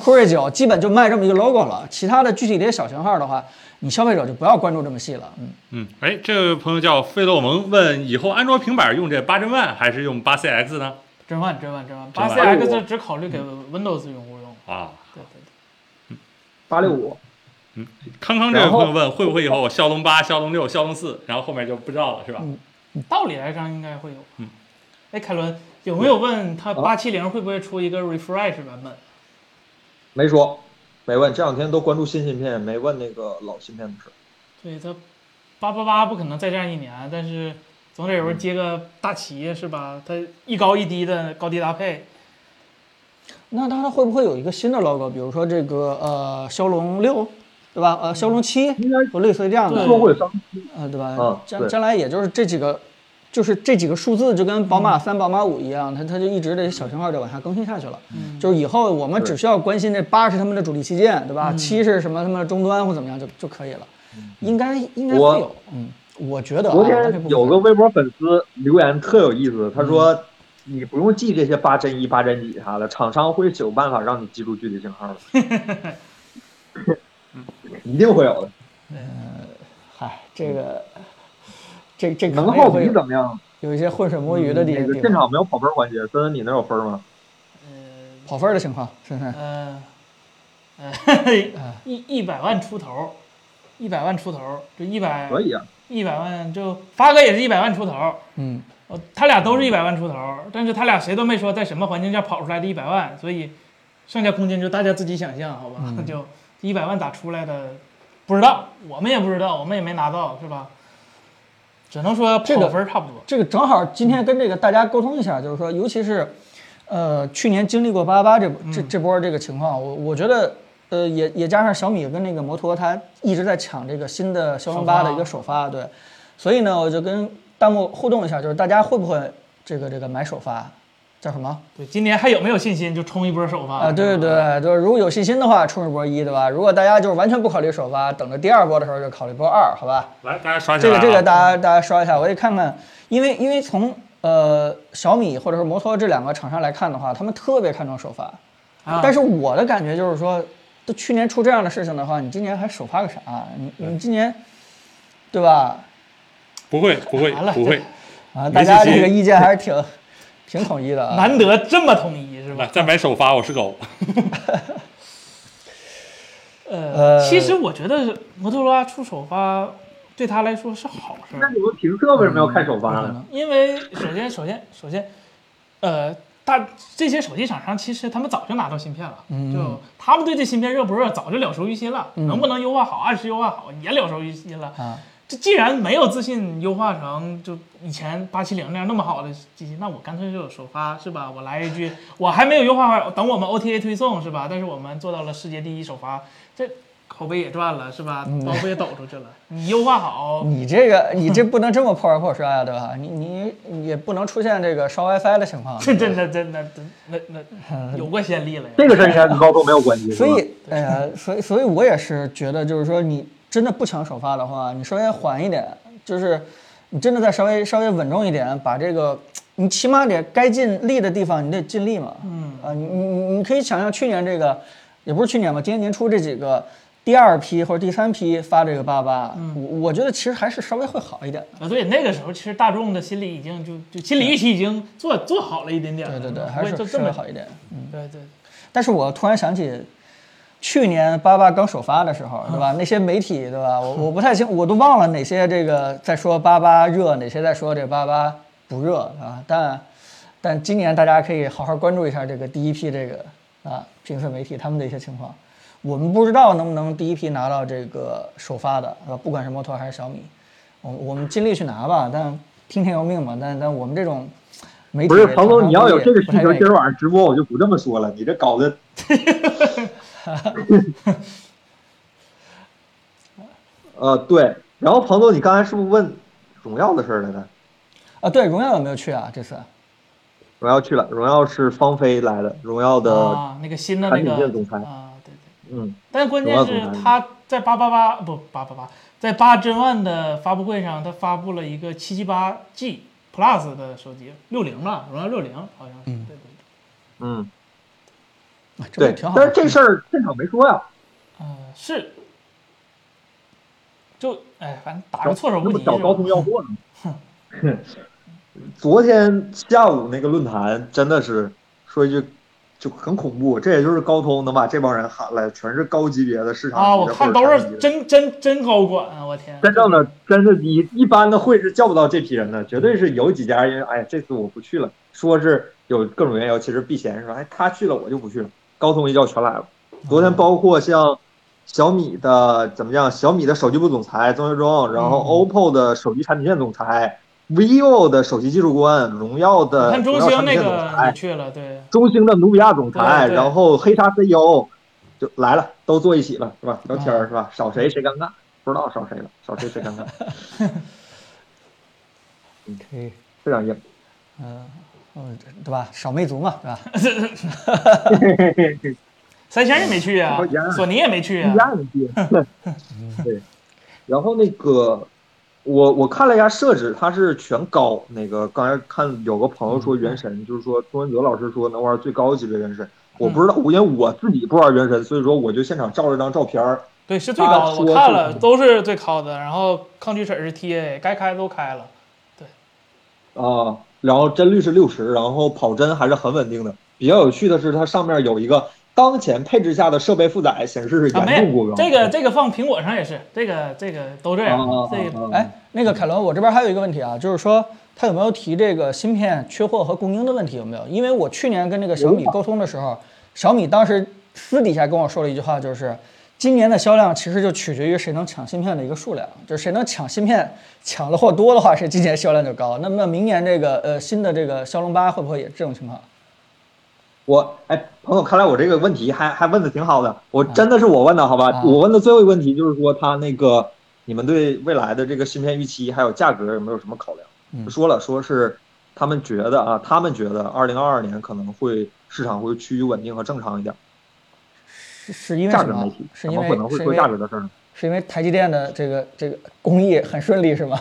[SPEAKER 1] 酷睿九，基本就卖这么一个 logo 了。其他的具体的一些小型号的话，你消费者就不要关注这么细了。嗯，
[SPEAKER 4] 嗯，哎，这位朋友叫费洛蒙问，以后安卓平板用这八针万还是用八 CX 呢？
[SPEAKER 2] 真万真万真万，
[SPEAKER 4] 真
[SPEAKER 2] 八
[SPEAKER 4] 万
[SPEAKER 2] CX 只考虑给 Windows 用户用。
[SPEAKER 4] 啊，
[SPEAKER 2] 对对
[SPEAKER 3] 八六五，
[SPEAKER 4] 康康这位朋友问，会不会以后骁龙八、骁龙六、骁龙四，然后后面就不知道了，是吧？
[SPEAKER 2] 对，道理来讲应该会有。
[SPEAKER 4] 嗯，
[SPEAKER 2] 哎，凯伦有没有问他八七零会不会出一个 refresh 版本？
[SPEAKER 3] 没说，没问。这两天都关注新芯片，没问那个老芯片的事。
[SPEAKER 2] 对他，八八八不可能再战一年，但是总得有人接个大旗是吧？他一高一低的高低搭配，
[SPEAKER 1] 那它会不会有一个新的 logo？比如说这个呃骁龙六，对吧？呃骁龙七
[SPEAKER 3] 嗯应该，
[SPEAKER 1] 或类似于这样的
[SPEAKER 2] 对，
[SPEAKER 3] 说会商
[SPEAKER 1] 呃对吧？
[SPEAKER 3] 嗯
[SPEAKER 1] 将
[SPEAKER 3] 对
[SPEAKER 1] 将来也就是这几个，就是这几个数字就跟宝马三、宝马五一样，它它就一直这些小型号就往下更新下去了。
[SPEAKER 2] 嗯
[SPEAKER 1] 就是以后我们只需要关心这八是他们的主力旗舰，对吧？七是什么他们的终端或怎么样就就可以了。应该应该
[SPEAKER 3] 我
[SPEAKER 1] 会有，嗯，我觉得啊
[SPEAKER 3] 昨
[SPEAKER 1] 我可以
[SPEAKER 3] 天
[SPEAKER 1] 不
[SPEAKER 3] 有
[SPEAKER 1] 管
[SPEAKER 3] 个微博粉丝留言特有意思，他说：“
[SPEAKER 1] 嗯
[SPEAKER 3] 你不用记这些八针一、八针几啥的，厂商会有办法让你记住具体型 号的，一定会有的。
[SPEAKER 1] 嗨，哎这个这这可
[SPEAKER 3] 能
[SPEAKER 1] 能也
[SPEAKER 3] 耗
[SPEAKER 1] 会
[SPEAKER 3] 比
[SPEAKER 1] 有
[SPEAKER 3] 怎么样？
[SPEAKER 1] 有一些浑水摸鱼的地
[SPEAKER 3] 嗯那个
[SPEAKER 1] 地
[SPEAKER 3] 现
[SPEAKER 1] 方，
[SPEAKER 3] 场没有跑分环节，森森，你那有分吗？
[SPEAKER 2] 呃
[SPEAKER 1] 跑分儿的情况，是不是？
[SPEAKER 2] 呃 呃一一百万出头，一百万出头，就一百
[SPEAKER 3] 可以啊，
[SPEAKER 2] 一百万，就发哥也是一百万出头，
[SPEAKER 1] 嗯，
[SPEAKER 2] 呃，他俩都是一百万出头，但是他俩谁都没说在什么环境下跑出来的一百万，所以剩下空间就大家自己想象，好吧？
[SPEAKER 1] 嗯
[SPEAKER 2] 就一百万咋出来的，不知道，我们也不知道，我们也没拿到，是吧？只能说
[SPEAKER 1] 这
[SPEAKER 2] 跑
[SPEAKER 1] 个
[SPEAKER 2] 分儿差不多。
[SPEAKER 1] 这个正好今天跟这个大家沟通一下，就是说，尤其是，呃，去年经历过八八八这波这这波这个情况，我我觉得，呃，也也加上小米跟那个摩托，它一直在抢这个新的骁龙八的一个首发，对，所以呢，我就跟弹幕互动一下，就是大家会不会这个这个买首发，叫什么？
[SPEAKER 2] 对，今年还有没有信心就冲一波首发
[SPEAKER 1] 啊，对对对，就是如果有信心的话，冲一波一，对吧？如果大家就是完全不考虑首发，等着第二波的时候就考虑波二，好吧？
[SPEAKER 4] 来，大家刷起
[SPEAKER 1] 这
[SPEAKER 4] 来、
[SPEAKER 1] 个
[SPEAKER 4] 啊。
[SPEAKER 1] 这个大家大家刷一下，我也看看，因为因为从呃小米或者是摩托这两个厂商来看的话，他们特别看重首发，
[SPEAKER 2] 啊
[SPEAKER 1] 但是我的感觉就是说，都去年出这样的事情的话，你今年还首发个啥？你你今年，对吧？
[SPEAKER 4] 不会不会
[SPEAKER 2] 完了
[SPEAKER 4] 不会，
[SPEAKER 1] 啊，大
[SPEAKER 4] 没
[SPEAKER 1] 家
[SPEAKER 4] 信
[SPEAKER 1] 这
[SPEAKER 4] 心
[SPEAKER 1] 个意见还是挺 挺统一的啊。
[SPEAKER 2] 难得这么统一，是吧
[SPEAKER 4] 来？再买首发，我是狗。
[SPEAKER 2] 呃，
[SPEAKER 1] 呃
[SPEAKER 2] 其实我觉得摩托罗拉出首发对他来说是好事
[SPEAKER 3] 那
[SPEAKER 2] 儿，
[SPEAKER 3] 你们评测为什么要看首发
[SPEAKER 1] 不可
[SPEAKER 3] 呢
[SPEAKER 1] 能？
[SPEAKER 2] 因为首先首先首先，呃，大这些手机厂商其实他们早就拿到芯片了，
[SPEAKER 1] 嗯
[SPEAKER 2] 就他们对这芯片热不热早就了熟于心了，能不能优化好，按时优化好也了熟于心了。
[SPEAKER 1] 啊，
[SPEAKER 2] 这既然没有自信优化成就以前八七零那样那么好的机器，那我干脆就首发是吧？我来一句，我还没有优化好，等我们 OTA 推送是吧？但是我们做到了世界第一首发，这口碑也赚了是吧？包袱也抖出去了。你优化好，
[SPEAKER 1] 你这个你这不能这么破罐破摔啊，对吧？你你也不能出现这个烧 WiFi 的 情况。
[SPEAKER 2] 这 真的真的真那那 那有过先例了呀。
[SPEAKER 3] 这个事儿应该跟高通没有关系，
[SPEAKER 1] 所
[SPEAKER 3] 是吧
[SPEAKER 1] 以，哎呀，所以，所以我也是觉得，就是说，你真的不抢首发的话，你稍微缓一点，就是你真的再稍微稍微稳重一点，把这个你起码得该尽力的地方，你得尽力嘛。嗯啊，你你你你可以想象去年这个，也不是去年吧，今年年初这几个第二批或者第三批发这个八八，我我觉得其实还是稍微会好一点的。
[SPEAKER 2] 啊，对，那个时候其实大众的心理已经就就心理预期已经做做好了一点点
[SPEAKER 1] 对
[SPEAKER 2] 了，
[SPEAKER 1] 对对，
[SPEAKER 2] 不
[SPEAKER 1] 还
[SPEAKER 2] 会
[SPEAKER 1] 是
[SPEAKER 2] 嗯就这
[SPEAKER 1] 稍微
[SPEAKER 2] 么
[SPEAKER 1] 好嗯一点。
[SPEAKER 2] 对对。
[SPEAKER 1] 但是我突然想起，去年八八刚首发的时候，对
[SPEAKER 3] 嗯
[SPEAKER 1] 吧？那些媒体，对吧？我我不太清，我都忘了哪些这个在说八八热，哪些在说这八八不热啊。但但今年大家可以好好关注一下这个第一批这个啊评测媒体他们的一些情况。我们不知道能不能第一批拿到这个首发的，啊，不管是摩托还是小米，我我们尽力去拿吧。但听天由命嘛。但但我们这种媒体
[SPEAKER 3] 不是庞总，你要有这个需
[SPEAKER 1] 不太
[SPEAKER 3] 求，
[SPEAKER 1] 那
[SPEAKER 3] 今儿晚上直播我就不这么说了，你这搞得呃对。然后庞总，你刚才是不是问荣耀的事儿来着？
[SPEAKER 1] 啊，对，荣耀有没有去啊？这次？
[SPEAKER 3] 荣耀去了，荣耀是芳菲来的，荣耀
[SPEAKER 1] 哦
[SPEAKER 3] 的，
[SPEAKER 2] 啊，那个新的那
[SPEAKER 3] 产品
[SPEAKER 2] 个
[SPEAKER 3] 线总裁
[SPEAKER 2] 啊，对对。
[SPEAKER 3] 嗯，
[SPEAKER 2] 但关键是他在八八八不八八八，在八真万的发布会上，他发布了一个七七八 G Plus 的手机，六零吧，荣耀六零好像是。对对对。
[SPEAKER 3] 嗯，
[SPEAKER 1] 啊这
[SPEAKER 3] 对
[SPEAKER 1] 不挺。好
[SPEAKER 3] 但
[SPEAKER 1] 的。
[SPEAKER 3] 是这事儿现场没说呀，
[SPEAKER 2] 呃，是。就哎，反正打个措手
[SPEAKER 3] 那
[SPEAKER 2] 不
[SPEAKER 3] 不
[SPEAKER 2] 及。
[SPEAKER 3] 找
[SPEAKER 2] 是吧
[SPEAKER 3] 高通要货呢吗？ 昨天下午那个论坛真的是说一句就很恐怖，这也就是高通能把这帮人喊来，全是高级别的市场
[SPEAKER 2] 啊，
[SPEAKER 3] 级
[SPEAKER 2] 我
[SPEAKER 3] 的
[SPEAKER 2] 看
[SPEAKER 3] 或者
[SPEAKER 2] 都
[SPEAKER 3] 产
[SPEAKER 2] 是
[SPEAKER 3] 品级的
[SPEAKER 2] 真真真高管啊！我天，
[SPEAKER 3] 真正的真的一一般的会是叫不到这批人的，绝对是有几家因为哎呀这次我不去了，说是有各种缘由，其实避嫌说哎他去了我就不去了，高通一叫全来了，昨
[SPEAKER 2] 嗯
[SPEAKER 3] 天包括像小米的怎么样，小米的手机部总裁曾学忠，然后
[SPEAKER 2] 嗯
[SPEAKER 3] OPPO 的手机产品线总裁。vivo 的首席技术官，荣耀
[SPEAKER 2] 你
[SPEAKER 3] 的
[SPEAKER 2] 看中
[SPEAKER 3] 荣耀
[SPEAKER 2] 兴
[SPEAKER 3] 产品
[SPEAKER 2] 那
[SPEAKER 3] 线总
[SPEAKER 2] 个
[SPEAKER 3] 裁
[SPEAKER 2] 你，去了，对，
[SPEAKER 3] 中兴的努比亚总裁，
[SPEAKER 2] 对对
[SPEAKER 3] 然后黑鲨 CEO 就来了，都坐一起了，是吧？
[SPEAKER 2] 嗯
[SPEAKER 3] 聊天儿是吧？少谁谁尴尬，不知道少谁了，少谁谁 尴尬，
[SPEAKER 1] 可以，
[SPEAKER 3] 非常硬。
[SPEAKER 1] 嗯、嗯，对吧？少魅族嘛，对吧？
[SPEAKER 2] 三星也没去啊
[SPEAKER 3] 我一样，
[SPEAKER 2] 索尼也没去
[SPEAKER 3] 一
[SPEAKER 2] 啊，
[SPEAKER 3] 样 的，对。然后那个，我我看了一下设置，它是全高。那个刚才看有个朋友
[SPEAKER 2] 嗯
[SPEAKER 3] 说原神，就是说钟文泽老师说能玩最高级别原神，我
[SPEAKER 2] 嗯
[SPEAKER 3] 不知道，因为我自己不玩原神，所以说我就现场照了张照片儿。
[SPEAKER 2] 对，是最高
[SPEAKER 3] 他
[SPEAKER 2] 的，
[SPEAKER 3] 说
[SPEAKER 2] 我看
[SPEAKER 3] 是
[SPEAKER 2] 了，都是最高的，然后抗锯齿是 TA，该开都开了，
[SPEAKER 3] 啊，然后帧率是六十，然后跑帧还是很稳定的。比较有趣的是，它上面有一个当前配置下的设备负载显示是
[SPEAKER 2] 啊，没
[SPEAKER 3] 严重过高。
[SPEAKER 2] 这个这个放苹果上也是，这个这个都这样
[SPEAKER 3] 啊，
[SPEAKER 2] 这个
[SPEAKER 3] 啊啊
[SPEAKER 1] 哎，那个凯伦，我这边还有一个问题啊，就是说他有没有提这个芯片缺货和供应的问题有没有？因为我去年跟这个小米沟通的时候，小米当时私底下跟我说了一句话，就是今年的销量其实就取决于谁能抢芯片的一个数量，就是谁能抢芯片抢的货多的话，谁今年销量就高。那么明年这个呃新的这个骁龙八会不会也这种情况？
[SPEAKER 3] 我哎，朋友，看来我这个问题还还问的挺好的，我真的是我问的，好吧？
[SPEAKER 1] 啊
[SPEAKER 3] 我问的最后一个问题就是说，他那个你们对未来的这个芯片预期还有价格有没有什么考量？
[SPEAKER 1] 嗯
[SPEAKER 3] 说了，说是他们觉得啊，他们觉得二零二二年可能会市场会趋于稳定和正常一点，
[SPEAKER 1] 是是因为
[SPEAKER 3] 价
[SPEAKER 1] 什
[SPEAKER 3] 格
[SPEAKER 1] 么
[SPEAKER 3] 没提，？
[SPEAKER 1] 是
[SPEAKER 3] 怎
[SPEAKER 1] 因
[SPEAKER 3] 么
[SPEAKER 1] 为
[SPEAKER 3] 可能会
[SPEAKER 1] 是因
[SPEAKER 3] 说价
[SPEAKER 1] 为
[SPEAKER 3] 格的事儿呢？
[SPEAKER 1] 是因为台积电的这个这个工艺很顺利是吗？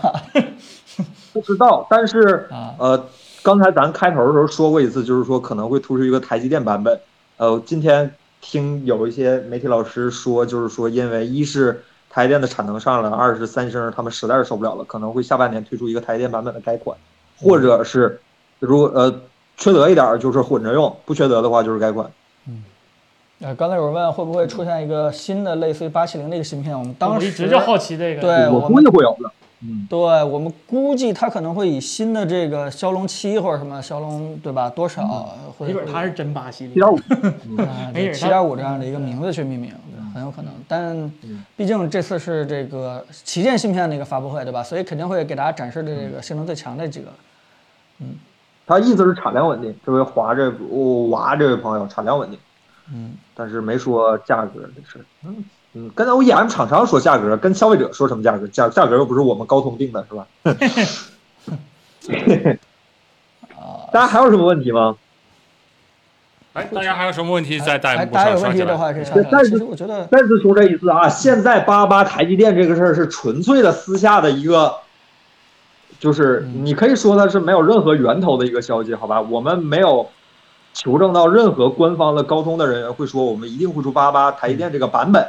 [SPEAKER 3] 不知道，但是
[SPEAKER 1] 啊
[SPEAKER 3] 呃，刚才咱开头的时候说过一次，就是说可能会突出一个台积电版本。呃，今天听有一些媒体老师说，就是说因为一是台积电的产能上来了，二是三星他们实在是受不了了，可能会下半年推出一个台积电版本的改款，
[SPEAKER 1] 嗯
[SPEAKER 3] 或者是如果呃缺德一点儿就是混着用，不缺德的话就是改款。
[SPEAKER 1] 呃，刚才有人问会不会出现一个新的类似于八七零的一个芯片，我们当
[SPEAKER 2] 我
[SPEAKER 1] 时
[SPEAKER 2] 一直就好奇这个，
[SPEAKER 1] 对
[SPEAKER 3] 我
[SPEAKER 1] 哎我
[SPEAKER 3] 估
[SPEAKER 1] 们
[SPEAKER 3] 计会有的。嗯，
[SPEAKER 1] 对我们估计它可能会以新的这个骁龙七或者什么骁龙对吧多少，或
[SPEAKER 2] 嗯没
[SPEAKER 1] 者
[SPEAKER 2] 准它是真巴西利，
[SPEAKER 3] 七点五，
[SPEAKER 2] 没准
[SPEAKER 1] 七
[SPEAKER 2] 它嗯
[SPEAKER 1] 点五这样的一个名字去命名，很有可能。但
[SPEAKER 3] 嗯
[SPEAKER 1] 毕竟这次是这个旗舰芯片的一个发布会，对吧？所以肯定会给大家展示的这
[SPEAKER 2] 嗯
[SPEAKER 1] 个性能最强的几个。
[SPEAKER 3] 他意思是产量稳定。这位华这我娃这位朋友产量稳定。
[SPEAKER 1] 嗯，
[SPEAKER 3] 但是没说价格这事儿。嗯嗯，跟 OEM 厂商说价格，跟消费者说什么价格？价价格又不是我们高通定的，是吧？
[SPEAKER 1] 啊、
[SPEAKER 3] 大家还有什么问题吗？
[SPEAKER 4] 哎，大家还有什么问题在
[SPEAKER 1] 哎
[SPEAKER 4] 弹幕
[SPEAKER 1] 大家
[SPEAKER 4] 上
[SPEAKER 1] 有问
[SPEAKER 4] 刷
[SPEAKER 1] 题
[SPEAKER 4] 起
[SPEAKER 1] 的
[SPEAKER 4] 来？
[SPEAKER 1] 话可以上来。
[SPEAKER 3] 但
[SPEAKER 1] 其
[SPEAKER 3] 是
[SPEAKER 1] 实我觉得，
[SPEAKER 3] 再次说这一次啊，现在八八台积电这个事儿是纯粹的私下的一个，就是
[SPEAKER 1] 嗯
[SPEAKER 3] 你可以说它是没有任何源头的一个消息，好吧？我们没有求证到任何官方的高通的人员会说我们一定会出八八台积电这个版
[SPEAKER 1] 嗯
[SPEAKER 3] 本。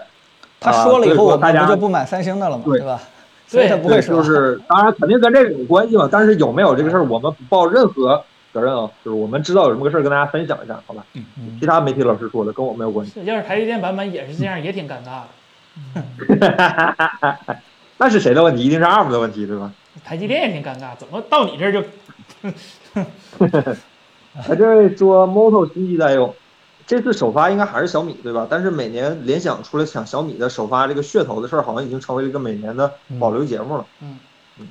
[SPEAKER 1] 他
[SPEAKER 3] 啊
[SPEAKER 1] 说了以
[SPEAKER 3] 所以
[SPEAKER 1] 后，
[SPEAKER 3] 说
[SPEAKER 1] 我们
[SPEAKER 3] 大
[SPEAKER 1] 不
[SPEAKER 3] 家
[SPEAKER 1] 就不买三星的了嘛，
[SPEAKER 3] 对
[SPEAKER 1] 对吧？所以他不
[SPEAKER 3] 对，
[SPEAKER 1] 会说。
[SPEAKER 3] 就是当然肯定跟这个有关系嘛，但是有没有这个事儿，我们不报任何责任啊，就是我们知道有什么个事儿跟大家分享一下，好吧？
[SPEAKER 4] 嗯
[SPEAKER 1] 嗯
[SPEAKER 3] 其他媒体老师说的跟我没有关系，
[SPEAKER 2] 是要是台积电版本也是这样，也挺尴尬的。
[SPEAKER 3] 那是谁的问题？一定是 ARM 的问题，对吧？
[SPEAKER 2] 台积电也挺尴尬，怎么到你这儿就
[SPEAKER 3] 哎，这位说 Moto 新机在用，这次首发应该还是小米对吧？但是每年联想出来抢小米的首发这个噱头的事儿，好像已经成为了一个每年的保留节目了。
[SPEAKER 2] 嗯
[SPEAKER 3] 嗯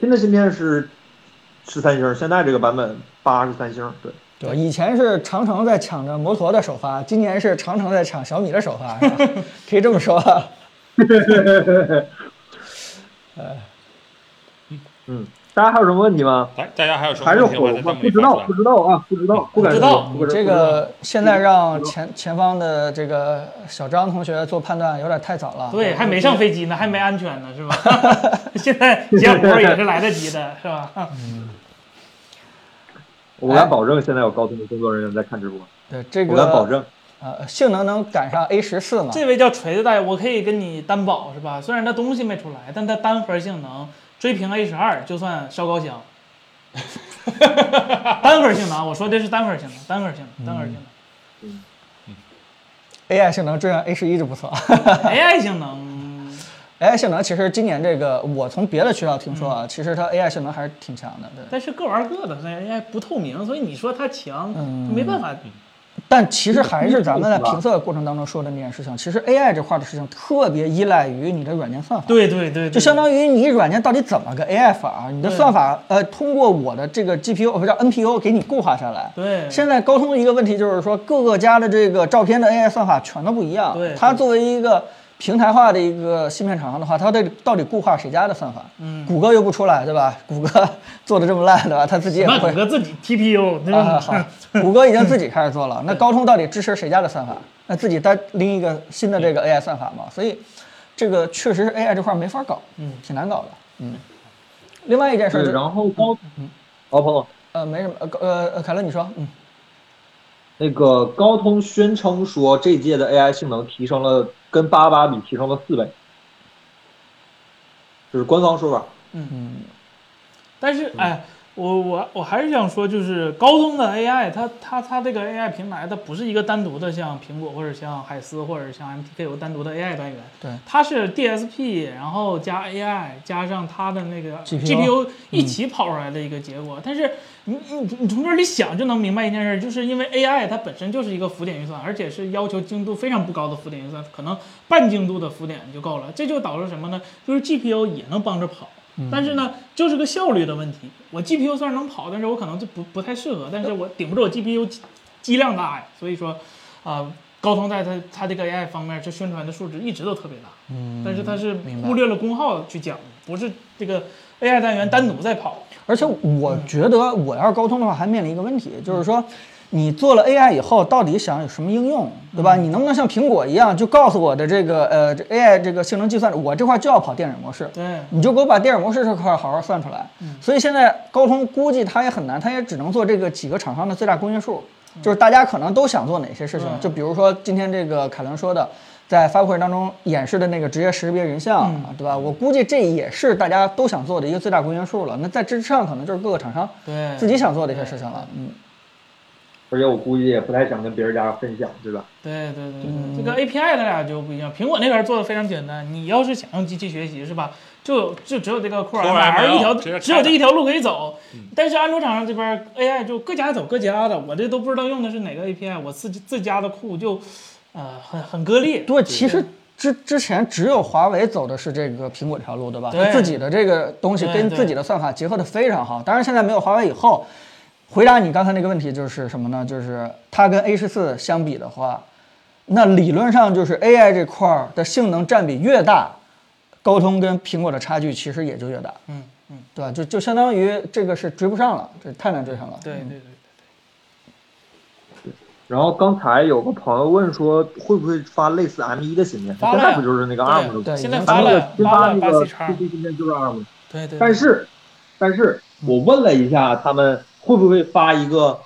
[SPEAKER 3] 新的芯片是是三星，现在这个版本八是三星，对。
[SPEAKER 1] 对，以前是长城在抢着摩托的首发，今年是长城在抢小米的首发，是吧可以这么说吧。啊
[SPEAKER 3] 嗯，大家还有什么问题吗？
[SPEAKER 4] 来，大家还有什么
[SPEAKER 3] 还是
[SPEAKER 4] 问题
[SPEAKER 3] 火
[SPEAKER 4] 的话
[SPEAKER 3] 吗？
[SPEAKER 4] 在弹幕
[SPEAKER 3] 不
[SPEAKER 4] 里
[SPEAKER 3] 知
[SPEAKER 4] 刷
[SPEAKER 3] 道，
[SPEAKER 4] 出
[SPEAKER 3] 不知道啊，不知道，不敢
[SPEAKER 2] 知道
[SPEAKER 3] 说， 不敢
[SPEAKER 1] 这
[SPEAKER 3] 说
[SPEAKER 1] 个现在让前前方的这个小张同学做判断有点太早了。
[SPEAKER 2] 对，还没上飞机呢，还没安全呢，是吧？ 现在截胡也是来得及的，是吧？
[SPEAKER 3] 我敢保证，现在有高通的工作人员在看直播，
[SPEAKER 1] 对这
[SPEAKER 3] 我敢保
[SPEAKER 1] 个
[SPEAKER 3] 证。
[SPEAKER 1] 呃性能能赶上 A 十四吗？
[SPEAKER 2] 这位叫锤子大爷，我可以跟你担保，是吧？虽然它东西没出来，但它单核性能追平 A 十二，就算烧高香。 单核性能，我说的是单核性能，单核性能，单核性
[SPEAKER 1] 嗯
[SPEAKER 2] 能。
[SPEAKER 1] AI 性能追上 A 十一就不错。
[SPEAKER 2] AI 性能
[SPEAKER 1] AI 性能其实今年这个我从别的渠道听说
[SPEAKER 2] 嗯
[SPEAKER 1] 啊，其实它 AI 性能还是挺强的。对，嗯
[SPEAKER 2] 但是各玩各的，人家不透明，所以你说它强，没办法
[SPEAKER 1] 但其实还是咱们在评测的过程当中说的那件事情，其实 AI 这块的事情特别依赖于你的软件算法。
[SPEAKER 2] 对对对，
[SPEAKER 1] 就相当于你软件到底怎么个 AI 法儿，你的算法呃通过我的这个 GPU 哦不叫 NPU 给你固化下来。
[SPEAKER 2] 对
[SPEAKER 1] 现在高通的一个问题就是说，各个家的这个照片的 AI 算法全都不一样。
[SPEAKER 2] 对
[SPEAKER 1] 它作为一个平台化的一个芯片厂商的话，它得到底固化谁家的算法？嗯，谷歌又不出来，对吧？谷歌做的这么烂，对吧？它自己也
[SPEAKER 2] 那
[SPEAKER 1] 会
[SPEAKER 2] 谷。歌自己 TPU 对
[SPEAKER 1] 啊，
[SPEAKER 2] 吧？
[SPEAKER 1] 好，谷歌已经自己开始做了。那高通到底支持谁家的算法？那自己单拎一个新的这个 AI 算法嘛？所以，这个确实是 AI 这块儿没法搞，嗯，挺难搞的，嗯。另外一件事
[SPEAKER 3] 对，
[SPEAKER 1] 就，
[SPEAKER 3] 然后高，哦，彭总，
[SPEAKER 1] 呃，没什么，呃呃，呃凯乐你说，嗯，
[SPEAKER 3] 那个高通宣称说这届的 AI 性能提升了，跟八八比提升了四倍，这是官方说法。
[SPEAKER 2] 但是哎，我我我还是想说，就是高通的 AI，它它它这个 AI 平台，它不是一个单独的，像苹果或者像海思或者像 MTK 有单独的 AI 单元，
[SPEAKER 1] 对
[SPEAKER 2] 它是 DSP，然后加 AI 加上它的那个
[SPEAKER 1] GPU
[SPEAKER 2] 一起跑出来的一个结果。但是你你你从这里想就能明白一件事儿，就是因为 AI 它本身就是一个浮点运算，而且是要求精度非常不高的浮点运算，可能半精度的浮点就够了。这就导致什么呢？就是 GPU 也能帮着跑。
[SPEAKER 1] 嗯
[SPEAKER 2] 但是呢，就是个效率的问题。我 GPU 虽然能跑，但是我可能就不不太适合，但是我顶不住我 GPU 机机量大呀。所以说，啊、高通在它它这个 AI 方面，这宣传的数值一直都特别大。嗯，但是它是忽略了功耗去讲的，不是这个 AI 单元单独在跑。
[SPEAKER 1] 而且我觉得我要是高通的话，还面临一个问题，就是说。你做了 AI 以后，到底想有什么应用，对吧？你能不能像苹果一样，就告诉我的这个呃这 AI 这个性能计算，我这块就要跑电影模式，
[SPEAKER 2] 对，
[SPEAKER 1] 你就给我把电影模式这块好好算出来。
[SPEAKER 2] 嗯
[SPEAKER 1] 所以现在高通估计它也很难，它也只能做这个几个厂商的最大公约数，就是大家可能都想做哪些事情。
[SPEAKER 2] 嗯
[SPEAKER 1] 就比如说今天这个凯伦说的，在发布会当中演示的那个职业识别人像，
[SPEAKER 2] 嗯
[SPEAKER 1] 啊对吧？我估计这也是大家都想做的一个最大公约数了。那在之上，可能就是各个厂商
[SPEAKER 2] 对
[SPEAKER 1] 自己想做的一些事情了。嗯，
[SPEAKER 3] 而且我估计也不太想跟别人家分享，对吧？
[SPEAKER 2] 对对对对，这个 API 它俩就不一样。苹果那边做的非常简单，你要是想用机器学习是吧？就有就只有这个库尔
[SPEAKER 4] Core
[SPEAKER 2] ML
[SPEAKER 4] ML
[SPEAKER 2] 一条，
[SPEAKER 4] 直接
[SPEAKER 2] 只有这
[SPEAKER 4] 插的嗯
[SPEAKER 2] 一条路可以走。但是安卓厂商这边 AI 就各家走各家的，我这都不知道用的是哪个 API，我自己自家的库就，呃，很很割裂。
[SPEAKER 1] 对，其实。之之前只有华为走的是这个苹果这条路，对吧？
[SPEAKER 2] 对
[SPEAKER 1] 它自己的这个东西
[SPEAKER 2] 对
[SPEAKER 1] 跟
[SPEAKER 2] 对
[SPEAKER 1] 自己的算法结合的非常好。当然，现在没有华为以后，回答你刚才那个问题就是什么呢？就是它跟 A 1 4相比的话，那理论上就是 AI 这块儿的性能占比越大，高通跟苹果的差距其实也就越大，
[SPEAKER 2] 嗯嗯，
[SPEAKER 1] 对吧？就就相当于这个是追不上了，这太难追上了。
[SPEAKER 2] 对对对。
[SPEAKER 3] 然后刚才有个朋友问说，会不会发类似 M 一的芯片？
[SPEAKER 2] 发
[SPEAKER 3] 现
[SPEAKER 2] 了呀
[SPEAKER 3] 在不就是那个 ARM 的吗？
[SPEAKER 1] 对
[SPEAKER 2] 现在
[SPEAKER 1] 已经
[SPEAKER 2] 发
[SPEAKER 3] 咱
[SPEAKER 2] 了
[SPEAKER 3] 们的新
[SPEAKER 2] 发
[SPEAKER 3] 发
[SPEAKER 2] 了
[SPEAKER 3] 那
[SPEAKER 2] 八
[SPEAKER 3] 个
[SPEAKER 2] C
[SPEAKER 3] 2
[SPEAKER 2] 叉，
[SPEAKER 3] G 芯片就是 ARM 的。
[SPEAKER 2] 对对。
[SPEAKER 3] 但是，但是我问了一下他们会不会发一个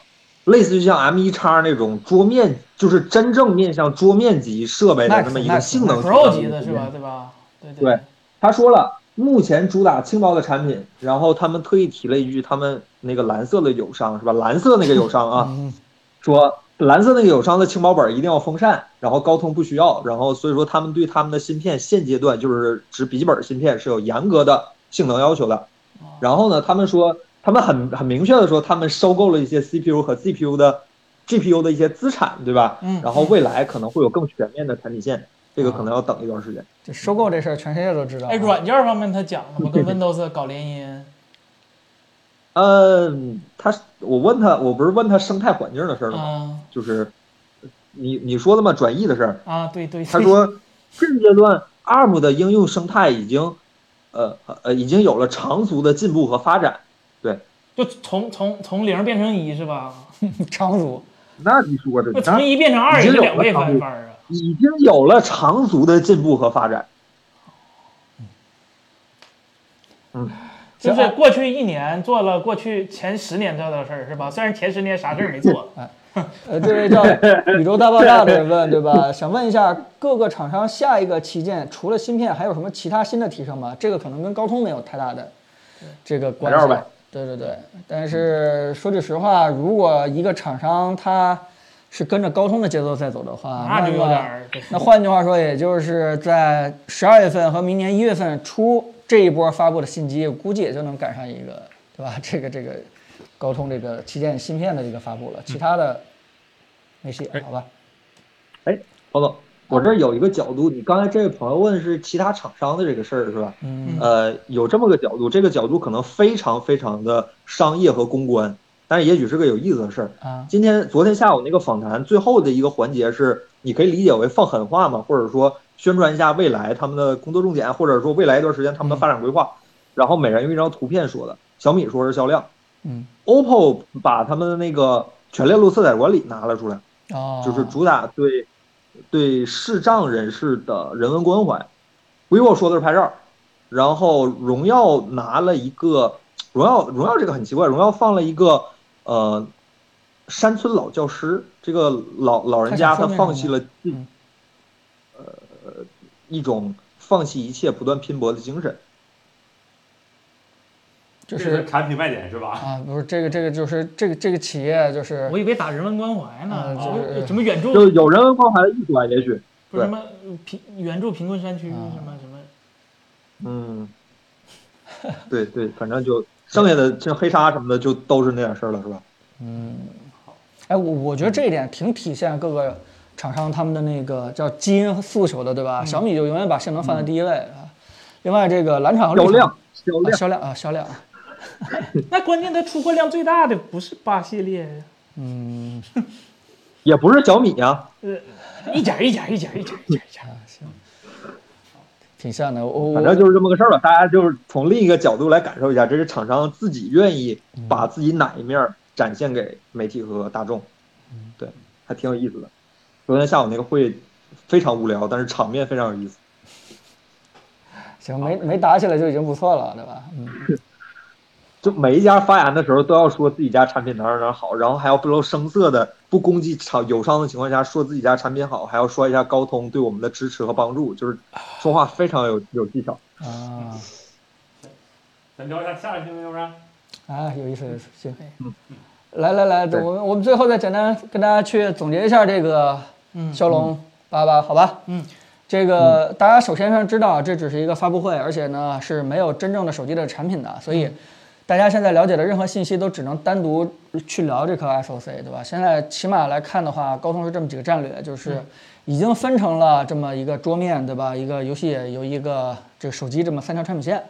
[SPEAKER 3] 类似于像 M 一叉那种桌面，就是真正面向桌面级设备的
[SPEAKER 1] Max，
[SPEAKER 3] 这么一个
[SPEAKER 1] Max，
[SPEAKER 3] 性能
[SPEAKER 2] Pro
[SPEAKER 3] 级
[SPEAKER 2] 级的是吧？？对吧？对
[SPEAKER 3] 对，他说了，目前主打轻薄的产品，然后他们特意提了一句，他们那个蓝色的友商是吧？蓝色那个友商啊，
[SPEAKER 1] 嗯
[SPEAKER 3] 说蓝色那个友商的轻薄本一定要风扇，然后高通不需要，然后所以说他们对他们的芯片现阶段就是指笔记本芯片是有严格的性能要求的。
[SPEAKER 2] 哦
[SPEAKER 3] 然后呢，他们说他们很很明确的说，他们收购了一些 CPU 和 CPU 的 GPU 的一些资产，对吧？
[SPEAKER 2] 嗯
[SPEAKER 3] 然后未来可能会有更全面的产品线，这个可能要等一段时间。
[SPEAKER 1] 这收购这事儿全世界都知道啊。
[SPEAKER 2] 哎，软件方面他讲了吗？跟 Windows 搞联姻。
[SPEAKER 3] 嗯，他是我问他，我不是问他生态环境的事儿了吗？
[SPEAKER 2] 啊
[SPEAKER 3] 就是你你说的嘛，转译的事儿。
[SPEAKER 2] 啊，对对。
[SPEAKER 3] 他说，现阶段 ARM 的应用生态已经，呃呃，已经有了长足的进步和发展。对，
[SPEAKER 2] 就从从从零变成一是吧？
[SPEAKER 1] 长足，
[SPEAKER 3] 那你说这
[SPEAKER 2] 那从一变成二也是两倍翻番儿啊！
[SPEAKER 3] 已经有了长足的进步和发展。
[SPEAKER 2] 就是
[SPEAKER 1] 啊
[SPEAKER 2] 过去一年做了过去前十年做的事儿是吧？虽然前十年啥事儿没做，
[SPEAKER 1] 呃，这位叫宇宙大爆炸的人问，对吧？想问一下，各个厂商下一个旗舰除了芯片，还有什么其他新的提升吗？这个可能跟高通没有太大的这个关
[SPEAKER 3] 材
[SPEAKER 1] 系
[SPEAKER 3] 料呗。
[SPEAKER 1] 对对对，但是说句实话，如果一个厂商他是跟着高通的节奏在走的话，
[SPEAKER 2] 那就有
[SPEAKER 1] 么
[SPEAKER 2] 点儿对
[SPEAKER 1] 啊那换句话说，也就是在十二月份和明年一月份初这一波发布的新机，估计也就能赶上一个，对吧？这个这个高通这个旗舰芯片的这个发布了，其他的没戏
[SPEAKER 4] 哎，
[SPEAKER 1] 好吧？
[SPEAKER 3] 王总，我这儿有一个角度，你刚才这位朋友问是其他厂商的这个事儿是吧？
[SPEAKER 1] 嗯
[SPEAKER 3] 呃，有这么个角度，这个角度可能非常非常的商业和公关，但是也许是个有意思的事儿。
[SPEAKER 1] 啊，
[SPEAKER 3] 今天昨天下午那个访谈最后的一个环节是，你可以理解为放狠话嘛，或者说宣传一下未来他们的工作重点，或者说未来一段时间他们的发展规划。然后每人用一张图片说的，小米说是销量
[SPEAKER 1] 嗯，
[SPEAKER 3] ，OPPO 把他们的那个全链路色彩管理拿了出来，
[SPEAKER 1] 哦，
[SPEAKER 3] 就是主打对对视障人士的人文关怀。vivo 说的是拍照，然后荣耀拿了一个荣耀，荣耀这个很奇怪，荣耀放了一个呃山村老教师，这个老老人家
[SPEAKER 1] 他
[SPEAKER 3] 他
[SPEAKER 1] 想说
[SPEAKER 3] 放弃
[SPEAKER 1] 那
[SPEAKER 3] 了自己
[SPEAKER 1] 嗯
[SPEAKER 3] 呃一种放弃一切不断拼搏的精神。
[SPEAKER 1] 就
[SPEAKER 4] 这
[SPEAKER 1] 是
[SPEAKER 4] 产品卖点是吧？
[SPEAKER 1] 啊，不是这个这个就是这个这个企业就是
[SPEAKER 2] 我以为打人文关怀呢，
[SPEAKER 1] 啊就是
[SPEAKER 2] 什么援助，
[SPEAKER 3] 就有人文关怀的艺术啊，也许，
[SPEAKER 2] 不是
[SPEAKER 3] 对
[SPEAKER 2] 什么呃贫援助贫困山区，
[SPEAKER 1] 啊
[SPEAKER 2] 什么什 么，
[SPEAKER 3] 嗯，对对，反正就剩下的像黑鲨什么的，就都是那点事儿了，是吧？
[SPEAKER 1] 哎，我我觉得这一点挺体现各个厂商他们的那个叫基因诉求的，对吧？小米就永远把性能放在第一位啊。另外，这个蓝厂和绿
[SPEAKER 3] 销
[SPEAKER 1] 厂
[SPEAKER 3] 量，销
[SPEAKER 1] 啊销
[SPEAKER 3] 量，
[SPEAKER 1] 量啊，销量，
[SPEAKER 2] 那关键它出货量最大的不是八系列呀，
[SPEAKER 1] 嗯，
[SPEAKER 3] 也不是小米啊，
[SPEAKER 2] 呃，一家一家一家一家一家一家，
[SPEAKER 1] 啊挺像的。我
[SPEAKER 3] 反正
[SPEAKER 1] 我
[SPEAKER 3] 就是这么个事儿吧。大家就是从另一个角度来感受一下，这是厂商自己愿意把自己哪一面儿展现给媒体和大众，对，还挺有意思的。昨天下午那个会非常无聊，但是场面非常有意思。
[SPEAKER 1] 行，没没打起来就已经不错了，对吧？嗯，
[SPEAKER 3] 就每一家发言的时候都要说自己家产品哪儿哪儿好，然后还要不露声色的、不攻击厂友商的情况下说自己家产品好，还要说一下高通对我们的支持和帮助，就是说话非常有有技巧。
[SPEAKER 1] 啊，
[SPEAKER 4] 咱聊一下下一个新闻，要不然
[SPEAKER 1] 啊，有意
[SPEAKER 2] 嗯
[SPEAKER 1] 思，有意思，行
[SPEAKER 2] 可以。
[SPEAKER 1] 来来来，
[SPEAKER 3] 对
[SPEAKER 1] 我们我们最后再简单跟大家去总结一下这个
[SPEAKER 2] 嗯
[SPEAKER 1] 骁龙八八，好吧？
[SPEAKER 2] 嗯，
[SPEAKER 1] 这
[SPEAKER 3] 嗯
[SPEAKER 1] 个大家首先上知道，这只是一个发布会，而且呢是没有真正的手机的产品的，所以
[SPEAKER 2] 嗯
[SPEAKER 1] 大家现在了解的任何信息都只能单独去聊这颗 SOC，对吧？现在起码来看的话，高通是这么几个战略，就是
[SPEAKER 3] 嗯
[SPEAKER 1] 已经分成了这么一个桌面，对吧？一个游戏有一个这个手机这么三条产品线。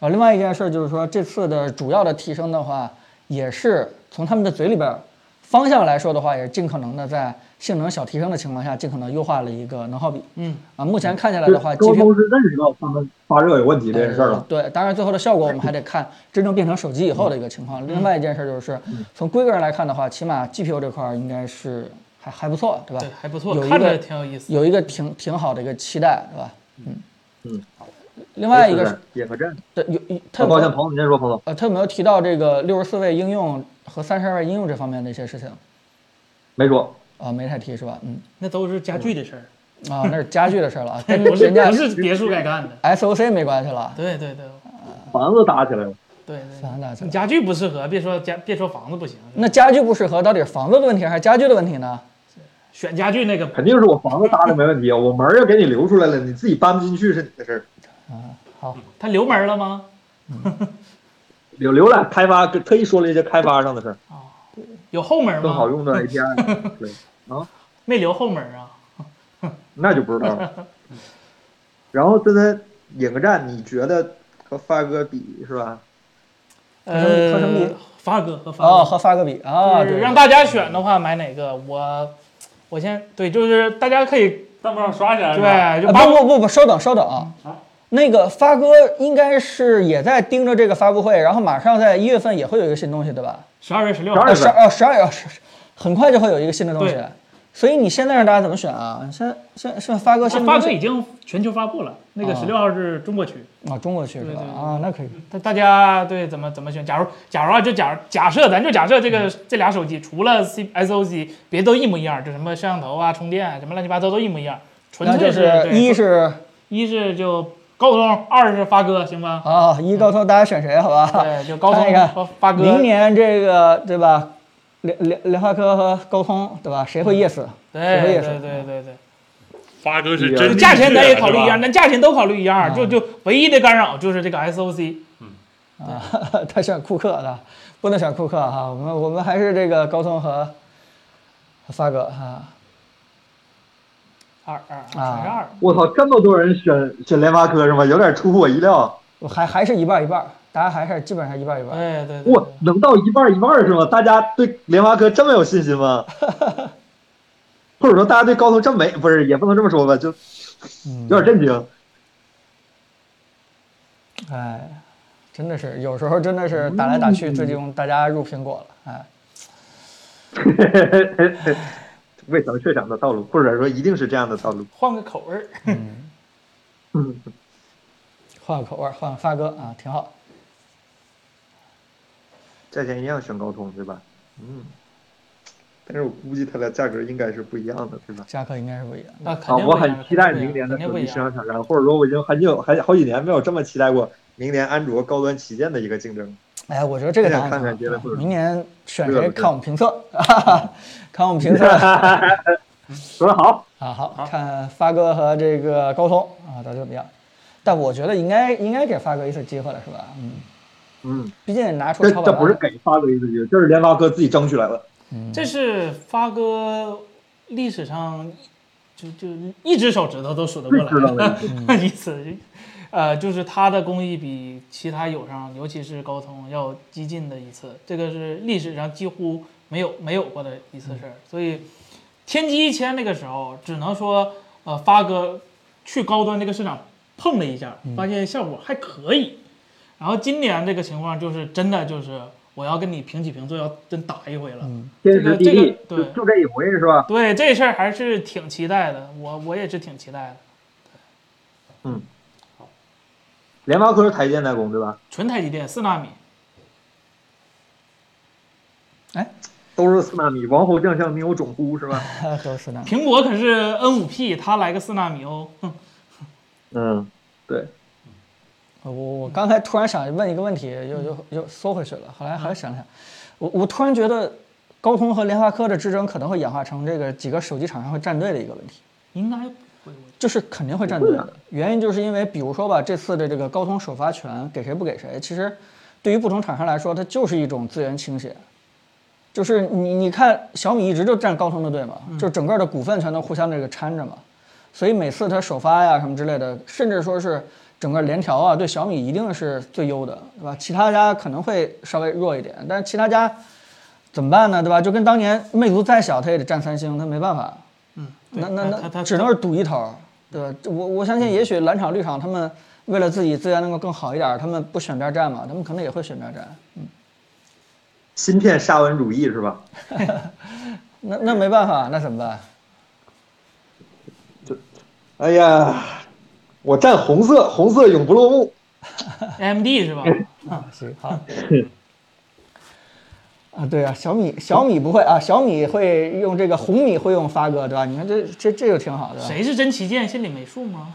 [SPEAKER 1] 啊，另外一件事就是说，这次的主要的提升的话，也是从他们的嘴里边儿方向来说的话，也尽可能的在性能小提升的情况下，尽可能优化了一个能耗比。
[SPEAKER 2] 嗯，
[SPEAKER 1] 啊，目前看下来
[SPEAKER 3] 就
[SPEAKER 1] 的
[SPEAKER 3] 是
[SPEAKER 1] 话
[SPEAKER 3] 高
[SPEAKER 1] ，GPU
[SPEAKER 3] 通是认识到他们发热有问题这件事儿了。
[SPEAKER 1] 对，当然最后的效果我们还得看真正变成手机以后的一个情况。另外一件事就是，从规格上来看的话，起码 GPU 这块儿应该是还还不错，对吧？
[SPEAKER 2] 对，还不错
[SPEAKER 1] 有，一
[SPEAKER 2] 看着
[SPEAKER 1] 个
[SPEAKER 2] 挺有意思。
[SPEAKER 1] 有一个挺挺好的一个期待，对吧？嗯
[SPEAKER 3] 嗯。
[SPEAKER 1] 呃另外一个是，
[SPEAKER 3] 也和战，
[SPEAKER 1] 对，有有他有
[SPEAKER 3] 啊抱歉，彭总，你先说，彭总
[SPEAKER 1] 呃，他有没有提到这个六十四位应用和三十二位应用这方面的一些事情？
[SPEAKER 3] 没说。
[SPEAKER 1] 啊，没太提是吧？嗯，
[SPEAKER 2] 那都是家具的事儿，
[SPEAKER 1] 啊，那是家具的事儿了，啊，跟
[SPEAKER 2] 不 是
[SPEAKER 1] 人家
[SPEAKER 2] 不是别墅该干的。
[SPEAKER 1] SOC 没关系了。
[SPEAKER 2] 对对对
[SPEAKER 3] 房子搭起来了，
[SPEAKER 2] 对
[SPEAKER 1] 咱俩
[SPEAKER 2] 对，家具不适合，别说家，别说房子不行，
[SPEAKER 1] 那家具不适合，到底是房子的问题还是家具的问题呢？
[SPEAKER 2] 选家具那个
[SPEAKER 3] 肯定是我房子搭的没问题，啊我门儿也给你留出来了，你自己搬不进去是你的事儿。
[SPEAKER 1] 好，
[SPEAKER 2] 他留门了吗？
[SPEAKER 3] 留留了开发，特意说了一些开发上的事儿，
[SPEAKER 2] 有后门
[SPEAKER 3] 更好
[SPEAKER 2] 吗？
[SPEAKER 3] 用的 API，对，啊，
[SPEAKER 2] 没留后门啊。
[SPEAKER 3] 那就不知道 了。然后现在引个战，你觉得和发哥比是吧？
[SPEAKER 1] 和什么比
[SPEAKER 2] 呃，发哥和发哥
[SPEAKER 1] 哦，和发哥比啊，
[SPEAKER 2] 就是
[SPEAKER 1] 对，
[SPEAKER 2] 让大家选的话，买哪个？我我先对，就是大家可以
[SPEAKER 4] 弹幕上刷起来是吧？
[SPEAKER 2] 对，就
[SPEAKER 1] 啊
[SPEAKER 2] 把
[SPEAKER 1] 不
[SPEAKER 2] 我
[SPEAKER 1] 不不不，稍等稍等啊
[SPEAKER 4] 啊。
[SPEAKER 1] 那个发哥应该是也在盯着这个发布会，然后马上在一月份也会有一个新东西，对吧？
[SPEAKER 2] 十二月十六
[SPEAKER 3] 12
[SPEAKER 2] 号
[SPEAKER 3] 月
[SPEAKER 1] 啊，
[SPEAKER 3] 份
[SPEAKER 1] 十二十二月十，很快就会有一个新的东西
[SPEAKER 2] 对。
[SPEAKER 1] 所以你现在让大家怎么选啊？现在现在现在发哥新
[SPEAKER 2] 啊发
[SPEAKER 1] 东
[SPEAKER 2] 哥
[SPEAKER 1] 西
[SPEAKER 2] 已经全球发布了，那个
[SPEAKER 1] 啊
[SPEAKER 2] 十六号是中国区。
[SPEAKER 1] 啊，中国去是吧
[SPEAKER 2] 对对？对
[SPEAKER 1] 啊，那可以。
[SPEAKER 2] 大大家对怎么怎么选？假如假如啊，就假假设咱就假设这个
[SPEAKER 1] 嗯
[SPEAKER 2] 这俩手机除了 C S O C，别都一模一样，就什么摄像头啊、充电啊，什么乱七八糟都一模一样，纯
[SPEAKER 1] 那
[SPEAKER 2] 粹
[SPEAKER 1] 就是
[SPEAKER 2] 对
[SPEAKER 1] 一是
[SPEAKER 2] 一是就高通，二是发哥，行吧？
[SPEAKER 1] 啊，一高通大家选谁？好吧？
[SPEAKER 2] 嗯对，就高
[SPEAKER 1] 看一
[SPEAKER 2] 通
[SPEAKER 1] 看
[SPEAKER 2] 和发哥。
[SPEAKER 1] 明年这个对吧？联联联发科和高通对吧？
[SPEAKER 2] 嗯
[SPEAKER 1] 谁会 yes？谁会
[SPEAKER 2] 对
[SPEAKER 1] yes？
[SPEAKER 2] 对对对对。
[SPEAKER 4] 发哥是
[SPEAKER 3] 对
[SPEAKER 4] 真
[SPEAKER 2] 价钱咱也考虑一样，
[SPEAKER 4] 的，
[SPEAKER 2] 咱价钱都考虑一样，
[SPEAKER 1] 啊
[SPEAKER 2] 就就唯一的干扰就是这个 SOC，
[SPEAKER 1] 啊， 他选库克的，不能选库克哈、我们我们还是这个高通和发哥啊，
[SPEAKER 2] 二二二
[SPEAKER 1] 啊
[SPEAKER 2] 三十二，
[SPEAKER 3] 我操，这么多人选选联发科是吗？有点出乎我意料。啊
[SPEAKER 1] 我还还是一半儿一半儿，大家还是基本上一半儿一半儿。
[SPEAKER 2] 对对对
[SPEAKER 3] 哇，能到一半儿一半儿是吗？大家对联发科这么有信 心吗？或者说大家对高通这么没不是也不能这么说吧，就
[SPEAKER 2] 嗯
[SPEAKER 3] 有点震惊。
[SPEAKER 1] 哎，真的是有时候真的是打来打去，最终大家入苹果了。哎，
[SPEAKER 3] 为什么是这样的道路，或者说一定是这样的道路？
[SPEAKER 2] 换个口味儿。
[SPEAKER 3] 嗯，
[SPEAKER 1] 换个口味儿，换个发哥啊，挺好。
[SPEAKER 3] 价钱一样选高通对吧？嗯，但是我估计它俩价格应该是不一样的对吧？
[SPEAKER 1] 价格应该是不一样。
[SPEAKER 2] 那肯
[SPEAKER 3] 啊，
[SPEAKER 2] 定
[SPEAKER 3] 我
[SPEAKER 2] 不一样
[SPEAKER 3] 很期待明
[SPEAKER 2] 肯
[SPEAKER 3] 年的
[SPEAKER 2] 定
[SPEAKER 3] 手
[SPEAKER 2] 不一
[SPEAKER 3] 机市
[SPEAKER 2] 样。
[SPEAKER 3] 场挑战，或者说我已经很久、很好几年没有这么期待过明年安卓高端旗舰的一个竞争。
[SPEAKER 1] 哎，我觉得这个答案
[SPEAKER 3] 看看
[SPEAKER 1] 挺好
[SPEAKER 3] 别的会儿
[SPEAKER 1] 明年选
[SPEAKER 3] 这个
[SPEAKER 1] 谁
[SPEAKER 3] 不是
[SPEAKER 1] 看我们评测，
[SPEAKER 3] 嗯
[SPEAKER 1] 看我们 评测
[SPEAKER 3] 说得好，
[SPEAKER 1] 啊。好，看发哥和这个高通啊，到底怎么样？但我觉得应该应该给发哥一次机会了，是吧？嗯，
[SPEAKER 3] 嗯，
[SPEAKER 1] 毕竟拿出
[SPEAKER 3] 这
[SPEAKER 1] 超
[SPEAKER 3] 这
[SPEAKER 1] 百
[SPEAKER 3] 不是
[SPEAKER 1] 万，
[SPEAKER 3] 给发哥一次机会，这是联发科自己争取来的。
[SPEAKER 2] 这是发哥历史上就就一只手指头都数得过
[SPEAKER 3] 最知道
[SPEAKER 2] 来
[SPEAKER 3] 的
[SPEAKER 2] 的一次，呃，就是他的工艺比其他友商，尤其是高通要激进的一次，这个是历史上几乎没有没有过的一次事儿。所以天玑一千那个时候，只能说呃发哥去高端这个市场碰了一下，发现效果还可以。然后今年这个情况就是真的就是我要跟你平起平坐，要真打一回了。
[SPEAKER 1] 嗯
[SPEAKER 3] 天时地利，
[SPEAKER 2] 这个这个对
[SPEAKER 3] 就就这一回是吧？
[SPEAKER 2] 对这事儿还是挺期待的，我我也是挺期待的。
[SPEAKER 3] 联发科是台积电代工对吧？
[SPEAKER 2] 纯台积电四纳米，
[SPEAKER 3] 都是四纳米，王侯将相宁有种乎是吧？
[SPEAKER 1] 都是呢。
[SPEAKER 2] 苹果可是 N 五 P，它来个四纳米哦。哼
[SPEAKER 3] 嗯，对，
[SPEAKER 1] 我我刚才突然想问一个问题，又又又缩回去了。后来还是想了想，我我突然觉得高通和联发科的之争可能会演化成这个几个手机厂商会站队的一个问题，
[SPEAKER 2] 应该不会，我觉得
[SPEAKER 1] 就是肯定会站队的。原因就是因为，比如说吧，这次的这个高通首发权给谁不给谁，其实对于不同厂商来说，它就是一种资源倾斜。就是你你看小米一直就站高通的队嘛，就整个的股份全都互相这个掺着嘛，所以每次它首发呀什么之类的，甚至说是整个联调啊，对小米一定是最优的，对吧？其他家可能会稍微弱一点，但是其他家怎么办呢？对吧？就跟当年魅族再小，它也得占三星，它没办法，
[SPEAKER 2] 嗯，对
[SPEAKER 1] 那那
[SPEAKER 2] 它它嗯
[SPEAKER 1] 那
[SPEAKER 2] 它
[SPEAKER 1] 只能是赌一头儿，对吧？这我我相信，也许蓝厂绿厂他们为了自己资源能够更好一点儿，他们不选边站嘛，他们可能也会选边站。
[SPEAKER 3] 芯片沙文主义是吧？
[SPEAKER 1] 那那没办法，那怎么办？
[SPEAKER 3] 哎呀，我站红色，红色永不落幕。
[SPEAKER 2] AMD 是吧？
[SPEAKER 1] 啊，行好。 啊，对啊，小米小米不会啊，小米会用这个红米会用发哥，对吧？你看这这这就挺好的。
[SPEAKER 2] 谁是真旗舰？心里没数吗？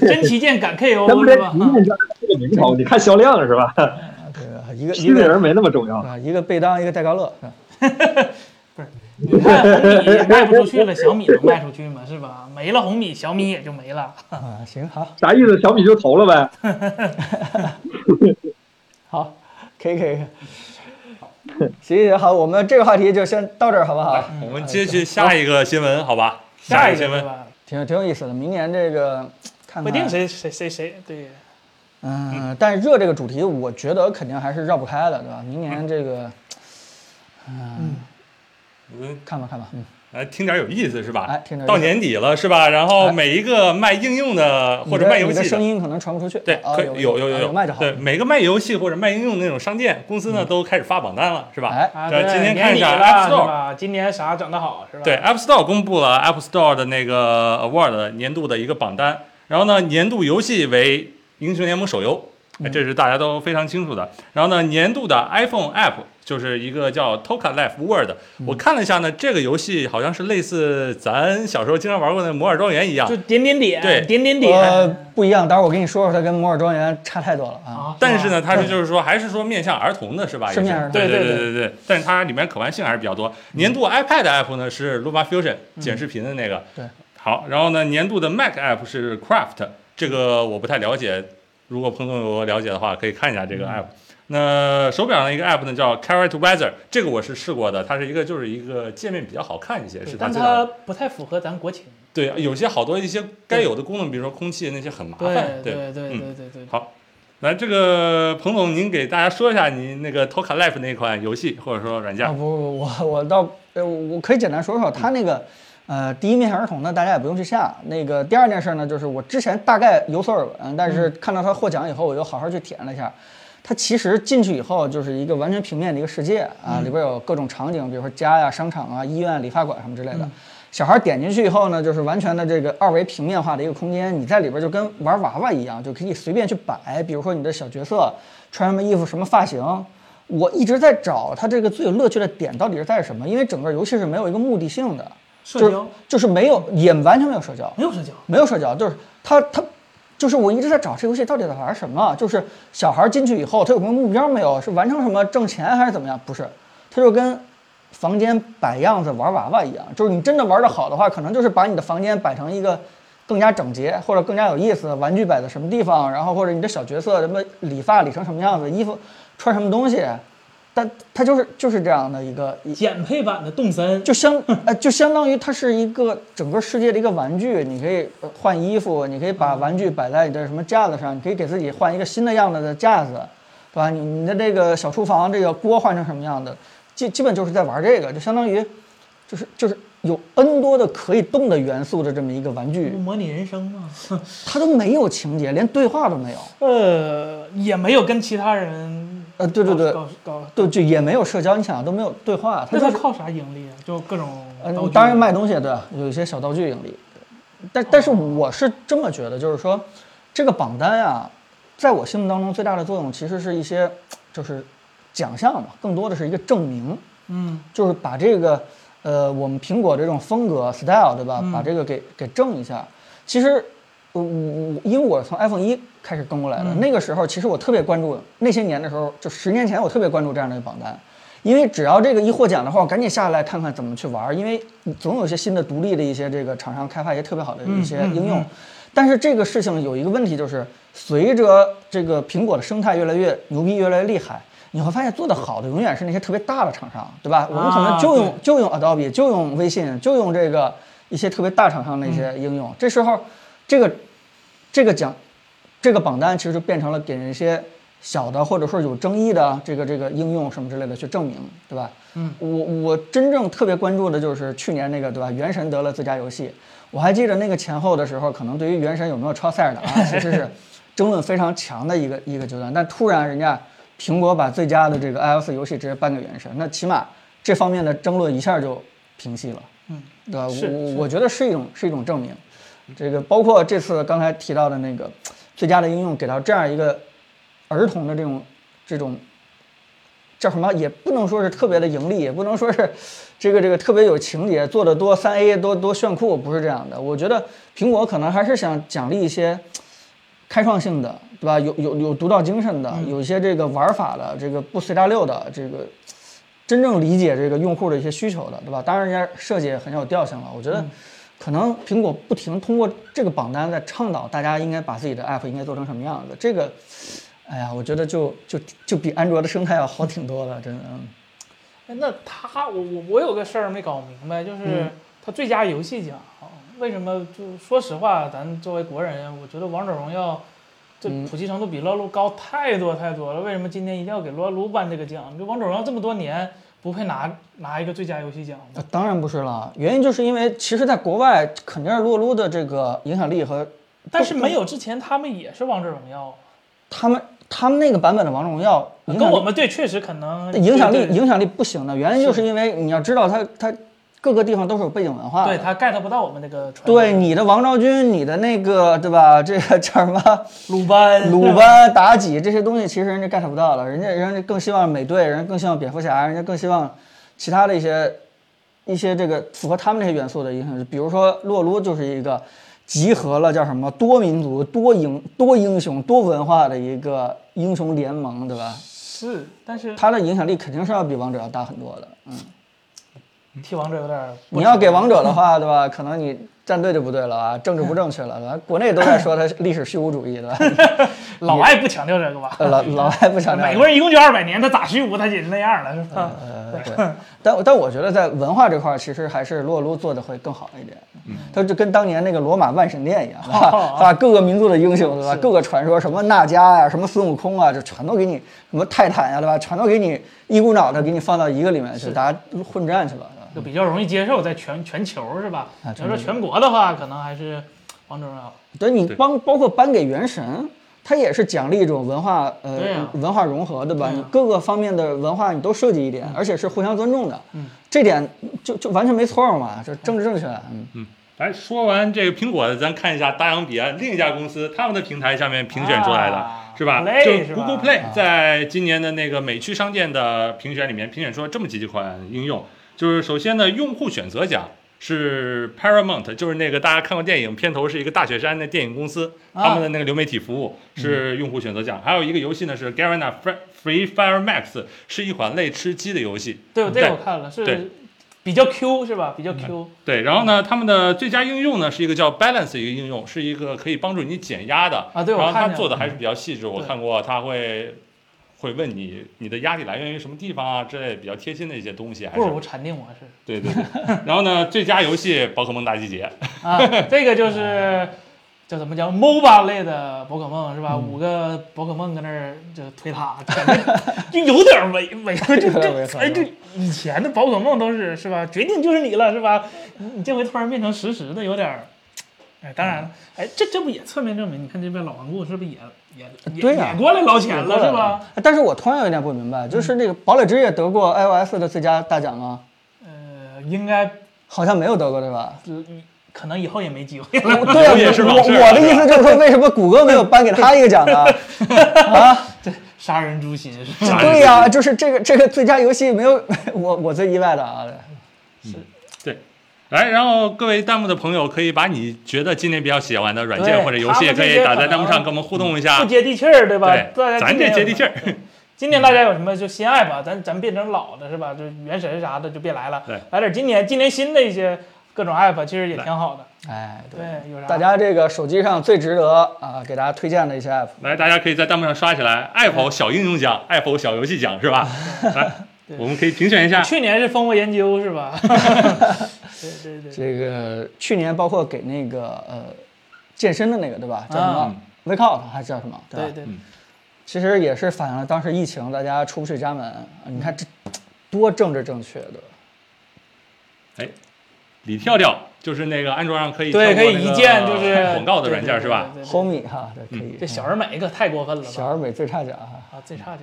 [SPEAKER 2] 真旗舰敢 KO
[SPEAKER 3] 这
[SPEAKER 2] 哦是吧？啊
[SPEAKER 3] 你这这个名头，你看销量是吧？
[SPEAKER 1] 啊对啊，一个一
[SPEAKER 3] 新的
[SPEAKER 1] 个
[SPEAKER 3] 人没那么重要。
[SPEAKER 1] 啊，一个贝当，一个戴高乐，是吧
[SPEAKER 2] 你看红米也卖不出去了，小米能卖出去吗？是吧？没了红米，小米也就没了。
[SPEAKER 1] 啊，行，好，
[SPEAKER 3] 啥意思？小米就投了呗？
[SPEAKER 1] 好，可以可以。可以行行好，我们这个话题就先到这儿，好不好？
[SPEAKER 4] 我们接续下一个新闻，好吧？
[SPEAKER 2] 下
[SPEAKER 4] 一
[SPEAKER 2] 一个
[SPEAKER 4] 新
[SPEAKER 2] 对
[SPEAKER 4] 闻，
[SPEAKER 2] 吧？
[SPEAKER 1] 挺挺有意思的，明年这个看看。
[SPEAKER 2] 不定谁谁谁谁对，
[SPEAKER 1] 嗯，但是热这个主题，我觉得肯定还是绕不开的，对吧？明年这个，嗯，
[SPEAKER 4] 嗯，
[SPEAKER 1] 看吧看吧，嗯，
[SPEAKER 4] 来听点有意思是吧？
[SPEAKER 1] 哎听点有意思哎
[SPEAKER 4] 到年底了是吧？然后每一个卖应用的或者
[SPEAKER 1] 你的
[SPEAKER 4] 卖游
[SPEAKER 1] 你的
[SPEAKER 4] 戏
[SPEAKER 1] 声音可能传不出去，
[SPEAKER 4] 对，
[SPEAKER 1] 啊
[SPEAKER 4] 可以有
[SPEAKER 1] 有
[SPEAKER 4] 有
[SPEAKER 1] 有卖就好，嗯
[SPEAKER 4] 对，每个卖游戏或者卖应用的那种商店公司呢，都开始发榜单了，是吧？
[SPEAKER 1] 哎
[SPEAKER 2] 啊
[SPEAKER 4] 这
[SPEAKER 2] 对，
[SPEAKER 4] 今天
[SPEAKER 2] 年
[SPEAKER 4] 看一
[SPEAKER 2] 底
[SPEAKER 4] 下哎
[SPEAKER 2] 了
[SPEAKER 4] App
[SPEAKER 2] 是
[SPEAKER 4] Store，
[SPEAKER 2] 吧？今年啥整得好是吧？
[SPEAKER 4] 对，App Store 公布了 App Store 的那个 Award 年度的一个榜单，然后呢，年度游戏为《英雄联盟》手游，哎
[SPEAKER 2] 嗯
[SPEAKER 4] 这是大家都非常清楚的。然后呢，年度的 iPhone App 就是一个叫 Toca Life World，我
[SPEAKER 2] 嗯
[SPEAKER 4] 看了一下呢，这个游戏好像是类似咱小时候经常玩过的《摩尔庄园》一样
[SPEAKER 2] 就，点点点，
[SPEAKER 4] 对
[SPEAKER 2] 点点
[SPEAKER 1] 呃
[SPEAKER 2] 点。，
[SPEAKER 1] 不一样，待会儿我跟你说说，它跟摩尔庄园差太多了啊。
[SPEAKER 2] 啊，
[SPEAKER 4] 但是呢，它是就是说还是说面向儿童的是吧？
[SPEAKER 1] 是
[SPEAKER 4] 也
[SPEAKER 1] 面向儿童
[SPEAKER 4] 对
[SPEAKER 2] 对
[SPEAKER 4] 对
[SPEAKER 2] 对
[SPEAKER 4] 对对。但是它里面可玩性还是比较多。年度 iPad app 呢是 Luma Fusion 剪视频的那个。
[SPEAKER 1] 对。
[SPEAKER 4] 好，然后呢，年度的 Mac app 是 Craft，这个我不太了解，如果彭总有了解的话，可以看一下这个 app。那手表上一个 app 呢叫 Carrot Weather，这个我是试过的，它是一个就是一个界面比较好看一些，是它
[SPEAKER 2] 但
[SPEAKER 4] 最大
[SPEAKER 2] 它
[SPEAKER 4] 的。
[SPEAKER 2] 不太符合咱国情。
[SPEAKER 4] 对，有些好多一些该有的功能，比如说空气那些很麻
[SPEAKER 2] 对
[SPEAKER 4] 烦。
[SPEAKER 2] 对对
[SPEAKER 4] 嗯
[SPEAKER 2] 对对对，
[SPEAKER 4] 好，来这个彭总，您给大家说一下您那个 Toca Life 那款游戏或者说软件
[SPEAKER 1] 啊，不不，我我倒呃，我可以简单说说它那个。呃，第一面向儿童呢，大家也不用去下。那个第二件事呢，就是我之前大概有所耳闻，但是看到它获奖以后，我又好好去体验了一下。它其实进去以后就是一个完全平面的一个世界啊，里边有各种场景，比如说家呀、商场啊、医院、理发馆什么之类的。小孩点进去以后呢，就是完全的这个二维平面化的一个空间，你在里边就跟玩娃娃一样，就可以随便去摆，比如说你的小角色穿什么衣服、什么发型。我一直在找它这个最有乐趣的点到底是在什么，因为整个游戏是没有一个目的性的，
[SPEAKER 2] 社
[SPEAKER 1] 就是
[SPEAKER 4] 呃
[SPEAKER 2] 交
[SPEAKER 1] 就是没有，也完全没有社交，
[SPEAKER 2] 没有社交，
[SPEAKER 1] 没有社交，就是他他就是我一直在找这游戏到底在玩什么，啊就是小孩进去以后他有什么目标没有，是完成什么挣钱还是怎么样？不是，他就跟房间摆样子玩娃娃一样，就是你真的玩得好的话，可能就是把你的房间摆成一个。更加整洁或者更加有意思，玩具摆在什么地方，然后或者你的小角色什么理发理成什么样子，衣服穿什么东西，但它就是就是这样的一个一
[SPEAKER 2] 减配版的动森，
[SPEAKER 1] 就相呃，就相当于它是一个整个世界的一个玩具，你可以呃换衣服，你可以把玩具摆在你的什么架子上，你可以给自己换一个新的样子的架子，对吧？你你的这个小厨房这个锅换成什么样的，基基本就是在玩这个，就相当于就是就是有 N 多的可以动的元素的这么一个玩具，
[SPEAKER 2] 模拟人生嘛。
[SPEAKER 1] 它都没有情节，连对话都没有，
[SPEAKER 2] 呃，也没有跟其他人
[SPEAKER 1] 呃，对对对，
[SPEAKER 2] 搞搞，
[SPEAKER 1] 对就也没有社交，你想都没有对话，它
[SPEAKER 2] 那
[SPEAKER 1] 就
[SPEAKER 2] 他
[SPEAKER 1] 是
[SPEAKER 2] 靠啥盈利啊？就各种道
[SPEAKER 4] 呃
[SPEAKER 1] 嗯，
[SPEAKER 2] 具哦
[SPEAKER 1] 当然卖东西对吧，有一些小道具盈利，但但是我是这么觉得，就是说这个榜单啊，在我心目当中最大的作用其实是一些就是奖项嘛，更多的是一个证明，
[SPEAKER 2] 嗯
[SPEAKER 1] 就是把这个呃我们苹果这种风格 style 对吧，
[SPEAKER 2] 嗯
[SPEAKER 1] 把这个给给正一下。其实呃我我因为我从 iPhone 一开始跟过来的，
[SPEAKER 2] 嗯
[SPEAKER 1] 那个时候其实我特别关注那些年的时候，就十年前我特别关注这样的榜单。因为只要这个一获奖的话，我赶紧下来看看怎么去玩儿，因为总有一些新的独立的一些这个厂商开发一些特别好的一些
[SPEAKER 2] 嗯嗯
[SPEAKER 1] 应用。
[SPEAKER 2] 嗯
[SPEAKER 1] 但是这个事情有一个问题，就是随着这个苹果的生态越来越牛逼、越来越厉害，你会发现做得好的永远是那些特别大的厂商，对吧？我们可能就用、
[SPEAKER 2] 对
[SPEAKER 1] 就用 Adobe，就用微信，就用这个一些特别大厂商的一些应用。这时候，这个这个奖这个榜单其实就变成了给人一些小的或者说有争议的这个这个应用什么之类的去证明，对吧？
[SPEAKER 2] 嗯，
[SPEAKER 1] 我我真正特别关注的就是去年那个对吧，《原神》得了最佳游戏，我还记得那个前后的时候，可能对于《原神》有没有超塞尔达、啊，其实 是争论非常强的一个一个阶段。但突然人家苹果把最佳的这个 iOS 游戏直接颁给《原神》，那起码这方面的争论一下就平息了。
[SPEAKER 2] 嗯，
[SPEAKER 1] 对吧？
[SPEAKER 2] 是
[SPEAKER 1] 我我
[SPEAKER 2] 是
[SPEAKER 1] 我觉得是一种是一种证明。这个包括这次刚才提到的那个最佳的应用，给到这样一个儿童的这种这种叫什么，也不能说是特别的盈利，也不能说是这个这个特别有情节，做的多三 A 多多炫酷，不是这样的。我觉得苹果可能还是想奖励一些开创性的，对吧？有有有独到精神的，有一些这个玩法的，这个不随大溜的，这个真正理解这个用户的一些需求的，对吧？当然，人家设计也很有调性了。我觉得，可能苹果不停通过这个榜单在倡导大家应该把自己的 app 应该做成什么样子。这个，哎呀，我觉得就就就比安卓的生态要好挺多了，真的。嗯
[SPEAKER 2] 哎那他我我我有个事儿没搞明白，就是
[SPEAKER 1] 嗯
[SPEAKER 2] 他最佳游戏奖为什么就说实话，咱作为国人，我觉得王者荣耀。这
[SPEAKER 1] 嗯
[SPEAKER 2] 普及程度比撸啊撸高太多太多了，为什么今年一定要给撸啊撸颁这个奖？就王者荣耀这么多年不配拿拿一个最佳游戏奖吗？
[SPEAKER 1] 那呃当然不是了，原因就是因为其实在国外肯定是撸啊撸的这个影响力和
[SPEAKER 2] 但是没有之前他们也是王者荣耀，啊
[SPEAKER 1] 他们他们那个版本的王者荣耀影
[SPEAKER 2] 跟
[SPEAKER 1] 响力
[SPEAKER 2] 我们对确实可能
[SPEAKER 1] 影响力
[SPEAKER 2] 对对
[SPEAKER 1] 影响力不行的，原因就是因为你要知道它它各个地方都是有背景文化的
[SPEAKER 2] 对他 get 不到我们那个传
[SPEAKER 1] 对
[SPEAKER 2] 统
[SPEAKER 1] 你的王昭君，你的那个对吧？这个 叫什么
[SPEAKER 2] 鲁班
[SPEAKER 1] 鲁班、妲己这些东西，其实人家 get 不到了，人家人家更希望美队，人家更希望蝙蝠侠，人家更希望其他的一些一些这个符合他们这些元素的影响，比如说洛撸就是一个集合了叫什么多民族、多英、多英雄、多文化的一个英雄联盟，对吧？
[SPEAKER 2] 是，但是
[SPEAKER 1] 它的影响力肯定是要比王者要大很多的。嗯，
[SPEAKER 2] 替王者有点儿不
[SPEAKER 1] 你要
[SPEAKER 2] 值
[SPEAKER 1] 给王者的话，对吧？可能你站队就不对了啊，政治不正确了，对吧？国内都在说它历史虚无主义，对吧？
[SPEAKER 2] 老外不强调这个吧？
[SPEAKER 1] 呃老老外不 强调。
[SPEAKER 2] 美国人一共就二百年，他咋虚无他也是那样了，是吧？
[SPEAKER 1] 呃，对，但但我觉得在文化这块儿，其实还是洛洛做的会更好一点。嗯，它就跟当年那个罗马万神殿一样，对吧？把各个民族的英雄，对吧？各个传说，什么娜迦呀，什么孙悟空啊，就全都给你，什么泰坦呀，对吧？全都给你一股脑的给你放到一个里面去，大家混战去了，对吧？
[SPEAKER 2] 就比较容易接受，在全全球是吧？
[SPEAKER 1] 啊
[SPEAKER 2] 你
[SPEAKER 1] 真
[SPEAKER 2] 要说
[SPEAKER 1] 是
[SPEAKER 2] 全国的话，可能还是王者荣耀。
[SPEAKER 1] 对你
[SPEAKER 4] 对
[SPEAKER 1] 帮包括颁给元神，它也是奖励一种文化呃、
[SPEAKER 2] 对呀
[SPEAKER 1] 文化融合，对吧？
[SPEAKER 2] 对呀啊嗯
[SPEAKER 1] 你各个方面的文化你都涉及一点，而且是互相尊重的，嗯，这点就就完全没错嘛，就政治正确，嗯，
[SPEAKER 4] 来哎说完这个苹果的，咱看一下大洋彼岸另一家公司，他们的平台上面评选出来的、
[SPEAKER 2] 啊
[SPEAKER 4] 是吧
[SPEAKER 2] Play
[SPEAKER 4] 就是是
[SPEAKER 2] 吧啊
[SPEAKER 4] Google Play 在今年的那个美区商店的评选里面评选出了这么几款应用，就是首先呢，用户选择奖。是 Paramount，就是那个大家看过电影片头是一个大雪山的电影公司，
[SPEAKER 2] 啊嗯
[SPEAKER 4] 他们的那个流媒体服务是用户选择奖。还有一个游戏呢是 Garena Fre- Free Fire Max，是一款类吃鸡的游戏。
[SPEAKER 2] 对，这个我看了，
[SPEAKER 4] 对嗯
[SPEAKER 2] 是比较 Q 是吧？比较 Q。
[SPEAKER 4] 对，然后呢，他们的最佳应用呢是一个叫 Balance 的一个应用，是一个可以帮助你减压的
[SPEAKER 2] 啊对我
[SPEAKER 4] 然后
[SPEAKER 2] 看
[SPEAKER 4] 他
[SPEAKER 2] 见
[SPEAKER 4] 做的
[SPEAKER 2] 了嗯
[SPEAKER 4] 还是比较细致，我
[SPEAKER 2] 对
[SPEAKER 4] 看过，他会会问你你的压力来源于什么地方啊之类比较贴心的一些东西，还
[SPEAKER 2] 不
[SPEAKER 4] 是
[SPEAKER 2] 如禅定模式
[SPEAKER 4] 对对对。 然后呢，最佳游戏《宝可梦大集结》，
[SPEAKER 2] 啊，这个就是叫怎么讲 MOBA 类的宝可梦是吧？五个宝可梦搁那儿就推塔，感觉就有点违违和，就
[SPEAKER 1] 有点违
[SPEAKER 2] 这
[SPEAKER 1] 和
[SPEAKER 2] 哎就以前的宝可梦都是是吧？决定就是你了是吧？你你这回突然变成实时的，有点儿。哎，当然了，哎，这这不也侧面证明？你看这边老顽固是不是也也也
[SPEAKER 1] 对呀
[SPEAKER 2] 呃也过来捞钱了是吧？？
[SPEAKER 1] 哎但是我同样有点不明白，就是那个《堡垒之夜》得过 iOS 的最佳大奖吗？
[SPEAKER 2] 呃，应该
[SPEAKER 1] 好像没有得过，对吧？
[SPEAKER 2] 呃可能以后也没机会了。
[SPEAKER 1] 对啊，
[SPEAKER 4] 也是
[SPEAKER 1] 我
[SPEAKER 4] 往事儿
[SPEAKER 1] 我的意思就是说，为什么谷歌没有颁给他一个奖呢？啊，
[SPEAKER 2] 杀人诛心是吧？
[SPEAKER 4] 啥
[SPEAKER 1] 对呀、就是这个这个最佳游戏没有我我最意外的啊，
[SPEAKER 4] 对。来，然后各位弹幕的朋友可以把你觉得今年比较喜欢的软件
[SPEAKER 2] 对
[SPEAKER 4] 或者游戏，
[SPEAKER 2] 他们
[SPEAKER 4] 可
[SPEAKER 2] 这
[SPEAKER 4] 以
[SPEAKER 2] 些
[SPEAKER 4] 打在
[SPEAKER 2] 可
[SPEAKER 4] 弹幕上
[SPEAKER 2] 能
[SPEAKER 4] 跟我们互动一下
[SPEAKER 2] 不。接地气儿，对吧？大
[SPEAKER 4] 啊
[SPEAKER 2] 家
[SPEAKER 4] 对，咱
[SPEAKER 2] 今
[SPEAKER 4] 这
[SPEAKER 2] 年有
[SPEAKER 4] 接地气儿
[SPEAKER 2] 什么。。今年大家有什么就心爱吧，咱咱变成老的是吧？就原神啥的就别来了
[SPEAKER 4] 对，
[SPEAKER 2] 来点今年今年新的一些各种 app，其实也挺好的。
[SPEAKER 1] 哎，
[SPEAKER 2] 对，有啥？
[SPEAKER 1] 大家这个手机上最值得啊给大家推荐的一些 app，
[SPEAKER 4] 来，大家可以在弹幕上刷起来，Apple 小应用奖，Apple 小游戏奖是 吧？来，我们可以评选一下。
[SPEAKER 2] 去年是蜂窝研究 是吧？对对对，
[SPEAKER 1] 这个去年包括给那个呃健身的那个对吧，叫什么
[SPEAKER 2] 啊
[SPEAKER 1] Wake Up 还是叫什么？吧
[SPEAKER 2] 对对，
[SPEAKER 4] 嗯
[SPEAKER 1] 其实也是反映了当时疫情，大家出不去家门，你看这多政治正确的。
[SPEAKER 4] 哎，李跳跳就是那个安卓上可以
[SPEAKER 2] 对
[SPEAKER 4] 跳
[SPEAKER 2] 可
[SPEAKER 4] 过
[SPEAKER 2] 以
[SPEAKER 4] 那
[SPEAKER 2] 一
[SPEAKER 4] 个呃
[SPEAKER 2] 键就是
[SPEAKER 4] 广告的软件
[SPEAKER 2] 对对
[SPEAKER 4] 是吧？
[SPEAKER 2] 对对对
[SPEAKER 1] Homie 哈，这可以。
[SPEAKER 2] 嗯这小而美可太过分了吧？
[SPEAKER 1] 小而美最差奖哈。
[SPEAKER 2] 啊，最差奖，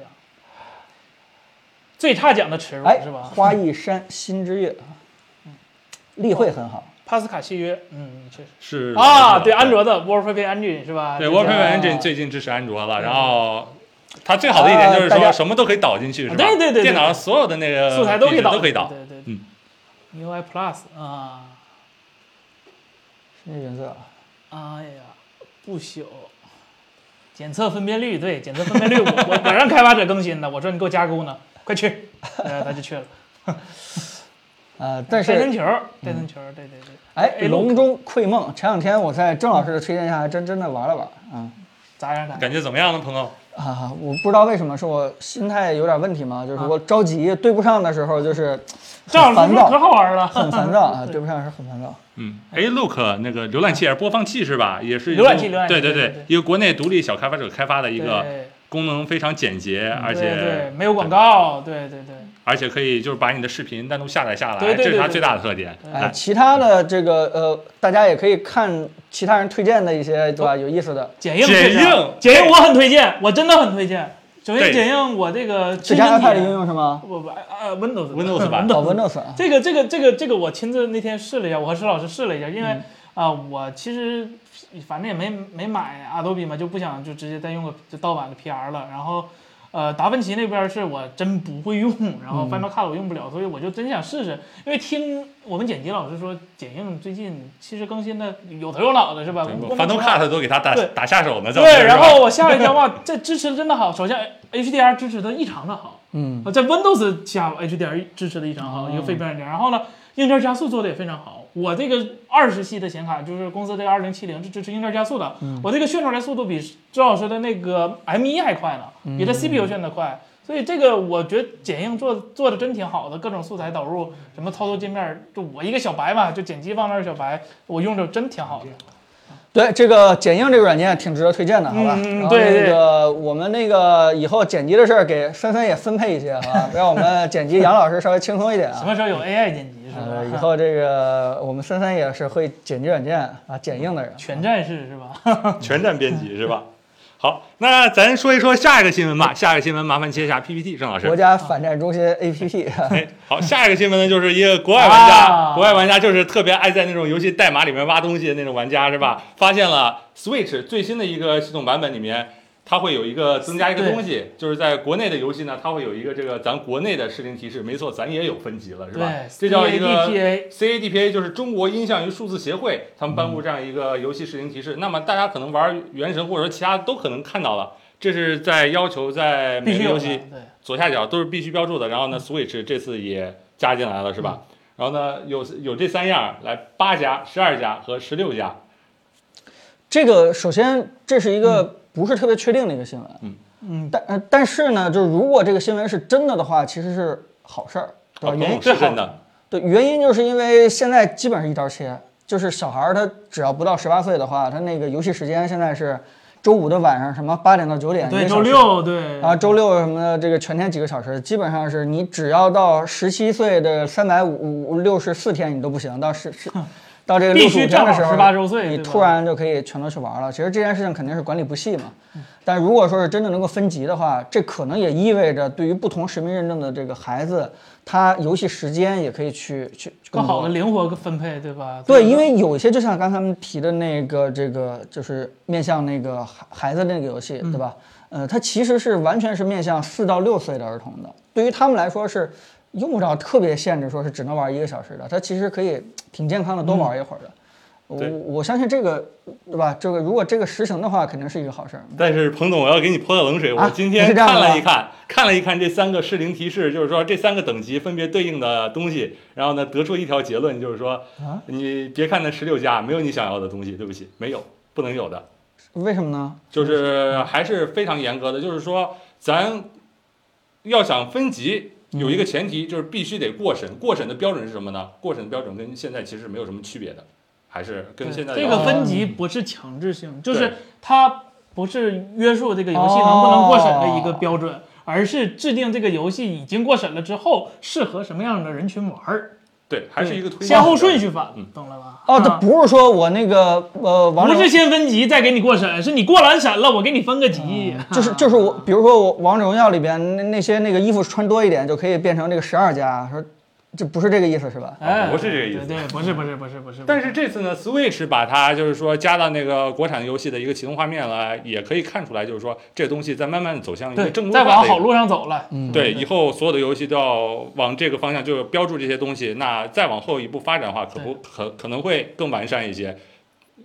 [SPEAKER 2] 最差奖的耻辱
[SPEAKER 1] 哎
[SPEAKER 2] 是，吧？嗯
[SPEAKER 1] 花一山心之月，例会很好。
[SPEAKER 2] 帕斯卡契约，嗯，确实
[SPEAKER 4] 是
[SPEAKER 2] 啊，对，安卓的 w o r d p a y Engine 是啊吧？
[SPEAKER 4] 对
[SPEAKER 2] 这
[SPEAKER 4] w a r p
[SPEAKER 2] 叫
[SPEAKER 4] e r Engine 最近支持安卓了，然后。它最好的一点就是
[SPEAKER 1] 啊大
[SPEAKER 4] 说
[SPEAKER 1] 家
[SPEAKER 4] 什么都可以导进去，是吧？
[SPEAKER 2] 啊对对对对
[SPEAKER 4] 电脑上所有的那个
[SPEAKER 2] 素材
[SPEAKER 4] 呃都
[SPEAKER 2] 都可以导，
[SPEAKER 4] 可以导。
[SPEAKER 2] 对对，对
[SPEAKER 4] 嗯
[SPEAKER 2] ，UI Plus 啊
[SPEAKER 1] 那颜色，啊
[SPEAKER 2] 哎呀，不朽。检测分辨率，对，检测分辨率，我我我让开发者更新的，我说你给我加工呢，快去， 呃，他就去了。
[SPEAKER 1] 呃，但
[SPEAKER 2] 戴森
[SPEAKER 1] 是
[SPEAKER 2] 球，戴
[SPEAKER 4] 嗯
[SPEAKER 2] 森球，对对对，
[SPEAKER 1] 哎，
[SPEAKER 2] Look
[SPEAKER 1] 笼中窥梦，前两天我在郑老师的推荐下，还真真的玩了玩啊
[SPEAKER 2] 咋样咋样？
[SPEAKER 4] 感觉怎么样呢，朋友？
[SPEAKER 1] 啊！我不知道为什么是我心态有点问题嘛，就是我着急对不上的时候，就是
[SPEAKER 2] 赵
[SPEAKER 1] 很
[SPEAKER 2] 啊老
[SPEAKER 1] 烦
[SPEAKER 2] 师说可
[SPEAKER 1] 躁，
[SPEAKER 2] 好玩了，
[SPEAKER 1] 很烦躁 啊，对不上的时候很烦躁。
[SPEAKER 4] 嗯，哎，Look，那个浏览器还是播放器是吧？也是一
[SPEAKER 2] 浏览器
[SPEAKER 4] 种
[SPEAKER 2] 浏览器
[SPEAKER 4] 对对
[SPEAKER 2] 对对
[SPEAKER 4] 对，一个国内独立小开发者开发 的一个
[SPEAKER 2] 对嗯
[SPEAKER 4] 功能非常简洁，而
[SPEAKER 2] 对对
[SPEAKER 4] 且
[SPEAKER 2] 没有广告，对对对，
[SPEAKER 4] 而且可以就是把你的视频单独下载下来，
[SPEAKER 2] 对对对
[SPEAKER 4] 这是它
[SPEAKER 2] 对
[SPEAKER 4] 最大的特点。
[SPEAKER 2] 嗯
[SPEAKER 1] 哎，
[SPEAKER 4] 来，
[SPEAKER 1] 其他的这个呃，大家也可以看其他人推荐的一些对吧？哦有意思的，
[SPEAKER 2] 剪映
[SPEAKER 4] 剪
[SPEAKER 2] 是啥
[SPEAKER 4] 映
[SPEAKER 2] 剪映我很推荐，我真的很推荐。首
[SPEAKER 4] 对
[SPEAKER 2] 先剪映我这个
[SPEAKER 1] 最
[SPEAKER 2] 亲
[SPEAKER 1] 佳
[SPEAKER 2] 身体
[SPEAKER 1] iPad 应
[SPEAKER 2] 验，
[SPEAKER 1] 用是吗？
[SPEAKER 2] 不不呃 Windows
[SPEAKER 4] Windows 版
[SPEAKER 1] 哦，Windows 啊，
[SPEAKER 2] 这个这个这个这个我亲自那天试了一下，我和石老师试了一下，因
[SPEAKER 4] 嗯
[SPEAKER 2] 为啊、我其实反正也没没买 Adobe 嘛，就不想就直接再用个就盗版的 PR 了，然后。呃，达芬奇那边是我真不会用，然
[SPEAKER 4] 嗯
[SPEAKER 2] 后 Final Cut 我用不了，所以我就真想试试。因为听我们剪辑老师说，剪映最近其实更新的有头有脑的是吧？
[SPEAKER 4] 对
[SPEAKER 2] 功
[SPEAKER 4] 我
[SPEAKER 2] 能
[SPEAKER 4] 翻
[SPEAKER 2] 挺
[SPEAKER 4] 动
[SPEAKER 2] 好
[SPEAKER 4] cut 都给它打
[SPEAKER 2] 对
[SPEAKER 4] 打下手呢，在我这
[SPEAKER 2] 对，
[SPEAKER 4] 儿
[SPEAKER 2] 然
[SPEAKER 4] 是吧
[SPEAKER 2] 后我下了一条，哇，这支持真的好。首先 HDR 支持的异常的好，
[SPEAKER 1] 嗯，
[SPEAKER 4] 哦
[SPEAKER 2] 在 Windows 下 HDR 支持的异常好，一个非标软件。然后呢，硬件加速做的也非常好。我这个二十系的显卡，就是公司这个二零七零是支持硬件加速的，
[SPEAKER 4] 嗯
[SPEAKER 2] 我这个炫出来速度比周老师的那个 M 一还快呢，
[SPEAKER 4] 嗯
[SPEAKER 2] 比这 CPU 炫的快。所以这个我觉得剪映做做的真挺好的，各种素材导入，什么操作界面，就我一个小白吧，就剪辑放那儿小白，我用着真挺好的。
[SPEAKER 1] 对这个剪映这个软件挺值得推荐的，好吧？
[SPEAKER 2] 嗯
[SPEAKER 1] 然后
[SPEAKER 2] 对对
[SPEAKER 1] 那个我们那个以后剪辑的事儿给纷纷也分配一些，好 吧？让我们剪辑杨老师稍微轻松一点
[SPEAKER 2] 什
[SPEAKER 1] 啊。
[SPEAKER 2] 么时候有 AI 剪辑是
[SPEAKER 1] 呃，以
[SPEAKER 2] 吧？
[SPEAKER 1] 后这个我们森森也是会剪辑软件啊剪映的人。
[SPEAKER 2] 全战式是吧？
[SPEAKER 4] 全站编辑是吧？好，那咱说一说下一个新闻吧。下一个新闻麻烦切一下 PPT，郑老师
[SPEAKER 1] 国。家反战中心 APP，
[SPEAKER 4] 哎，好，下一个新闻呢，就是一个国外玩家，
[SPEAKER 2] 啊
[SPEAKER 4] 国外玩家就是特别爱在那种游戏代码里面挖东西的那种玩家，是吧？发现了 Switch 最新的一个系统版本里面，它会有一个增加一个
[SPEAKER 2] 对
[SPEAKER 4] 东西，就是在国内的游戏呢，它会有一个这个咱国内的视听提示。没错，咱也有分级了，是吧
[SPEAKER 2] 对？
[SPEAKER 4] 这叫一个
[SPEAKER 2] CADPA
[SPEAKER 4] CADPA 就是中国音像与数字协会，他
[SPEAKER 2] 嗯
[SPEAKER 4] 们颁布这样一个游戏视听提示。那么大家可能玩《原神》或者说其他都可能看到了，这是在要求在
[SPEAKER 2] 必
[SPEAKER 4] 每
[SPEAKER 2] 须
[SPEAKER 4] 个
[SPEAKER 2] 有
[SPEAKER 4] 游
[SPEAKER 2] 的嗯
[SPEAKER 4] 戏
[SPEAKER 2] 对。
[SPEAKER 4] 左下角都是必须标注的。然后呢，Switch 这次也加进来了，
[SPEAKER 2] 嗯
[SPEAKER 4] 是吧？然后呢，有有这三样儿，来八加、十二加和十六加。
[SPEAKER 1] 这个首先这是一个不是特别确定的一个新闻，
[SPEAKER 4] 嗯
[SPEAKER 1] 嗯，但呃但是呢，就是如果这个新闻是真的的话，其实是好事儿，对
[SPEAKER 4] 好，
[SPEAKER 1] 吧？
[SPEAKER 4] 跟
[SPEAKER 1] 原
[SPEAKER 4] 我
[SPEAKER 1] 因
[SPEAKER 4] 哦是真的，
[SPEAKER 1] 对，原因就是因为现在基本上一刀切，就是小孩儿他只要不到十八岁的话，他那个游戏时间现在是周五的晚上什么八点到九点，一
[SPEAKER 2] 对，
[SPEAKER 1] 个
[SPEAKER 2] 周
[SPEAKER 1] 小时。
[SPEAKER 2] 六对
[SPEAKER 4] 啊
[SPEAKER 1] 然后周六什么的，这个全天几个小时，基本上是你只要到十七岁的三百五五六十四天你都不行，到十十到这个
[SPEAKER 2] 必
[SPEAKER 1] 六十
[SPEAKER 2] 须
[SPEAKER 1] 五天的时候，
[SPEAKER 2] 正好18周岁
[SPEAKER 1] 你
[SPEAKER 2] 对吧
[SPEAKER 1] 突然就可以全都去玩了。其实这件事情肯定是管理不细嘛，
[SPEAKER 2] 嗯
[SPEAKER 1] 但如果说是真的能够分级的话，这可能也意味着对于不同实名认证的这个孩子，他游戏时间也可以去去去
[SPEAKER 2] 更好
[SPEAKER 1] 多
[SPEAKER 2] 的灵活分配，对吧？
[SPEAKER 1] 对，因为有一些就像刚才他们提的那个，这个就是面向那个孩孩子那个游戏，对吧？呃，它其实是完全是面向四到六岁的儿童的，对于他们来说是用不着特别限制，说是只能玩一个小时的，它其实可以挺健康的
[SPEAKER 2] 嗯
[SPEAKER 1] 多玩一会儿的。
[SPEAKER 4] 对
[SPEAKER 1] 我我相信这个，对吧？这个如果这个实行的话，肯定是一个好事儿。
[SPEAKER 4] 但是彭总，我要给你泼个冷水。
[SPEAKER 1] 啊
[SPEAKER 4] 我今天
[SPEAKER 1] 是这样的
[SPEAKER 4] 看
[SPEAKER 1] 吗
[SPEAKER 4] 了一看，看了一看这三个适龄提示，就是说这三个等级分别对应的东西，然后呢得出一条结论，就是说
[SPEAKER 1] 啊
[SPEAKER 4] 你别看那十六加没有你想要的东西，对不起，没有，不能有的。
[SPEAKER 1] 为什么呢？
[SPEAKER 4] 就是还是非常严格的，就是说咱要想分级，有一个前提就是必须得过审。过审的标准是什么呢？过审的标准跟现在其实没有什么区别的，还是跟
[SPEAKER 2] 对
[SPEAKER 4] 现在的
[SPEAKER 2] 这
[SPEAKER 4] 要
[SPEAKER 2] 个
[SPEAKER 4] 求
[SPEAKER 2] 分级不是强制性，就
[SPEAKER 4] 对
[SPEAKER 2] 是它不是约束这个游戏能不能过审的一个
[SPEAKER 1] 哦
[SPEAKER 2] 标准，而是制定这个游戏已经过审了之后适合什么样的人群玩儿，
[SPEAKER 4] 对，还是一个推
[SPEAKER 2] 对先后顺
[SPEAKER 4] 序。
[SPEAKER 2] 序法
[SPEAKER 4] 嗯，
[SPEAKER 2] 懂了吧？
[SPEAKER 1] 哦，它
[SPEAKER 2] 啊
[SPEAKER 1] 不是说我那个呃，王
[SPEAKER 2] 不
[SPEAKER 1] 者
[SPEAKER 2] 是先分级再给你过审，是你过完审了，我给你分个级。
[SPEAKER 1] 嗯 就是就是我，比如说我王者荣耀里边那那些那个衣服穿多一点就可以变成这个十二加，说这不是这个意思是吧？
[SPEAKER 2] 哎，
[SPEAKER 4] 不是这个意思
[SPEAKER 2] 对对，不是不是不是不是。
[SPEAKER 4] 但是这次呢，Switch 把它就是说加到那个国产游戏的一个启动画面了，也可以看出来，就是说这东西在慢慢的走向一个
[SPEAKER 2] 对
[SPEAKER 4] 正规
[SPEAKER 2] 再
[SPEAKER 4] 化
[SPEAKER 2] 往
[SPEAKER 4] 的一个嗯
[SPEAKER 2] 好路上嗯走了，
[SPEAKER 1] 嗯
[SPEAKER 4] 对，以后所有的游戏都要往这个方向，就是标注这些东西。那再往后一步发展的话，可不可可能会更完善一些。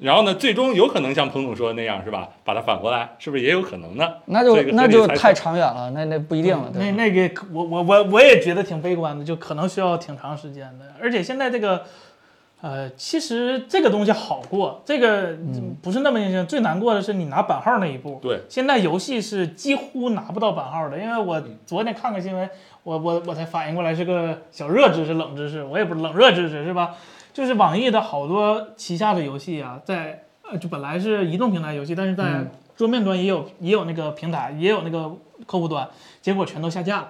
[SPEAKER 4] 然后呢，最终有可能像彭总说的那样，是吧？把它反过来，是不是也有可能呢？
[SPEAKER 1] 那就
[SPEAKER 4] 这个合理
[SPEAKER 1] 那就
[SPEAKER 4] 猜测
[SPEAKER 1] 太长远了，那那不一定了。
[SPEAKER 2] 那
[SPEAKER 1] 对吧
[SPEAKER 2] 那个可我我我我也觉得挺悲观的，就可能需要挺长时间的。而且现在这个，呃，其实这个东西好过，这个
[SPEAKER 1] 嗯
[SPEAKER 2] 嗯不是那么硬性。最难过的是你拿版号那一步。
[SPEAKER 4] 对，
[SPEAKER 2] 现在游戏是几乎拿不到版号的，因为我昨天看个新闻，我我我才反应过来是个小热知识、冷知识，我也不是冷热知识是吧？就是网易的好多旗下的游戏啊，在呃就本来是移动平台游戏，但是
[SPEAKER 1] 嗯
[SPEAKER 2] 在桌面端也有也有那个平台，也有那个客户端，结果全都下架了。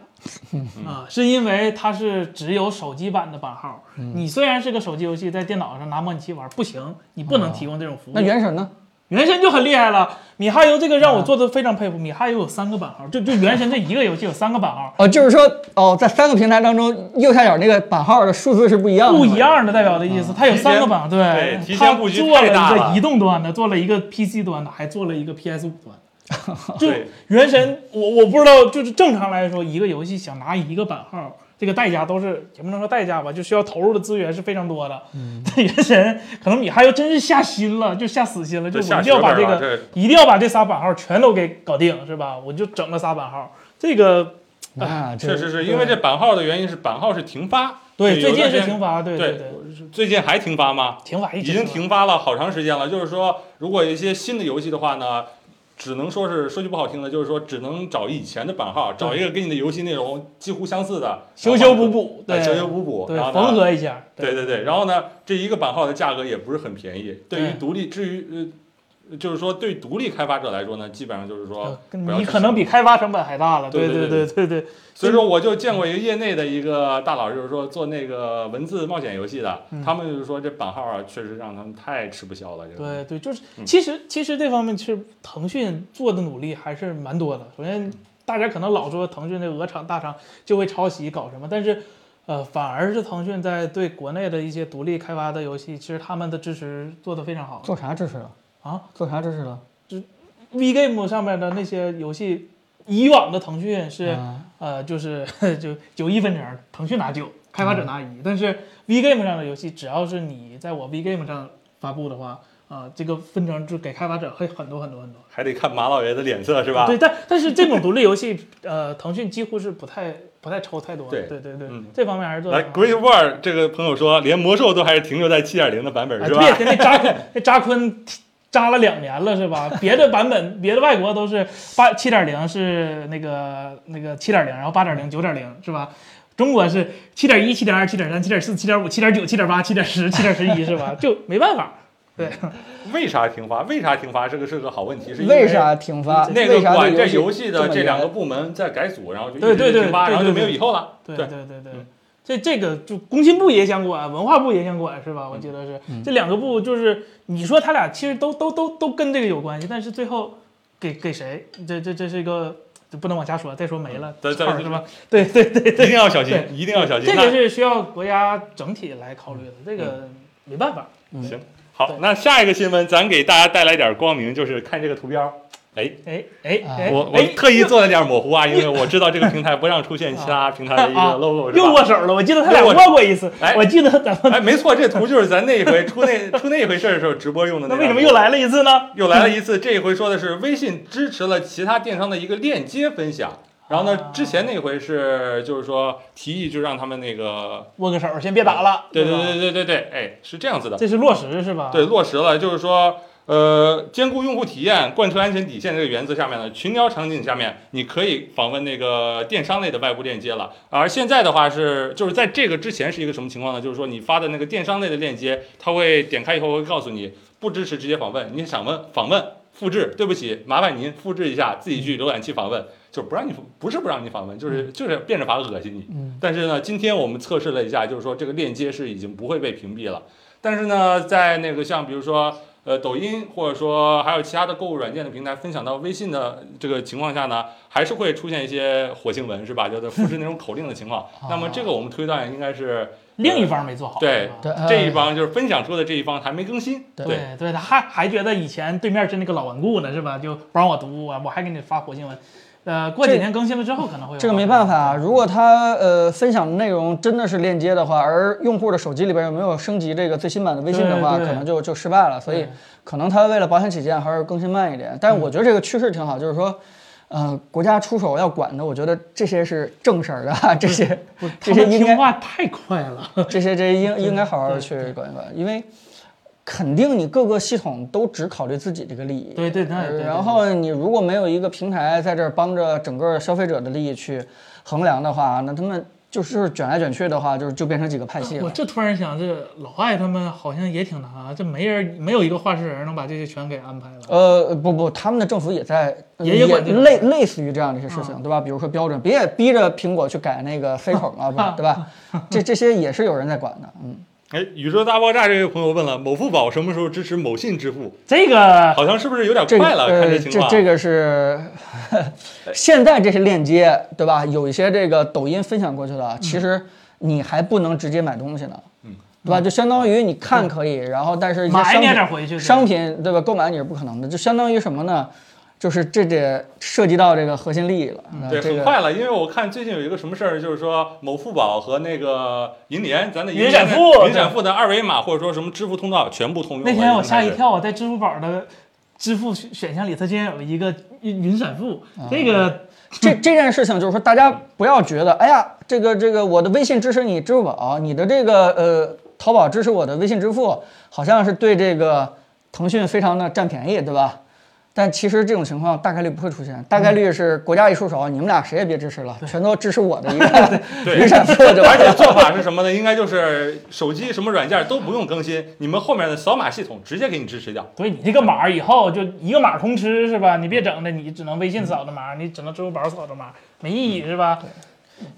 [SPEAKER 1] 嗯
[SPEAKER 2] 啊，是因为它是只有手机版的版号，
[SPEAKER 1] 嗯
[SPEAKER 2] 你虽然是个手机游戏，在电脑上拿模拟器玩不行，你不能提供这种服
[SPEAKER 1] 哦
[SPEAKER 2] 务。
[SPEAKER 1] 那原嗯神呢？
[SPEAKER 2] 原神就很厉害了，米哈游这个让我做的非常佩服。米哈游有三个版号，就就原神这一个游戏有三个版号，
[SPEAKER 1] 哦，就是说哦，在三个平台当中，右下角那个版号的数字是不一样的。嗯
[SPEAKER 2] 不一。样的代表的意思，它有三个版号，
[SPEAKER 4] 对提前布局
[SPEAKER 2] 它做了
[SPEAKER 4] 太大
[SPEAKER 2] 一
[SPEAKER 4] 了
[SPEAKER 2] 个移动端的，做了一个 PC 端的，还做了一个 PS 五端的。就
[SPEAKER 4] 对
[SPEAKER 2] 原神，我我不知道，就是正常来说，一个游戏想拿一个版号，这个代价都是也不能说代价吧，就需要投入的资源是非常多的。
[SPEAKER 4] 嗯
[SPEAKER 2] 但原神可能米哈游真是下心了，就下死心了，就
[SPEAKER 4] 对
[SPEAKER 2] 我
[SPEAKER 4] 下
[SPEAKER 2] 一定要把
[SPEAKER 4] 血
[SPEAKER 2] 这
[SPEAKER 4] 本了
[SPEAKER 2] 个一定要把这仨版号全都给搞定，是吧？我就整了仨版号，这个
[SPEAKER 1] 啊，
[SPEAKER 4] 这
[SPEAKER 1] 这
[SPEAKER 4] 确实是因为这版号的原因是版号是停发，
[SPEAKER 2] 对，最
[SPEAKER 4] 有一
[SPEAKER 2] 近
[SPEAKER 4] 段时
[SPEAKER 2] 是
[SPEAKER 4] 间
[SPEAKER 2] 停发，对
[SPEAKER 4] 对
[SPEAKER 2] 对，
[SPEAKER 4] 最近还停发吗？
[SPEAKER 2] 停发一
[SPEAKER 4] 已
[SPEAKER 2] 直
[SPEAKER 4] 经
[SPEAKER 2] 发
[SPEAKER 4] 停发了好长时间了。就是说，如果有一些新的游戏的话呢，只能说是说句不好听的，就是说只能找以前的版号，找一个跟你的游戏内容几乎相似的，
[SPEAKER 2] 修修补补，
[SPEAKER 4] 然
[SPEAKER 2] 对，
[SPEAKER 4] 后哎修修补补，
[SPEAKER 2] 对
[SPEAKER 4] 然后，呢
[SPEAKER 2] 缝合一下，
[SPEAKER 4] 对对对，然后呢，这一个版号的价格也不是很便宜。对于
[SPEAKER 2] 对
[SPEAKER 4] 独立，至于呃，就是说对独立开发者来说呢，基本上就是说不要
[SPEAKER 2] 你
[SPEAKER 4] 去
[SPEAKER 2] 可能
[SPEAKER 4] 想
[SPEAKER 2] 比开发成本还大了，
[SPEAKER 4] 对
[SPEAKER 2] 对
[SPEAKER 4] 对
[SPEAKER 2] 对对对，
[SPEAKER 4] 所以说，我就见过一个业内的一个大佬，就是说做那个文字冒险游戏的，
[SPEAKER 2] 嗯
[SPEAKER 4] 他们就是说这版号啊，确实让他们太吃不消了。这
[SPEAKER 2] 对
[SPEAKER 4] 个
[SPEAKER 2] 对，就是
[SPEAKER 4] 嗯
[SPEAKER 2] 其实其实这方面是腾讯做的努力还是蛮多的。首先，大家可能老说腾讯这鹅厂大厂就会抄袭搞什么，但是呃，反而是腾讯在对国内的一些独立开发的游戏，其实他们的支持做得非常好
[SPEAKER 1] 做啥支持了？
[SPEAKER 2] 啊。
[SPEAKER 1] 做啥支持了？
[SPEAKER 2] VGame 上面的那些游戏，以往的腾讯是、
[SPEAKER 1] 啊
[SPEAKER 2] 呃，就是 就九一分成，腾讯拿九，开发者拿一、但是 VGame 上的游戏，只要是你在我 VGame 上发布的话，啊、这个分成就给开发者会很多很多很多。
[SPEAKER 4] 还得看马老爷的脸色是吧？
[SPEAKER 2] 对，但但是这种独立游戏，呃，腾讯几乎是不太不太抽太多的。
[SPEAKER 4] 对
[SPEAKER 2] 对对对、
[SPEAKER 4] 嗯
[SPEAKER 2] 这方面还是做得
[SPEAKER 4] 来
[SPEAKER 2] 很好。
[SPEAKER 4] ，Great War 这个朋友说，连魔兽都还是停留在七点零的版本
[SPEAKER 2] 哎，
[SPEAKER 4] 是
[SPEAKER 2] 别
[SPEAKER 4] 吧？
[SPEAKER 2] 跟那扎坤那扎坤扎了两年了是吧？别的版本，别的外国都是八七点零是那个那个七点零，然后八点零、九点零是吧？中国是七点一、七点二、七点三、七点四、七点五、七点九、七点八、七点十、七点十一是吧？就没办法。对，
[SPEAKER 4] 为啥停发？为啥停发？这个是个好问题，是因
[SPEAKER 1] 为啥停发？
[SPEAKER 4] 那
[SPEAKER 1] 为
[SPEAKER 4] 个
[SPEAKER 1] 啥
[SPEAKER 4] 管这
[SPEAKER 1] 这
[SPEAKER 4] 游
[SPEAKER 1] 游
[SPEAKER 4] 戏
[SPEAKER 1] 这
[SPEAKER 4] 的
[SPEAKER 1] 么
[SPEAKER 4] 这两个
[SPEAKER 1] 严
[SPEAKER 4] 部门在改组，然后就一
[SPEAKER 2] 对
[SPEAKER 4] 直
[SPEAKER 2] 对对
[SPEAKER 4] 停发，
[SPEAKER 2] 对
[SPEAKER 4] 然后就没有
[SPEAKER 2] 对
[SPEAKER 4] 以后了。
[SPEAKER 2] 对
[SPEAKER 4] 对
[SPEAKER 2] 对对对
[SPEAKER 4] 嗯，
[SPEAKER 2] 这这个就工信部也想管，文化部也想管，是
[SPEAKER 4] 嗯
[SPEAKER 2] 吧？我记得是、这两个部，就是你说他俩其实都都都都跟这个有关系，但是最后给给谁？这这这是一个就不能往下说，再说没了，
[SPEAKER 4] 再再
[SPEAKER 2] 串儿是吧？对对对
[SPEAKER 4] 一定要小心
[SPEAKER 2] 对，
[SPEAKER 4] 一定要小心。啊
[SPEAKER 2] 这
[SPEAKER 4] 那
[SPEAKER 2] 个
[SPEAKER 4] 嗯
[SPEAKER 2] 是需要国家整体来考虑的，这个没办法。
[SPEAKER 4] 行，
[SPEAKER 2] 对
[SPEAKER 4] 好，那下一个新闻，咱给大家带来点光明，就是看这个图标。哎，
[SPEAKER 2] 哎哎
[SPEAKER 1] 啊
[SPEAKER 2] 哎，
[SPEAKER 4] 我我
[SPEAKER 2] 哎
[SPEAKER 4] 特意做了点模糊啊，因为我知道这个平台不让出现其他平台的一
[SPEAKER 2] 啊
[SPEAKER 4] 个 logo，是
[SPEAKER 2] 又
[SPEAKER 4] 吧？
[SPEAKER 2] 握手了，我记得他俩
[SPEAKER 4] 又
[SPEAKER 2] 握
[SPEAKER 4] 握手
[SPEAKER 2] 过一次，
[SPEAKER 4] 哎
[SPEAKER 2] 我记得咱 们
[SPEAKER 4] 哎，没错，这图就是咱那一回 出那出那一回事儿的时候直播用的
[SPEAKER 2] 那
[SPEAKER 4] 张
[SPEAKER 2] 为什么又来了一次呢？
[SPEAKER 4] 又来了一次？这一回说的是微信支持了其他电商的一个链接分享。然后
[SPEAKER 2] 啊
[SPEAKER 4] 呢，之前那回是就是说提议就让他们那个，
[SPEAKER 2] 握个手，先别打了。
[SPEAKER 4] 对对
[SPEAKER 2] 吧
[SPEAKER 4] 对对对对，哎，是这样子的，
[SPEAKER 2] 这是落实是吧？
[SPEAKER 4] 对，落实了，就是说，呃，兼顾用户体验、贯彻安全底线这个原则下面呢，群聊场景下面，你可以访问那个电商类的外部链接了。而现在的话是，就是在这个之前是一个什么情况呢？就是说你发的那个电商类的链接，它会点开以后会告诉你不支持直接访问，你想问访问复制，对不起，麻烦您复制一下，自己去浏览器访问。就是不让你不是不让你访问，就是就是变着法恶心你。
[SPEAKER 1] 嗯。
[SPEAKER 4] 但是呢，今天我们测试了一下，就是说这个链接是已经不会被屏蔽了。但是呢，在那个像比如说呃抖音或者说还有其他的购物软件的平台分享到微信的这个情况下呢，还是会出现一些火星文是吧？就是复制那种口令的情况那么这个我们推断应该是
[SPEAKER 2] 另一方没做好。
[SPEAKER 4] 对
[SPEAKER 2] 是吧
[SPEAKER 1] 对啊
[SPEAKER 4] 这一方就是分享出的这一方还没更新。
[SPEAKER 1] 哎对
[SPEAKER 4] 对，
[SPEAKER 2] 对对，他还还觉得以前对面是那个老顽固呢，是吧？就不让我读啊，我还给你发火星文。呃，过几
[SPEAKER 1] 这
[SPEAKER 2] 天更新了之后可能会有
[SPEAKER 1] 这个没办法啊，如果他呃分享的内容真的是链接的话，而用户的手机里边又没有升级这个最新版的微信的话，
[SPEAKER 2] 对对
[SPEAKER 1] 可能就就失败了。所以可能他为了保险起见，还是更新慢一点。但是我觉得这个趋势挺好，就是说。呃，国家出手要管的，我觉得这些是正事儿啊， 这些
[SPEAKER 2] 不是，
[SPEAKER 1] 这
[SPEAKER 2] 他
[SPEAKER 1] 些
[SPEAKER 2] 们
[SPEAKER 1] 应
[SPEAKER 2] 听
[SPEAKER 1] 该
[SPEAKER 2] 话太快了。
[SPEAKER 1] 这些这些应应该好好
[SPEAKER 2] 对
[SPEAKER 1] 去管一管，因为肯定你各个系统都只考虑自己这个利益。
[SPEAKER 2] 对对对
[SPEAKER 1] 呃
[SPEAKER 2] 对对
[SPEAKER 1] 然后你如果没有一个平台在这儿帮着整个消费者的利益去衡量的话，那他们就是卷来卷去的话，就是就变成几个派系
[SPEAKER 2] 我
[SPEAKER 1] 了。
[SPEAKER 2] 这突然想，这老艾他们好像也挺难啊，这没人没有一个话事人能把这些全给安排了。
[SPEAKER 1] 呃，不不，他们的政府也在
[SPEAKER 2] 也也管这个嗯
[SPEAKER 1] 类类似于这样的一些事情，对吧？比如说标准，别也逼着苹果去改那个飞口 嘛，不是，对吧？这这些也是有人在管的，嗯。
[SPEAKER 4] 哎，宇宙大爆炸这位朋友问了，某付宝什么时候支持某信支付？
[SPEAKER 2] 这个
[SPEAKER 4] 好像是不是有点
[SPEAKER 1] 这个
[SPEAKER 4] 快了？看
[SPEAKER 1] 呃
[SPEAKER 4] 这情况。
[SPEAKER 1] 这这个是 现在这些链接，对吧？有一些这个抖音分享过去的，其实你还不能直接买东西呢，
[SPEAKER 4] 嗯，
[SPEAKER 1] 对吧？就相当于你看可以，然后但是一些
[SPEAKER 2] 买
[SPEAKER 1] 商
[SPEAKER 2] 你还
[SPEAKER 1] 品
[SPEAKER 2] 得回去。
[SPEAKER 1] 商品对吧？购买你是不可能的，就相当于什么呢？就是这得涉及到这个核心利益了。那
[SPEAKER 4] 嗯对，
[SPEAKER 1] 啊这
[SPEAKER 4] 很
[SPEAKER 1] 个
[SPEAKER 4] 快了，因为我看最近有一个什么事儿，就是说某付宝和那个银联，咱的
[SPEAKER 2] 银闪
[SPEAKER 4] 联
[SPEAKER 2] 付
[SPEAKER 4] 银闪付的二维码或者说什么支付通道全部通用了。
[SPEAKER 2] 那天我
[SPEAKER 4] 现在
[SPEAKER 2] 吓
[SPEAKER 4] 是
[SPEAKER 2] 一，跳，我在支付宝的支付选选项里，它竟然有一个云云闪付，
[SPEAKER 1] 啊
[SPEAKER 2] 这个
[SPEAKER 1] 这这件事情就是说，大家不要觉得，哎呀，这个这个，我的微信支持你支付宝，你的这个呃淘宝支持我的微信支付，好像是对这个腾讯非常的占便宜，对吧？但其实这种情况大概率不会出现，大概率是国家一出手，你们俩谁也别支持了，全都支持我 的一个
[SPEAKER 4] 对
[SPEAKER 1] 云闪付，对吧
[SPEAKER 4] 而？且做法是什么呢？应该就是手机什么软件都不用更新，你们后面的扫码系统直接给你支持掉。
[SPEAKER 2] 所以你这个码儿以后就一个码儿通吃是吧？你别整的，你只能微信扫的码儿，你只能支付宝扫的码儿，没意义是吧？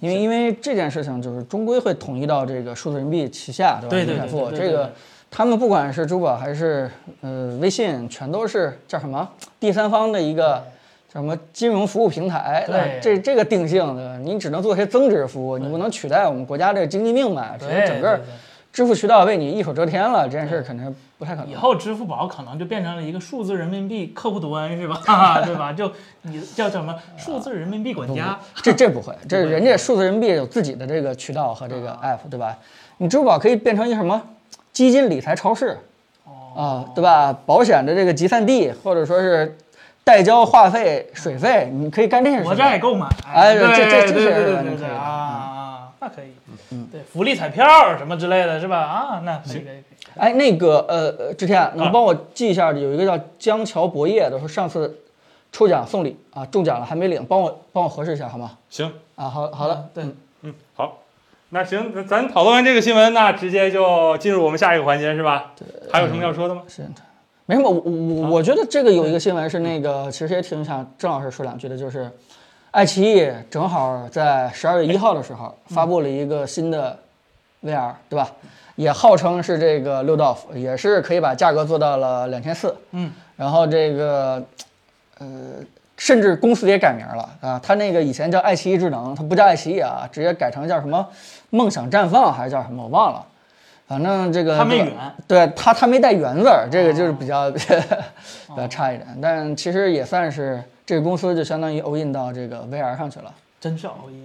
[SPEAKER 1] 因为因为这件事情就是终归会统一到这个数字人民币旗下，对吧？
[SPEAKER 2] 对对
[SPEAKER 1] 云闪
[SPEAKER 2] 对
[SPEAKER 1] 付
[SPEAKER 2] 对
[SPEAKER 1] 这
[SPEAKER 2] 对
[SPEAKER 1] 个
[SPEAKER 2] 对，
[SPEAKER 1] 他们不管是支付宝还是呃微信，全都是叫什么第三方的一个叫什么金融服务平台，
[SPEAKER 2] 对
[SPEAKER 1] 呃这这个定性的，你只能做一些增值服务，你不能取代我们国家这个经济命脉，只
[SPEAKER 2] 对，
[SPEAKER 1] 是整个
[SPEAKER 2] 对对
[SPEAKER 1] 支付渠道为你一手遮天了，这件事儿肯定不太可能
[SPEAKER 2] 以。后支付宝可能就变成了一个数字人民币客户端是 吧？对吧？就你叫什么数字人民币管家？
[SPEAKER 1] 这这不会，啊这人家数字人民币有自己的这个渠道和这个 app，对吧？你支付宝可以变成一什么基金理财超市，啊，对吧？保险的这个集散地，或者说是代交话费、水费，你可以干这些事情。
[SPEAKER 2] 国债购买，
[SPEAKER 1] 嗯哎
[SPEAKER 2] 对
[SPEAKER 1] 这这这
[SPEAKER 2] 对
[SPEAKER 1] 是
[SPEAKER 2] 对对
[SPEAKER 1] 那嗯
[SPEAKER 2] 对
[SPEAKER 1] 可以
[SPEAKER 2] 对
[SPEAKER 1] 的
[SPEAKER 2] 啊啊，那可以，对福利彩票什么之类的是吧？啊，那可以可以可以，
[SPEAKER 1] 哎，那个呃，呃之前能帮我记一下，有一个叫江桥博业的，说上次抽奖送礼啊，中奖了还没领，帮我帮我核实一下好吗？
[SPEAKER 4] 行，
[SPEAKER 1] 啊，好好的，
[SPEAKER 2] 对，
[SPEAKER 4] 嗯，好，那行，那咱讨论完这个新闻，那直接就进入我们下一个环节是吧？还有什么要说的吗？
[SPEAKER 1] 是的，没什么。我我我觉得这个有一个新闻是那个，其实也挺想郑老师说两句的，就是爱奇艺正好在十二月一号的时候发布了一个新的 VR，对吧？也号称是这个六 d o f 也是可以把价格做到了两千四。
[SPEAKER 2] 嗯，
[SPEAKER 1] 然后这个呃，甚至公司也改名了啊，它那个以前叫爱奇艺智能，它不叫爱奇艺啊，直接改成叫什么梦想绽放还是叫什么我忘了，反正这个
[SPEAKER 2] 它嗯没
[SPEAKER 1] 这个
[SPEAKER 2] 远
[SPEAKER 1] 对它它没带圆字儿，这个就是比较、比较差一点，但其实也算是这个公司就相当于 all in 到这个 VR 上去了。
[SPEAKER 2] 真是熬夜。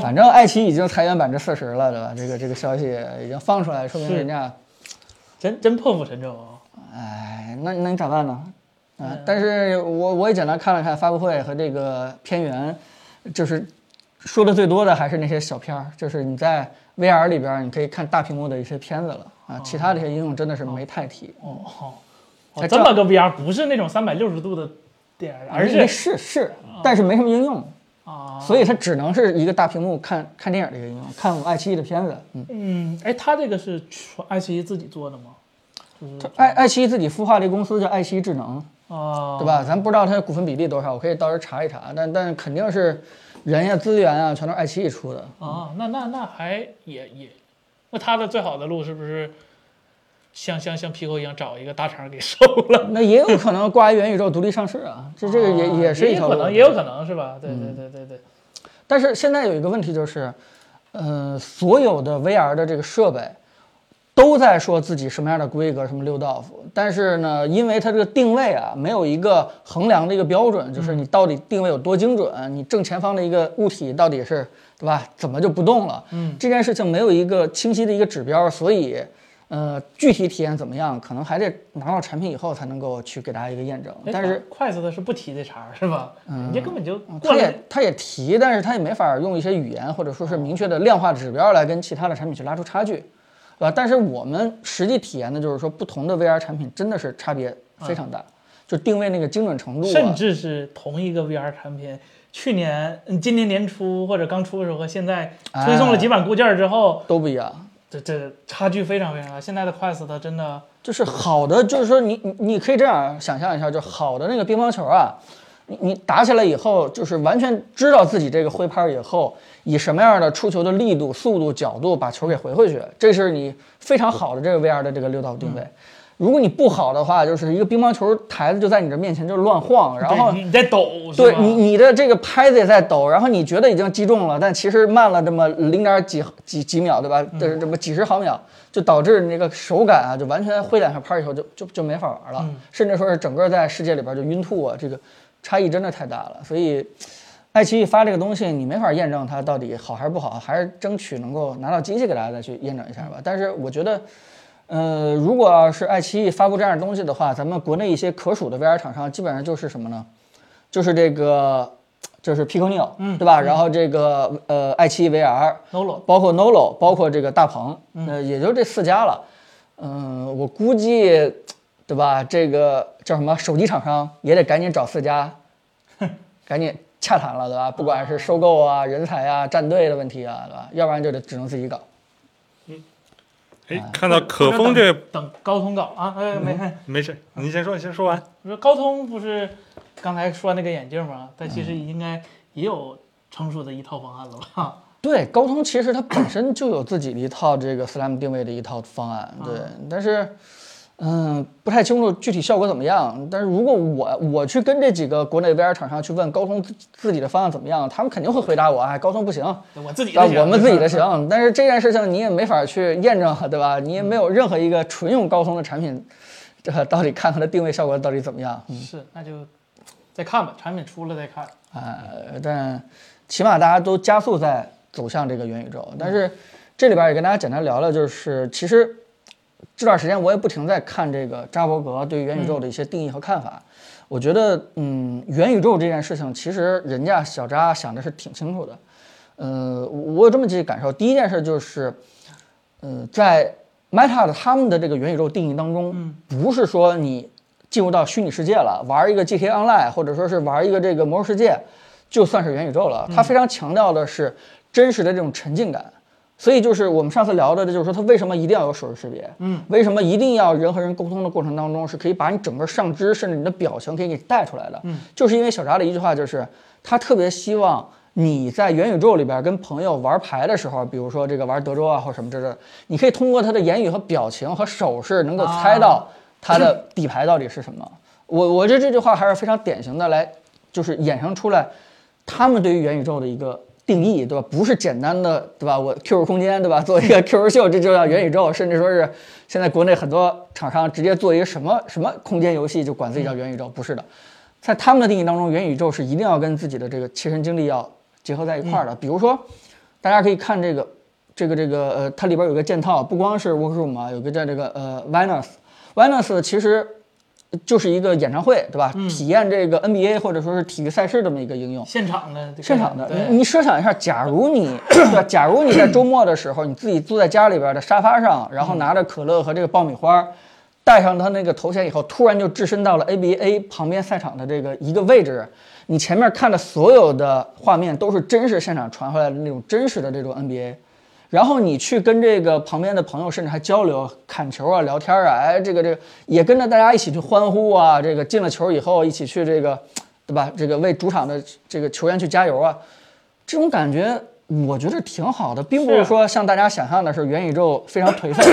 [SPEAKER 1] 反正爱奇艺已经裁员百分之四十了，对吧？这个这个消息已经放出来，说明
[SPEAKER 2] 是
[SPEAKER 1] 人家，
[SPEAKER 2] 真真破釜沉舟啊！
[SPEAKER 1] 哎，那那你咋办呢？啊，但是我我也简单看了看发布会和这个片源，就是说的最多的还是那些小片儿，就是你在 VR 里边儿你可以看大屏幕的一些片子了啊，其他的一些应用真的是没太提，
[SPEAKER 2] 哦，
[SPEAKER 1] 还
[SPEAKER 2] 哦这么个 VR 不是那种三百六十度的电影，而
[SPEAKER 1] 嗯那是
[SPEAKER 2] 是
[SPEAKER 1] 是，但是没什么应用，
[SPEAKER 2] 啊，
[SPEAKER 1] 所以它只能是一个大屏幕看看电影的一个应用，看我爱奇艺的片子，嗯。
[SPEAKER 2] 嗯，哎，它这个是全爱奇艺自己做的吗？
[SPEAKER 1] 它爱爱奇艺自己孵化的一个公司叫爱奇艺智能，
[SPEAKER 2] 啊，
[SPEAKER 1] 对吧？咱不知道它的股份比例多少，我可以到时候查一查。但但肯定是人呀、资源啊，全都是爱奇艺出的。
[SPEAKER 2] 啊，那那那还也也，那他的最好的路是不是像像像 Pico 一样找一个大厂给收了？
[SPEAKER 1] 那也有可能挂元宇宙独立上市啊，这这个也、
[SPEAKER 2] 啊
[SPEAKER 1] 也是一条
[SPEAKER 2] 可
[SPEAKER 1] 路嗯
[SPEAKER 2] 能，。也有可能是吧？对对对对对，
[SPEAKER 1] 但是现在有一个问题就是，呃，所有的 VR 的这个设备都在说自己什么样的规格，什么六道夫，但是呢，因为它这个定位啊，没有一个衡量的一个标准，就是你到底定位有多精准，你正前方的一个物体到底是对吧，怎么就不动了？嗯，这件事情没有一个清晰的一个指标，所以。呃，具体体验怎么样，可能还得拿到产品以后才能够去给大家一个验证。
[SPEAKER 2] 哎
[SPEAKER 1] 但是嗯
[SPEAKER 2] 筷子它是不提这茬儿是吧？人家根本就过
[SPEAKER 1] 啊他
[SPEAKER 2] 来
[SPEAKER 1] 也他也提，但是他也没法用一些语言或者说是明确的量化指标来跟其他的产品去拉出差距，对吧？但是我们实际体验的就是说，不同的 VR 产品真的是差别非常大，就定位那个精准程度、啊，
[SPEAKER 2] 嗯甚至是同一个 VR 产品，去年、嗯今年年初或者刚出的时候和现在
[SPEAKER 1] 哎
[SPEAKER 2] 推送了几版固件儿之后，
[SPEAKER 1] 都不一样。
[SPEAKER 2] 这这差距非常非常大。现在的 Quest 它真的
[SPEAKER 1] 就是好的，就是说你你你可以这样想象一下，就好的那个乒乓球啊，你你打起来以后，就是完全知道自己这个挥拍以后，以什么样的出球的力度、速度、角度把球给回回去，这是你非常好的这个 VR 的这个六道定位。如果你不好的话，就是一个乒乓球台子就在你这面前就乱晃，然后
[SPEAKER 2] 对你你在抖，是
[SPEAKER 1] 对
[SPEAKER 2] 吧
[SPEAKER 1] 你你的这个拍子也在抖，然后你觉得已经击中了，但其实慢了这么零点几几几秒，对吧？这这么几十毫秒，就导致你这个手感啊，就完全挥两下拍以后就就就没法玩了，甚至说是整个在世界里边就晕吐啊，这个差异真的太大了。所以，爱奇艺发这个东西，你没法验证它到底好还是不好，还是争取能够拿到机器给大家再去验证一下吧。但是我觉得。呃，如果要是爱奇艺发布这样的东西的话，咱们国内一些可数的 VR 厂商基本上就是什么呢？就是这个，就是 Pico Neo，嗯，对吧？然后这个呃，爱奇艺 VR，
[SPEAKER 2] ，Nolo
[SPEAKER 1] 包括 Nolo，包括这个大鹏，呃，也就这四家了。嗯、我估计，对吧？这个叫什么手机厂商也得赶紧找四 家，赶紧洽谈了，对吧？不管是收购啊、人才啊、战队的问题啊，对吧？要不然就得只能自己搞。
[SPEAKER 4] 哎，看到可风这
[SPEAKER 2] 等高通搞啊，哎没事，
[SPEAKER 4] 没事，您先说，你先说完。
[SPEAKER 2] 我说高通不是刚才说那个眼镜吗？但其实应该也有成熟的一套方案了吧？
[SPEAKER 1] 对，高通其实它本身就有自己的一套这个 SLAM 定位的一套方案，对，但是，嗯，不太清楚具体效果怎么样。但是如果我我去跟这几个国内 VR 厂商去问高通自自己的方案怎么样，他们肯定会回答我，哎，高通不行，
[SPEAKER 2] 我自己的
[SPEAKER 1] 但
[SPEAKER 2] 行，
[SPEAKER 1] 啊我们自己的行。 但是这件事情你也没法去验证，啊对吧？你
[SPEAKER 2] 嗯
[SPEAKER 1] 也没有任何一个纯用高通的产品，这到底看看它定位效果到底怎么样。
[SPEAKER 2] 是，那就再看吧，产品出了再看。
[SPEAKER 1] 呃，但起码大家都加速在走向这个元宇宙。但是这里边也跟大家简单聊聊，就是其实这段时间我也不停在看这个扎伯格对于元宇宙的一些定义和看法。我觉得，嗯，元宇宙这件事情，其实人家小扎想的是挺清楚的。呃，我我有这么几个感受，第一件事就是，呃，在 Meta 的他们的这个元宇宙定义当中，不是说你进入到虚拟世界了，玩一个 GTA Online，或者说是玩一个这个魔兽世界，就算是元宇宙了。它非常强调的是真实的这种沉浸感。所以就是我们上次聊的，就是说它为什么一定要有手势识别，嗯，为什么一定要人和人沟通的过程当中是可以把你整个上肢甚至你的表情可以给你带出来的，嗯，就是因为小扎的一句话就是他特别希望你在元宇宙里边跟朋友玩牌的时候，比如说这个玩德州啊或什么之类的，你可以通过他的言语和表情和手势能够猜到他的底牌到底是什么。我我觉得这句话还是非常典型的来，就是衍生出来他们对于元宇宙的一个定义，对吧？不是简单的，对吧？我 QQ 空间，对吧？ 做一个 QQ 秀，这就叫元宇宙，甚至说是现在国内很多厂商直接做一个什么什么空间游戏，就管自己叫元宇宙，不是的。在他们的定义当中，元宇宙是一定要跟自己的这个切身经历要结合在一块儿的。比如说，大家可以看这个，这个这个呃，它里边有个剑套，不光是 Workroom 啊，有个叫这个呃 Venus，Venus 其实就是一个演唱会，对吧？体验这个 NBA 或者说是体育赛事这么一个应用。
[SPEAKER 2] 现场的这个，
[SPEAKER 1] 现场的，
[SPEAKER 2] 对
[SPEAKER 1] 你你设想一下，假如你对吧？假如你在周末的时候，你自己坐在家里边的沙发上，然后拿着可乐和这个爆米花，戴上它那个头衔以后，突然就置身到了 ABA 旁边赛场的这个一个位置，你前面看的所有的画面都是真实现场传回来的那种真实的这种 NBA。然后你去跟这个旁边的朋友，甚至还交流、砍球啊、聊天啊，哎，这个这个也跟着大家一起去欢呼啊，这个进了球以后一起去这个，对吧？这个为主场的这个球员去加油啊，这种感觉我觉得挺好的，并不是说像大家想象的是元宇宙非常颓废，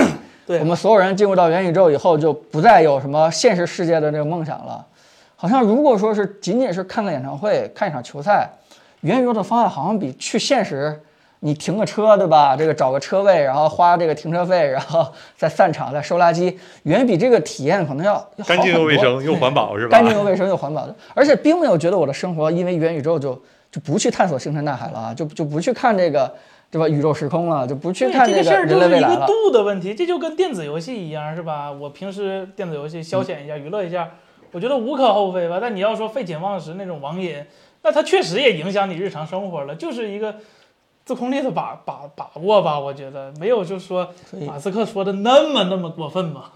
[SPEAKER 2] 对
[SPEAKER 1] 我们所有人进入到元宇宙以后就不再有什么现实世界的这个梦想了。好像如果说是仅仅是看个演唱会、看一场球赛，元宇宙的方案好像比去现实，你停个车对吧？这个找个车位，然后花这个停车费，然后再散场、再收垃圾，远比这个体验可能要要好
[SPEAKER 4] 干净又
[SPEAKER 1] 很
[SPEAKER 4] 卫
[SPEAKER 1] 多
[SPEAKER 4] 生又环保是吧？
[SPEAKER 1] 干净又卫生又环保的，而且并没有觉得我的生活因为元宇宙就就不去探索星辰大海了啊，就就不去看这个对吧宇宙时空了，就不去
[SPEAKER 2] 对
[SPEAKER 1] 看
[SPEAKER 2] 这
[SPEAKER 1] 个
[SPEAKER 2] 个事儿
[SPEAKER 1] 人
[SPEAKER 2] 就
[SPEAKER 1] 类
[SPEAKER 2] 是
[SPEAKER 1] 未
[SPEAKER 2] 一
[SPEAKER 1] 来
[SPEAKER 2] 个
[SPEAKER 1] 了。
[SPEAKER 2] 度的问题，这就跟电子游戏一样，是吧？我平时电子游戏
[SPEAKER 1] 嗯
[SPEAKER 2] 消遣一下、娱乐一下，我觉得无可厚非吧。但你要说废寝忘食那种网瘾，那它确实也影响你日常生活了，就是一个自控力的把把把握吧。我觉得没有就说
[SPEAKER 1] 所以
[SPEAKER 2] 马斯克说的那么那么过分吧。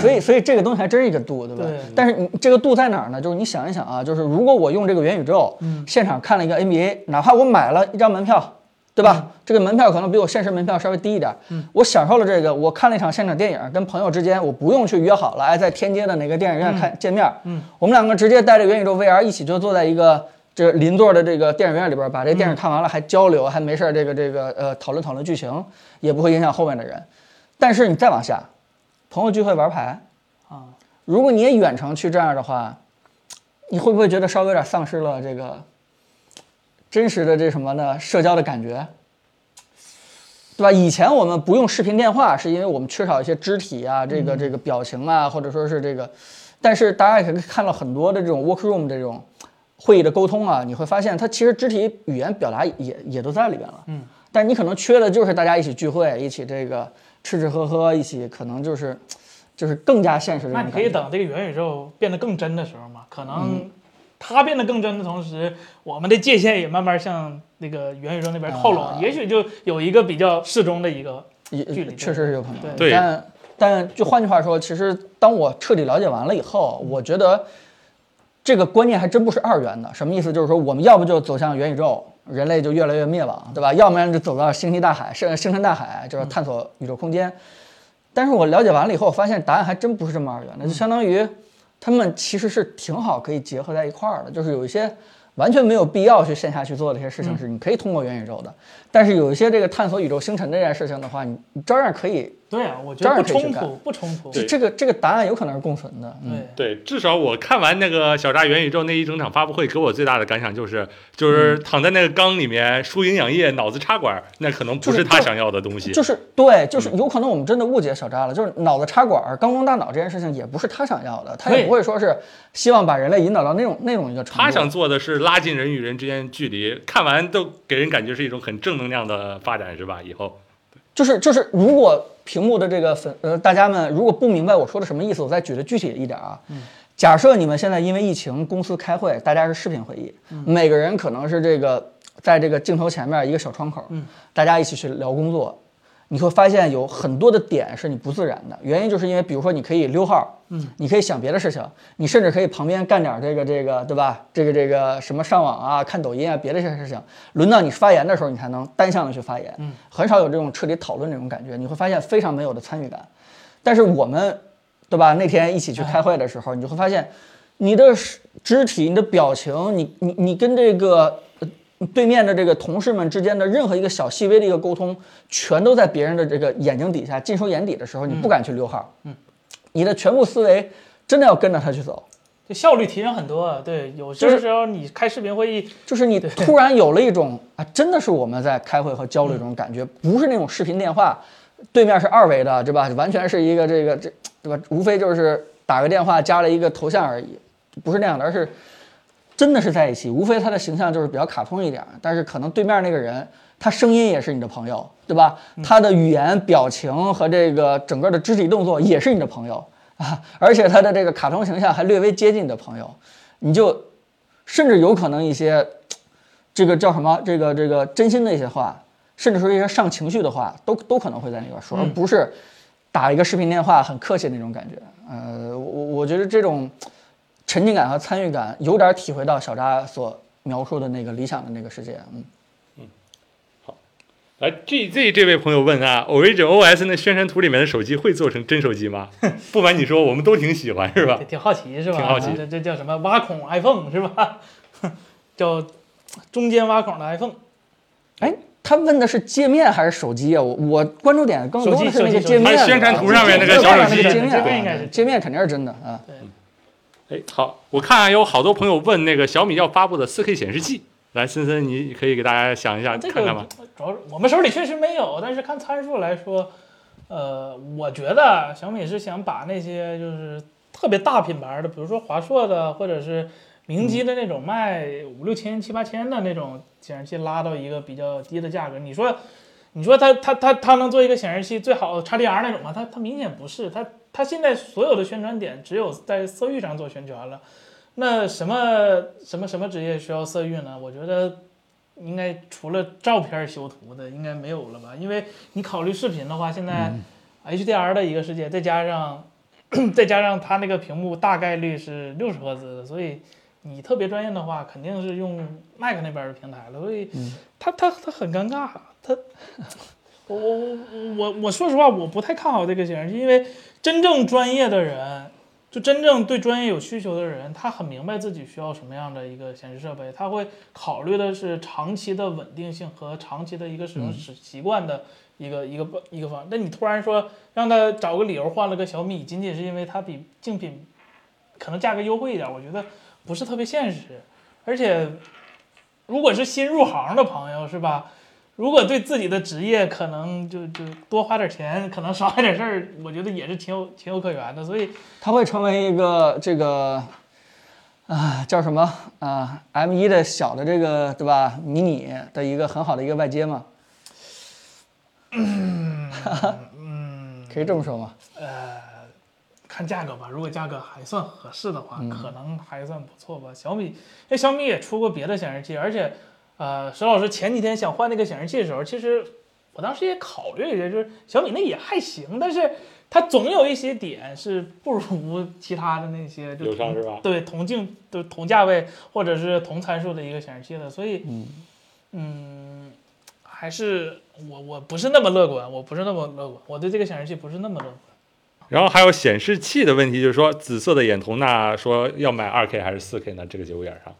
[SPEAKER 1] 所以，所以这个东西还真是一个度，对吧？
[SPEAKER 2] 对
[SPEAKER 1] 但是你这个度在哪儿呢？就是你想一想啊，就是如果我用这个元宇宙，现场看了一个 NBA，哪怕我买了一张门票，对吧？这个门票可能比我现实门票稍微低一点，我享受了这个，我看了一场现场电影，跟朋友之间我不用去约好了，哎，在天街的哪个电影院看、见面，嗯，我们两个直接带着元宇宙 VR 一起就坐在一个。这邻座的这个电影院里边，把这电影看完了，还交流，还没事儿，这个这个呃，讨论讨论剧情，也不会影响后面的人。但是你再往下，朋友聚会玩牌
[SPEAKER 2] 啊，
[SPEAKER 1] 如果你也远程去这样的话，你会不会觉得稍微有点丧失了这个真实的这什么呢？社交的感觉，对吧？以前我们不用视频电话，是因为我们缺少一些肢体啊，这
[SPEAKER 2] 嗯
[SPEAKER 1] 个这个表情啊，或者说是这个，但是大家也可以看到很多的这种 workroom 这种会议的沟通啊，你会发现它其实肢体语言表达也也都在里边了。嗯，但你可能缺的就是大家一起聚会，一起这个吃吃喝喝，一起可能就是就是更加现实的。
[SPEAKER 2] 那你可以，等这个元宇宙变得更真的时候嘛，可
[SPEAKER 1] 嗯
[SPEAKER 2] 能它变得更真的同时，我们的界限也慢慢向那个元宇宙那边靠拢，
[SPEAKER 1] 啊
[SPEAKER 2] 也许就有一个比较适中的一个。
[SPEAKER 1] 也
[SPEAKER 2] 距离
[SPEAKER 1] 确实是有可能。
[SPEAKER 4] 对
[SPEAKER 1] 但但就换句话说，其实当我彻底了解完了以后，我觉得这个观念还真不是二元的。什么意思？就是说，我们要不就走向元宇宙，人类就越来越灭亡，对吧？要不然就走到星际大海，星星辰大海，就是探索宇宙空间。但是我了解完了以后，我发现答案还真不是这么二元的，就相当于他们其实是挺好可以结合在一块儿的，就是有一些完全没有必要去线下去做的一些事情是你可以通过元宇宙的，但是有一些这个探索宇宙星辰这件事情的话，你你照样可以，
[SPEAKER 2] 对啊，我觉得
[SPEAKER 1] 这样可
[SPEAKER 2] 不
[SPEAKER 1] 以
[SPEAKER 2] 冲
[SPEAKER 1] 去干
[SPEAKER 2] 突，不冲突。
[SPEAKER 4] 对
[SPEAKER 1] 这个这个答案有可能是共存的，嗯，
[SPEAKER 2] 对
[SPEAKER 4] 对，至少我看完那个小扎元宇宙那一整场发布会，给我最大的感想就是，就是
[SPEAKER 1] 嗯
[SPEAKER 4] 躺在那个缸里面输营养液，脑子插管，那可能不
[SPEAKER 1] 就是是
[SPEAKER 4] 他
[SPEAKER 1] 就
[SPEAKER 4] 想要的东西。
[SPEAKER 1] 就是对，就是有可能我们真的误解小扎了，就是脑子插管儿、刚中大脑这件事情也不是他想要的，他也
[SPEAKER 2] 对
[SPEAKER 1] 不会说是希望把人类引导到那种那种一个程度，
[SPEAKER 4] 他想做的是拉近人与人之间的距离，看完都给人感觉是一种很正能量的发展，是吧？以后
[SPEAKER 1] 就是就是，如果屏幕的这个粉呃大家们如果不明白我说的什么意思，我再举的具体一点啊。
[SPEAKER 4] 嗯
[SPEAKER 1] 假设你们现在因为疫情，公司开会，大家是视频会议，
[SPEAKER 4] 嗯
[SPEAKER 1] 每个人可能是这个在这个镜头前面一个小窗口，
[SPEAKER 4] 嗯
[SPEAKER 1] 大家一起去聊工作，你会发现有很多的点是你不自然的，原因就是因为比如说你可以溜号，嗯，你可以想别的事情，你甚至可以旁边干点这个这个对吧？这个这个什么上网啊、看抖音啊，别的这些事情，轮到你发言的时候，你才能单向的去发言，嗯，很少有这种彻底讨论这种感觉，你会发现非常没有的参与感。但是我们，对吧？那天一起去开会的时候，你就会发现，你的肢肢体、你的表情，你你你跟这个呃对面的这个同事们之间的任何一个小细微的一个沟通，全都在别人的这个眼睛底下、尽收眼底的时候，你不敢去溜号，嗯，你的全部思维真的要跟着他去走。
[SPEAKER 2] 就效率提升很多。啊对，有些时候你开视频会议，
[SPEAKER 1] 就是你突然有了一种啊，真的是我们在开会和交流这种感觉，不是那种视频电话，对面是二维的，对吧？完全是一个这个这对吧？无非就是打个电话加了一个头像而已，不是那样的，而是真的是在一起。无非他的形象就是比较卡通一点，但是可能对面那个人他声音也是你的朋友，对吧？他的语言、表情和这个整个的肢体动作也是你的朋友啊，而且他的这个卡通形象还略微接近你的朋友，你就甚至有可能一些这个叫什么？这个这个真心的一些话，甚至说一些上情绪的话，都都可能会在那边说，而不是打一个视频电话很客气那种感觉。呃，我我我觉得这种沉浸感和参与感，有点体会到小扎所描述的那个理想的那个世界。嗯，
[SPEAKER 4] 来，G Z 这位朋友问啊，Origin OS 那宣传图里面的手机会做成真手 机吗？不瞒你说，我们都挺喜欢，是吧
[SPEAKER 2] 挺？挺好奇是吧？
[SPEAKER 4] 啊挺好奇
[SPEAKER 2] 这这叫什么挖孔 iPhone 是吧？ 叫中间挖孔的 iPhone，
[SPEAKER 1] 哎，他问的是界面还是手机啊？我我关注点更多的是那
[SPEAKER 2] 手
[SPEAKER 1] 个
[SPEAKER 2] 机
[SPEAKER 1] 界面
[SPEAKER 4] 手机
[SPEAKER 1] 啊。
[SPEAKER 4] 它宣传图上面那
[SPEAKER 2] 个小手
[SPEAKER 1] 我
[SPEAKER 2] 机
[SPEAKER 1] 看到那个界面啊，
[SPEAKER 2] 这个应该是
[SPEAKER 1] 界面肯定是真的啊。
[SPEAKER 4] 哎，好，我看、啊、有好多朋友问那个小米要发布的 4K 显示器，来，森森，你可以给大家想一
[SPEAKER 1] 哦
[SPEAKER 4] 下，
[SPEAKER 2] 这
[SPEAKER 4] 看看吧
[SPEAKER 2] 个。主要是我们手里确实没有，但是看参数来说，呃，我觉得小米是想把那些就是特别大品牌的，比如说华硕的，或者是明基的那种卖五六千、七八千的那种显示器拉到一个比较低的价格。你说，你说它它它它能做一个显示器最好 XDR 那种吗？它它明显不是，它它现在所有的宣传点只有在色域上做宣传了。那什么什么什么职业需要色域呢？我觉得应该除了照片修图的，应该没有了吧？因为你考虑视频的话，现在 HDR 的一个世界，再加上 再加上它那个屏幕大概率是六十赫兹的，所以你特别专业的话，肯定是用 Mac 那边的平台了，所以它它它很尴尬，它。我我我我我说实话，我不太看好这个显示器，因为真正专业的人，就真正对专业有需求的人，他很明白自己需要什么样的一个显示设备，他会考虑的是长期的稳定性和长期的一个使用习习惯的一个、一个一个方。那你突然说让他找个理由换了个小米，仅仅是因为它比竞品可能价格优惠一点，我觉得不是特别现实。而且，如果是新入行的朋友，是吧？如果对自己的职业可能就就多花点钱，可能少干点事儿，我觉得也是情有情有可原的。所以
[SPEAKER 1] 它会成为一个这个啊叫什么啊 M 1的小的这个对吧迷你的一个很好的一个外接嘛。
[SPEAKER 2] 嗯，
[SPEAKER 1] 可以这么说吗？
[SPEAKER 2] 呃，看价格吧，如果价格还算合适的话，可能还算不错吧。小米，那小米也出过别的显示器，而且，呃，石老师前几天想换那个显示器的时候，其实我当时也考虑了一下，就是小米那也还行，但是它总有一些点是不如 其他的那些就
[SPEAKER 4] 友商是吧？
[SPEAKER 2] 对同竞就同价位或者是同参数的一个显示器的，所以嗯还是我我不是那么乐观，我不是那么乐观，我对这个显示器不是那么乐观。
[SPEAKER 4] 然后还有显示器的问题，就是说紫色的眼瞳那说要买二 K 还是四 K 呢？这个节骨眼儿上，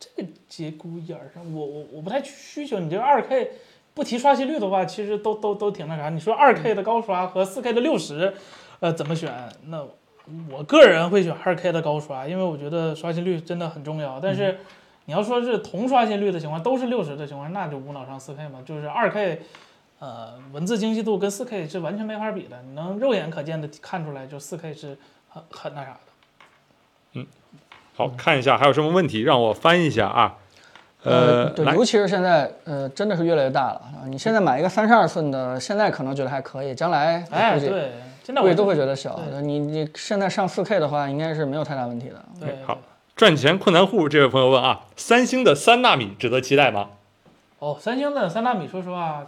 [SPEAKER 2] 这个节骨眼儿上，我我我不太需求你这个二 K，不提刷新率的话，其实都都都挺那啥。你说二 K 的高刷和四 K 的六十，呃，怎么选？那我个人会选二 K 的高刷，因为我觉得刷新率真的很重要。但是
[SPEAKER 1] 嗯
[SPEAKER 2] 你要说是同刷新率的情况，都是六十的情况，那就无脑上四 K 嘛，就是二 K。呃，文字精细度跟四 K 是完全没法比的，你能肉眼可见的看出来，就四 K 是很很那啥的。
[SPEAKER 4] 好看一下还有什么问题，让我翻译一下啊。嗯呃，
[SPEAKER 1] 对，
[SPEAKER 4] 来
[SPEAKER 1] 尤其是现在，呃，真的是越来越大了。啊你现在买一个三十二寸的，现在可能觉得还可以，将来
[SPEAKER 2] 哎，
[SPEAKER 1] 估计
[SPEAKER 2] 对，现在
[SPEAKER 1] 估
[SPEAKER 2] 我
[SPEAKER 1] 计都会觉得小。你你现在上四 K 的话，应该是没有太大问题的。
[SPEAKER 2] 对
[SPEAKER 4] 好赚钱困难户这位朋友问啊，三星的三纳米值得期待吗？
[SPEAKER 2] 哦，三星的三纳米，说实话，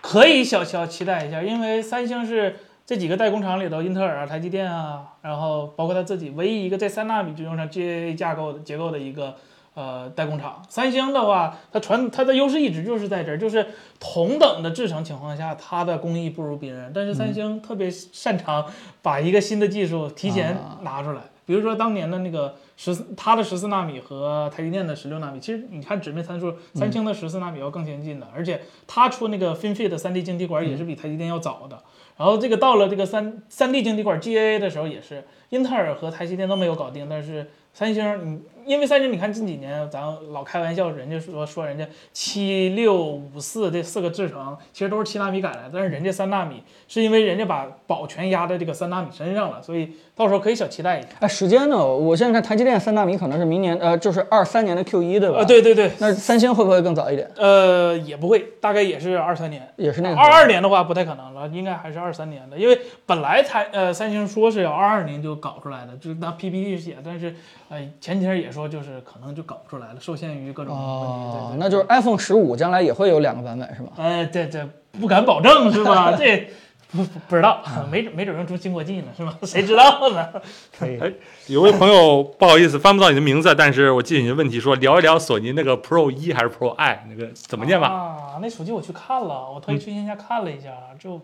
[SPEAKER 2] 可以小小期待一下，因为三星是这几个代工厂里头，英特尔啊、台积电啊，然后包括他自己唯一一个在三纳米就用上 GAA 架构的结构的一个呃代工厂。三星的话，它传它的优势一直就是在这儿，就是同等的制程情况下，它的工艺不如别人，但是三星特别擅长把一个新的技术提前拿出来。比如说当年的那个十四，它的十四纳米和台积电的十六纳米，其实你看纸面参数，三星的十四纳米要更先进的，而且它出那个 FinFET 的三 D 晶体管也是比台积电要早的。然后这个到了这个三三 D 晶体管 GAA 的时候，也是英特尔和台积电都没有搞定，但是三星，你因为三星，你看近几年咱老开玩笑，人家说说人家七六五四这四个制程其实都是七纳米改来的，但是人家三纳米是因为人家把宝全压在这个三纳米身上了，所以到时候可以小期待一下。
[SPEAKER 1] 哎，时间呢？我现在看台积电三纳米可能是明年，呃，就是二三年的 Q 一，对吧？
[SPEAKER 2] 呃，。对对对，
[SPEAKER 1] 那三星会不会更早一点？
[SPEAKER 2] 呃，也不会，大概也是二三年。
[SPEAKER 1] 也是那个时候
[SPEAKER 2] 二二年的话不太可能了，应该还是二三年的，因为本来台呃三星说是要二二年就搞出来的，就是拿 PPT 写，但是呃前几天也说就是可能就搞不出来了，受限于各种问题。
[SPEAKER 1] 哦
[SPEAKER 2] 对，对
[SPEAKER 1] 那就是 iPhone 十五将来也会有两个版本是吗？
[SPEAKER 2] 哎，这这不敢保证是吧？ 这不不不知道， 没准没准用出新国际呢是吧？ 谁知道呢？
[SPEAKER 1] 可以
[SPEAKER 4] 哎，有位朋友不好意思翻不到你的名字，但是我记得你的问题说聊一聊索尼那个 Pro 一还是 Pro I 那个怎么念吧？嗯
[SPEAKER 2] 啊，那手机我去看了，我特意去线下看了一下，就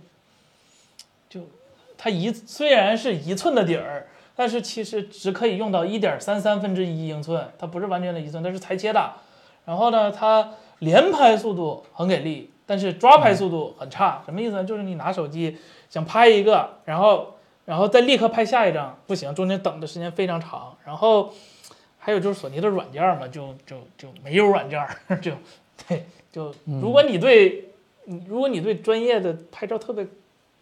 [SPEAKER 2] 就它一虽然是一寸的底儿，但是其实只可以用到一点三三分之一英寸，它不是完全的一寸，它是裁切的。然后呢，它连拍速度很给力，但是抓
[SPEAKER 4] 嗯
[SPEAKER 2] 拍速度很差。什么意思呢？就是你拿手机想拍一个，然后然后再立刻拍下一张，不行，中间等的时间非常长。然后还有就是索尼的软件嘛，就就就没有软件， 就对，就如果你对、你如果你对专业的拍照特别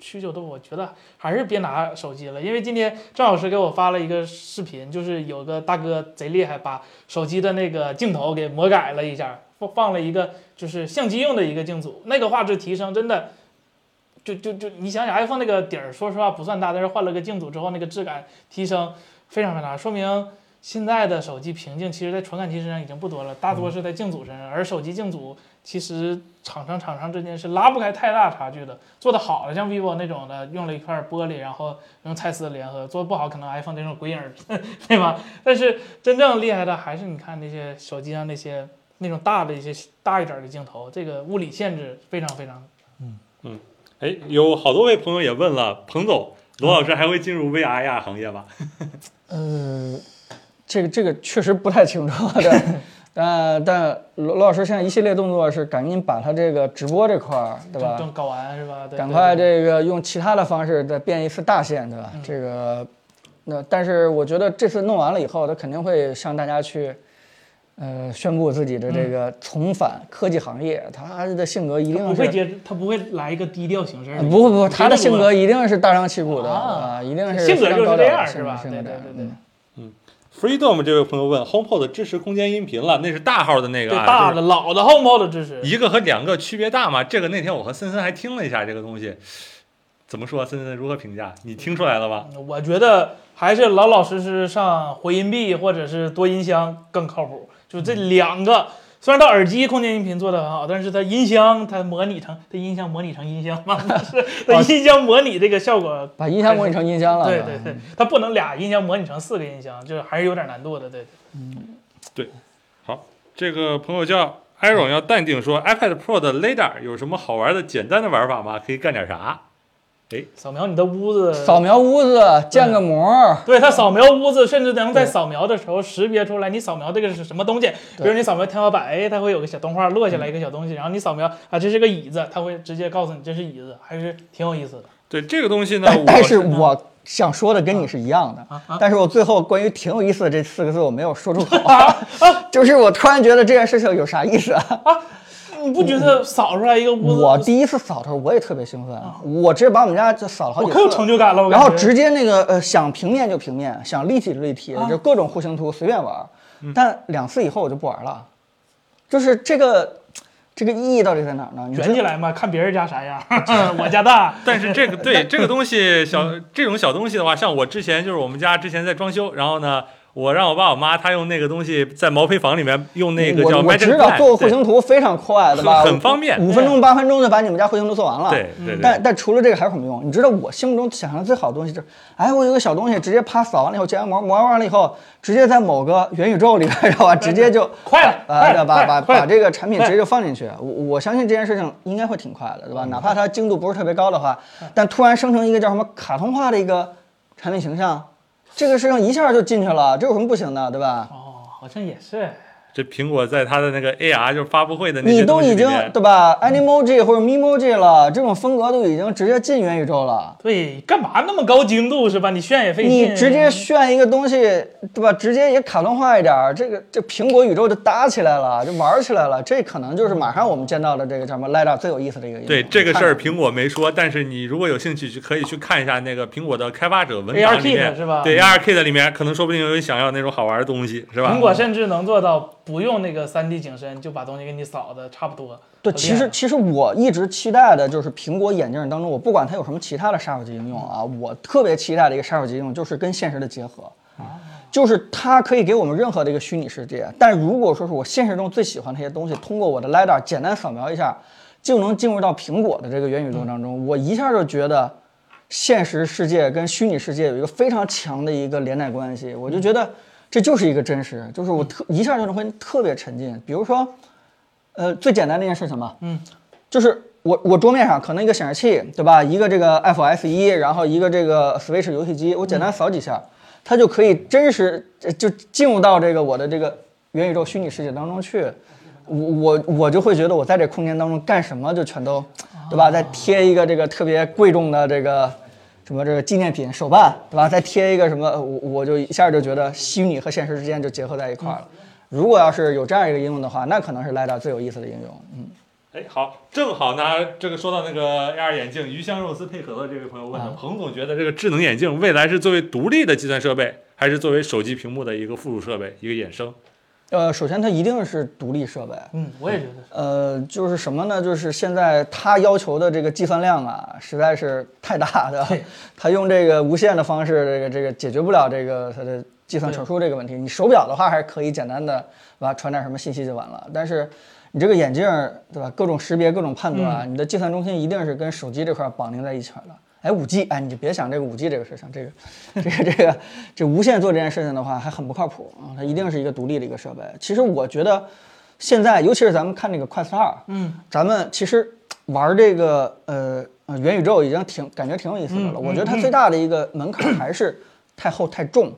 [SPEAKER 2] 需求的，我觉得还是别拿手机了，因为今天张老师给我发了一个视频，就是有个大哥贼厉害，把手机的那个镜头给魔改了一下，放放了一个就是相机用的一个镜组，那个画质提升真的。就就就你想想，iPhone 那个底儿，说实话不算大，但是换了个镜组之后，那个质感提升非常非常大，说明现在的手机瓶颈，其实在传感器身上已经不多了，大
[SPEAKER 1] 嗯
[SPEAKER 2] 多是在镜组身上，而手机镜组其实厂商厂商之间是拉不开太大差距的。做的好的像 vivo 那种的，用了一块玻璃，然后用蔡司联合；做得不好，可能 iPhone 这种鬼影儿，对吧？ 但是真正厉害的还是你看那些手机上那些那种大的一些大一点儿的镜头，这个物理限制非常非常。
[SPEAKER 4] 哎，有好多位朋友也问了，彭总，罗老师还会进入 VR 呀行业吗？
[SPEAKER 1] 呃，这个这个确实不太清楚， 对。但但罗罗老师现在一系列动作是赶紧把他这个直播这块儿，对吧？
[SPEAKER 2] 正搞完是吧？对
[SPEAKER 1] 赶
[SPEAKER 2] 对
[SPEAKER 1] 快
[SPEAKER 2] 对
[SPEAKER 1] 这个用其他的方式再变一次大线，对吧？
[SPEAKER 2] 嗯
[SPEAKER 1] 这个，那但是我觉得这次弄完了以后，他肯定会向大家去，呃，宣布自己的这个重返科技行业。他的性格一定
[SPEAKER 2] 嗯他不会
[SPEAKER 1] 是，
[SPEAKER 2] 接，他不会来一个低调形式
[SPEAKER 1] 呃
[SPEAKER 2] 的。
[SPEAKER 1] 不会不会，
[SPEAKER 2] 绝
[SPEAKER 1] 他的
[SPEAKER 2] 对
[SPEAKER 1] 性
[SPEAKER 2] 不
[SPEAKER 1] 格
[SPEAKER 2] 会
[SPEAKER 1] 一定是大张旗鼓的
[SPEAKER 2] 嗯啊
[SPEAKER 1] 啊，一定是
[SPEAKER 2] 性格
[SPEAKER 1] 非常
[SPEAKER 2] 就是
[SPEAKER 1] 高调
[SPEAKER 2] 这
[SPEAKER 1] 的
[SPEAKER 2] 样
[SPEAKER 1] 性
[SPEAKER 2] 是
[SPEAKER 1] 格
[SPEAKER 2] 吧？
[SPEAKER 1] 性
[SPEAKER 2] 对
[SPEAKER 1] 格
[SPEAKER 2] 对
[SPEAKER 1] 这样
[SPEAKER 2] 对对
[SPEAKER 1] 嗯。
[SPEAKER 4] Freedom 这位朋友问，HomePod 支持空间音频了，那是大号的那
[SPEAKER 2] 对
[SPEAKER 4] 个啊，
[SPEAKER 2] 大
[SPEAKER 4] 就是
[SPEAKER 2] 的老的 HomePod 支持，
[SPEAKER 4] 一个和两个区别大吗？这个那天我和森森还听了一下这个东西，怎么说？森森如何评价？你听出来了吧？
[SPEAKER 2] 我觉得还是老老实实上回音壁或者是多音箱更靠谱。就这
[SPEAKER 4] 嗯
[SPEAKER 2] 两个，虽然它耳机空间音频做得很好，但是它音箱它模拟成它音箱模拟成音箱 嘛，是它音箱模拟这个效果。
[SPEAKER 1] 把音箱模拟成音箱了。嗯
[SPEAKER 2] 对
[SPEAKER 1] 是吧
[SPEAKER 2] 对对，它不能俩音箱模拟成四个音箱，就是还是有点难度的。对，对
[SPEAKER 4] 好，这个朋友叫 Aaron 要淡定说，iPad Pro 的 Lidar 有什么好玩的、简单的玩法吗？可以干点啥？
[SPEAKER 2] 扫描你的屋子，
[SPEAKER 1] 扫描屋子，建个模儿，
[SPEAKER 2] 对它扫描屋子，甚至能在扫描的时候识别出来你扫描这个是什么东西。比如你扫描天花板，哎，它会有个小动画落
[SPEAKER 1] 嗯
[SPEAKER 2] 下来一个小东西，然后你扫描啊，这是个椅子，它会直接告诉你这是椅子，还是挺有意思的。
[SPEAKER 4] 对这个东西呢，
[SPEAKER 1] 但
[SPEAKER 4] 我
[SPEAKER 1] 但是我想说的跟你是一样
[SPEAKER 2] 啊
[SPEAKER 1] 的，但是我最后关于挺有意思的这四个字我没有说出口，
[SPEAKER 2] 啊
[SPEAKER 1] 就是我突然觉得这件事情有啥意思啊？
[SPEAKER 2] 你不觉得扫出来一个屋子，
[SPEAKER 1] 我第一次扫的时候我也特别兴奋，我直接把我们家就扫了好
[SPEAKER 2] 啊我
[SPEAKER 1] 几
[SPEAKER 2] 可有成
[SPEAKER 1] 次。
[SPEAKER 2] 就感了，我
[SPEAKER 1] 然
[SPEAKER 2] 感
[SPEAKER 1] 后
[SPEAKER 2] 觉
[SPEAKER 1] 直接那个呃，想平面就平面，想立体就立体，
[SPEAKER 2] 啊
[SPEAKER 1] 就各种户型图随便玩儿。
[SPEAKER 2] 嗯
[SPEAKER 1] 但两次以后我就不玩了，就是这个这个意义到底在哪儿呢？你
[SPEAKER 2] 卷起来嘛，看别人家 啥样， 我家大。
[SPEAKER 4] 但是这个对这个东西小这种小东西的话，像我之前就是我们家之前在装修，然后呢，我让我爸我妈他用那个东西在毛坯房里面用那个
[SPEAKER 1] 我
[SPEAKER 4] 叫
[SPEAKER 1] 我
[SPEAKER 4] Magic
[SPEAKER 1] 知道
[SPEAKER 4] Plan，
[SPEAKER 1] 做个户型图非常快，对吧？
[SPEAKER 4] 很很方便
[SPEAKER 1] 五分钟八分钟就把你们家户型都做完了。
[SPEAKER 4] 对对对
[SPEAKER 1] 但但除了这个还有什么用？你知道我心目中想象最好的东西就是，哎，我有个小东西，直接啪扫完了以后，建完模模完了以后，直接在某个元宇宙里边，知道吧？直接就
[SPEAKER 2] 快了，
[SPEAKER 1] 啊，
[SPEAKER 2] 快
[SPEAKER 1] 对
[SPEAKER 2] 了，
[SPEAKER 1] 把
[SPEAKER 2] 快
[SPEAKER 1] 把
[SPEAKER 2] 了快
[SPEAKER 1] 把
[SPEAKER 2] 了！
[SPEAKER 1] 这个产品直接就放进去，我我相信这件事情应该会挺快的，对
[SPEAKER 4] 嗯
[SPEAKER 1] 吧？哪怕它精度不是特别高的话，但突然生成一个叫什么卡通化的一个产品形象，这个事情一下就进去了，这有什么不行的，对吧？
[SPEAKER 2] 哦，好像也是，
[SPEAKER 4] 这苹果在它的那个 AR 就是发布会的那
[SPEAKER 1] 你
[SPEAKER 4] 些
[SPEAKER 1] 都
[SPEAKER 4] 东西
[SPEAKER 1] 已
[SPEAKER 4] 里
[SPEAKER 1] 经
[SPEAKER 4] 面
[SPEAKER 1] 对吧？Animoji 或者 Memoji 了，这种风格都已经直接进元宇宙了。
[SPEAKER 2] 对，干嘛那么高精度是吧？你炫也费劲，
[SPEAKER 1] 你直接炫一个东西，对吧？直接也卡通化一点儿，这个这苹果宇宙就搭起来了，就玩起来了。这可能就是马上我们见到的这个叫什么 LiDAR 最有意思的一个应用。
[SPEAKER 4] 对这个事儿，
[SPEAKER 1] 看
[SPEAKER 4] 苹果没说，但是你如果有兴趣，去可以去看一下那个苹果的开发者文
[SPEAKER 2] AR
[SPEAKER 4] 档里面
[SPEAKER 2] kit 是吧
[SPEAKER 4] 对 ARKit 里面，可能说不定有你想要那种好玩的东西，是吧？
[SPEAKER 2] 苹果甚至能做到不用那个 3D 景深就把东西给你扫的差不多。
[SPEAKER 1] 对，
[SPEAKER 2] 很
[SPEAKER 1] 其
[SPEAKER 2] 厉害
[SPEAKER 1] 实其实我一直期待的就是苹果眼镜当中，我不管它有什么其他的杀手级应用啊，我特别期待的一个杀手级应用就是跟现实的结合，就是它可以给我们任何的一个虚拟世界。但如果说是我现实中最喜欢的一些东西，通过我的 LiDAR 简单扫描一下，就能进入到苹果的这个元宇宙当中，我一下就觉得现实世界跟虚拟世界有一个非常强的一个连带关系，我就觉得这就是一个真实，就是我特一下就能会特别沉浸。比如说，呃，最简单的一件事情吧，嗯，就是我我桌面上可能一个显示器，对吧？一个这个 FS 一，然后一个这个 Switch 游戏机，我简单扫几下，它就可以真实呃就进入到这个我的这个元宇宙虚拟世界当中去。我我我就会觉得我在这空间当中干什么就全都，对吧？再贴一个这个特别贵重的这个什么这个纪念品手办，对吧？再贴一个什么，呃我我就一下就觉得虚拟和现实之间就结合在一块儿了。如果要是有这样一个应用的话，那可能是 LiDAR 最有意思的应用。嗯，
[SPEAKER 4] 哎，好，正好呢，这个说到那个 AR 眼镜，鱼香肉丝配可乐这位朋友问
[SPEAKER 1] 啊
[SPEAKER 4] 的，彭总觉得这个智能眼镜未来是作为独立的计算设备，还是作为手机屏幕的一个附属设备，一个衍生？
[SPEAKER 1] 呃，首先它一定是独立设备。
[SPEAKER 2] 嗯，我也觉得是。
[SPEAKER 1] 呃，就是什么呢？就是现在它要求的这个计算量啊，实在是太大的。 它用这个无线的方式，这个这个解决不了这个它的计算传输这个问题。你手表的话还是可以简单的，对吧？传点什么信息就完了。但是你这个眼镜儿，对吧？各种识别、各种判断啊，你的计算中心一定是跟手机这块儿绑定在一起儿的。哎，五 G，哎，你就别想这个五 G 这个 事情，这个，这个，这个，这无线做这件事情的话，还很不靠谱啊，它一定是一个独立的一个设备。其实我觉得，现在尤其是咱们看这个快四二，嗯，咱们其实玩这个呃呃元宇宙已经挺感觉挺有意思的了。我觉得它最大的一个门槛还是太厚太重，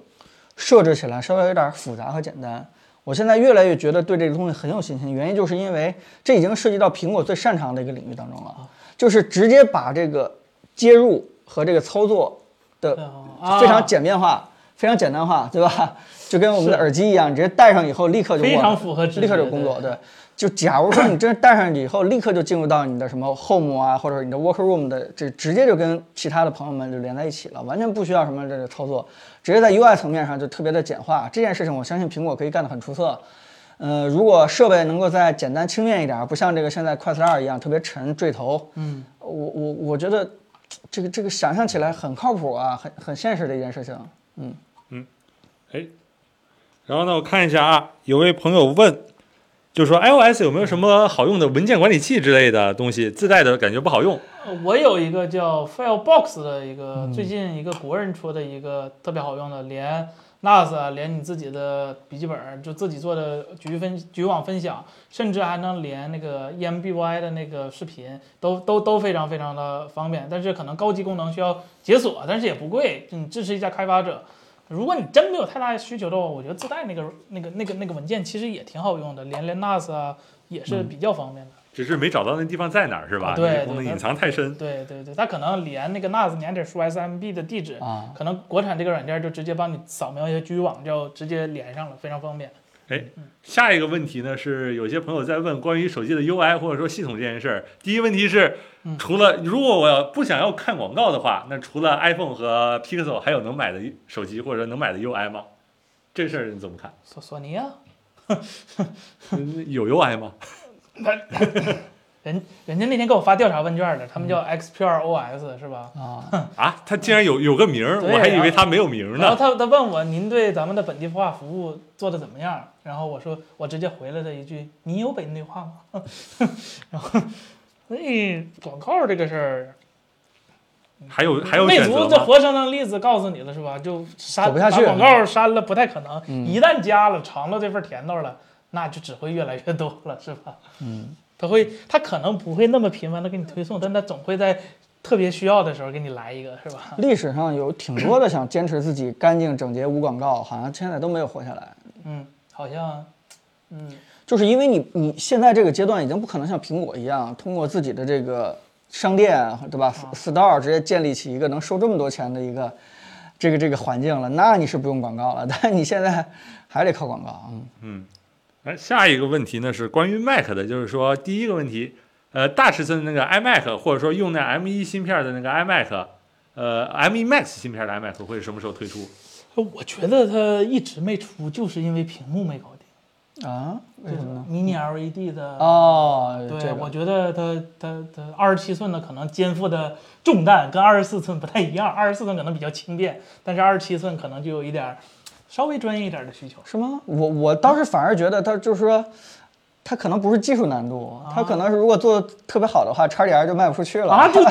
[SPEAKER 1] 设置起来稍微有点复杂和简单。我现在越来越觉得对这个东西很有信心，原因就是因为这已经涉及到苹果最擅长的一个领域当中了，就是直接把这个接入和这个操作的
[SPEAKER 2] 啊
[SPEAKER 1] 非常简便化、非常简单化，对吧？就跟我们的耳机一样，你直接戴上以后立刻就
[SPEAKER 2] 非
[SPEAKER 1] 握
[SPEAKER 2] 常
[SPEAKER 1] 了
[SPEAKER 2] 符合直
[SPEAKER 1] 立刻就
[SPEAKER 2] 觉
[SPEAKER 1] 工
[SPEAKER 2] 对
[SPEAKER 1] 作。对，就假如说你真戴上以后，立刻就进入到你的什么 home 啊，或者你的 work room 的，这直接就跟其他的朋友们就连在一起了，完全不需要什么这个操作，直接在 UI 层面上就特别的简化。这件事情我相信苹果可以干得很出色。呃，如果设备能够再简单轻便一点，不像这个现在 Quest 二一样特别沉坠头，嗯，我我我觉得这个这个想象起来很靠谱啊，很很现实的一件事情。
[SPEAKER 4] 哎，然后呢，我看一下啊，有位朋友问，就说 iOS 有没有什么好用的文件管理器之类的东西？自带的感觉不好用。
[SPEAKER 2] 呃我有一个叫 Filebox 的一个，
[SPEAKER 1] 嗯
[SPEAKER 2] 最近一个国人出的一个特别好用的，连 NAS 啊，连你自己的笔记本儿就自己做的局分局网分享，甚至还能连那个 E EMBY 的那个视频，都都都非常非常的方便。但是可能高级功能需要解锁，但是也不贵，你支持一下开发者。如果你真没有太大的需求的话，我觉得自带那个那个那个那个文件其实也挺好用的，连连 NAS 啊也是
[SPEAKER 1] 嗯
[SPEAKER 2] 比较方便的。
[SPEAKER 4] 只是没找到那地方在哪儿是吧？
[SPEAKER 2] 啊对
[SPEAKER 4] 你这功能
[SPEAKER 2] 对
[SPEAKER 4] 隐藏太深。
[SPEAKER 2] 对对对，它可能连那个 NAS，你还得输 SMB 的地址
[SPEAKER 1] 啊，
[SPEAKER 2] 可能国产这个软件就直接帮你扫描一下局域网，就直接连上了，非常方便。
[SPEAKER 4] 下一个问题呢是，有些朋友在问关于手机的 UI 或者说系统这件事儿。第一问题是，
[SPEAKER 2] 嗯
[SPEAKER 4] 除了如果我不想要看广告的话，那除了 iPhone 和 Pixel，还有能买的手机或者能买的 UI 吗？这事儿你怎么看？
[SPEAKER 2] 索索尼啊，
[SPEAKER 4] 嗯有 UI 吗？
[SPEAKER 2] 人人家那天给我发调查问卷的，他们叫 XPR OS 是吧？
[SPEAKER 1] 啊，
[SPEAKER 4] 啊，它竟然有有个名儿，
[SPEAKER 2] 对啊哦
[SPEAKER 4] 我还以为它没有名儿
[SPEAKER 2] 然后
[SPEAKER 4] 呢。
[SPEAKER 2] 他他问我您对咱们的本地化服务做的怎么样？然后我说我直接回了他一句：“你有本地化吗？” 然后， 所以广告这个事儿，
[SPEAKER 4] 还有还有
[SPEAKER 2] 嗯魅
[SPEAKER 4] 选择
[SPEAKER 2] 族这
[SPEAKER 4] 吗？
[SPEAKER 2] 活生生例子告诉你了是吧？就
[SPEAKER 1] 走
[SPEAKER 2] 删
[SPEAKER 1] 不下去嗯
[SPEAKER 2] 把广告删了不太可能，一旦加了尝到这份甜头了，那就只会越来越多了是吧？嗯，他会他可能不会那么频繁的给你推送，但他总会在特别需要的时候给你来一个是吧？
[SPEAKER 1] 历史上有挺多的想坚持自己干净整洁无广告，好像现在都没有活下来。
[SPEAKER 2] 嗯，好像，嗯。
[SPEAKER 1] 就是因为你你现在这个阶段已经不可能像苹果一样通过自己的这个商店，对吧？store
[SPEAKER 2] 啊
[SPEAKER 1] 直接建立起一个能收这么多钱的一个这个这个环境了，那你是不用广告了，但你现在还得靠广告，嗯，
[SPEAKER 4] 哎，下一个问题呢是关于 Mac 的，就是说第一个问题，呃，大尺寸的那个 iMac 或者说用那 M1 芯片的那个 iMac，呃，M1 Max 芯片的 iMac 会什么时候推出？
[SPEAKER 2] 我觉得它一直没出，就是因为屏幕没搞定，
[SPEAKER 1] 啊，为
[SPEAKER 2] 就
[SPEAKER 1] 什
[SPEAKER 2] 是
[SPEAKER 1] 么呢？
[SPEAKER 2] mini LED E 的。
[SPEAKER 1] 哦，
[SPEAKER 2] 对，
[SPEAKER 1] 这个
[SPEAKER 2] 我觉得它它它二十七寸的可能肩负的重担跟二十四寸不太一样，二十四寸可能比较轻便，但是二十七寸可能就有一点儿稍微专业一点儿的 需求。
[SPEAKER 1] 是吗？我我倒是反而觉得它就是说，它可能不是技术难度，它可能是如果做的特别好的话，叉 D R 就卖不出去了，
[SPEAKER 2] 啊啊，就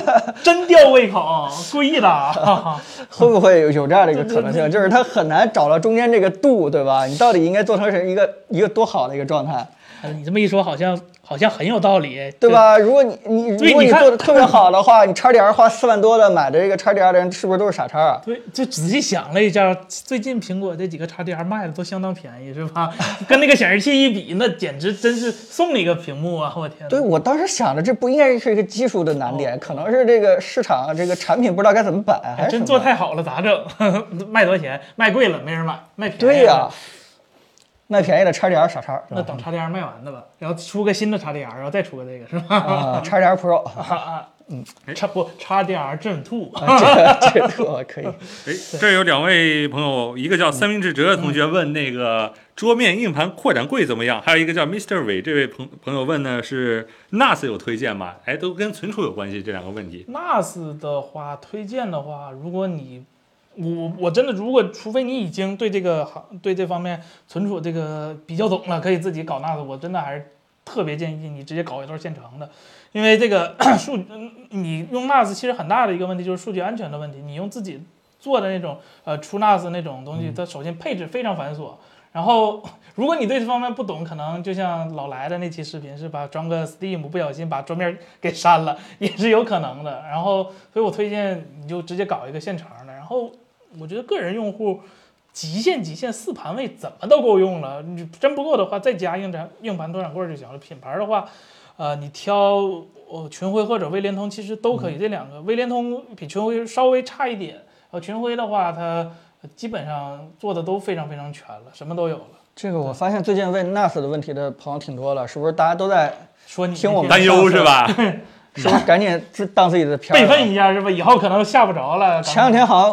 [SPEAKER 2] 真吊胃口，故意的 啊。哈哈
[SPEAKER 1] 会不会有有这样的一个可能性？就是它很难找到中间这个度，对吧？你到底应该做成是一个一个多好的一个状态，
[SPEAKER 2] 哎你这么一说，好像好像很有道理，
[SPEAKER 1] 对？吧？如果你你如
[SPEAKER 2] 对
[SPEAKER 1] 果
[SPEAKER 2] 你
[SPEAKER 1] 你
[SPEAKER 2] 看
[SPEAKER 1] 做的特别好的话，你叉 D R 花四万多的买的这个叉 D R 的人，是不是都是傻叉啊？
[SPEAKER 2] 对，就仔细想了一下，最近苹果这几个 XDR 卖的都相当便宜，是吧？ 跟那个显示器一比，那简直真是送你一个屏幕啊！我天 哪，
[SPEAKER 1] 对，我当时想着这不应该是一个技术的难点，可能是这个市场这个产品不知道该怎么摆，还
[SPEAKER 2] 哎
[SPEAKER 1] 是什
[SPEAKER 2] 真
[SPEAKER 1] 么
[SPEAKER 2] 做太好了，咋整？ 卖多少钱？卖贵了没人买，卖便宜
[SPEAKER 1] 对
[SPEAKER 2] 了
[SPEAKER 1] 哎呀、卖便宜的叉 D R 傻叉，
[SPEAKER 2] 那等 XDR 卖完的吧，然后出个新的 XDR，然后再出个这个，是吧？
[SPEAKER 1] 啊，叉 D R Pro，
[SPEAKER 2] 差不 XDR 震兔，
[SPEAKER 1] 啊这个这个可以。
[SPEAKER 4] 哎，这儿有两位朋友，一个叫三明治哲的同学问那个桌面硬盘扩展柜怎么样，还有一个叫 Mr. 伟这位朋朋友问呢是 NAS 有推荐吗？哎，都跟存储有关系这两个问题。
[SPEAKER 2] NAS 的话，推荐的话，如果你我我真的如果除非你已经对这个行对这方面存储这个比较懂了，可以自己搞 NAS，我真的还是特别建议你直接搞一段现成的，因为这个 数嗯你用 NAS 其实很大的一个问题就是数据安全的问题，你用自己做的那种呃出 NAS 那种东西，它首先配置非常繁琐。然后，如果你对这方面不懂，可能就像老来的那期视频是吧，装个 Steam 不小心把桌面给删了， 也是有可能的。然后，所以我推荐你就直接搞一个现成的。然后，我觉得个人用户极限极限四盘位怎么都够用了，你真不够的话再加硬盘硬盘多闪棍就行了。品牌的话，呃，你挑呃群晖或者微联通其实都可
[SPEAKER 1] 嗯
[SPEAKER 2] 以，这两个微联通比群晖稍微差呃一点，然后群晖的话它。基本上做的都非常非常全了，什么都有了。
[SPEAKER 1] 这个我发现最近问 NAS 的问题的朋友挺多了，是不是大家都在
[SPEAKER 2] 说你
[SPEAKER 1] 听我们
[SPEAKER 4] 担忧是吧？
[SPEAKER 1] 是不是 赶紧自当自己的片儿
[SPEAKER 2] 备
[SPEAKER 1] 了
[SPEAKER 2] 份一下是吧？以后可能下不着 了。
[SPEAKER 1] 前两天好像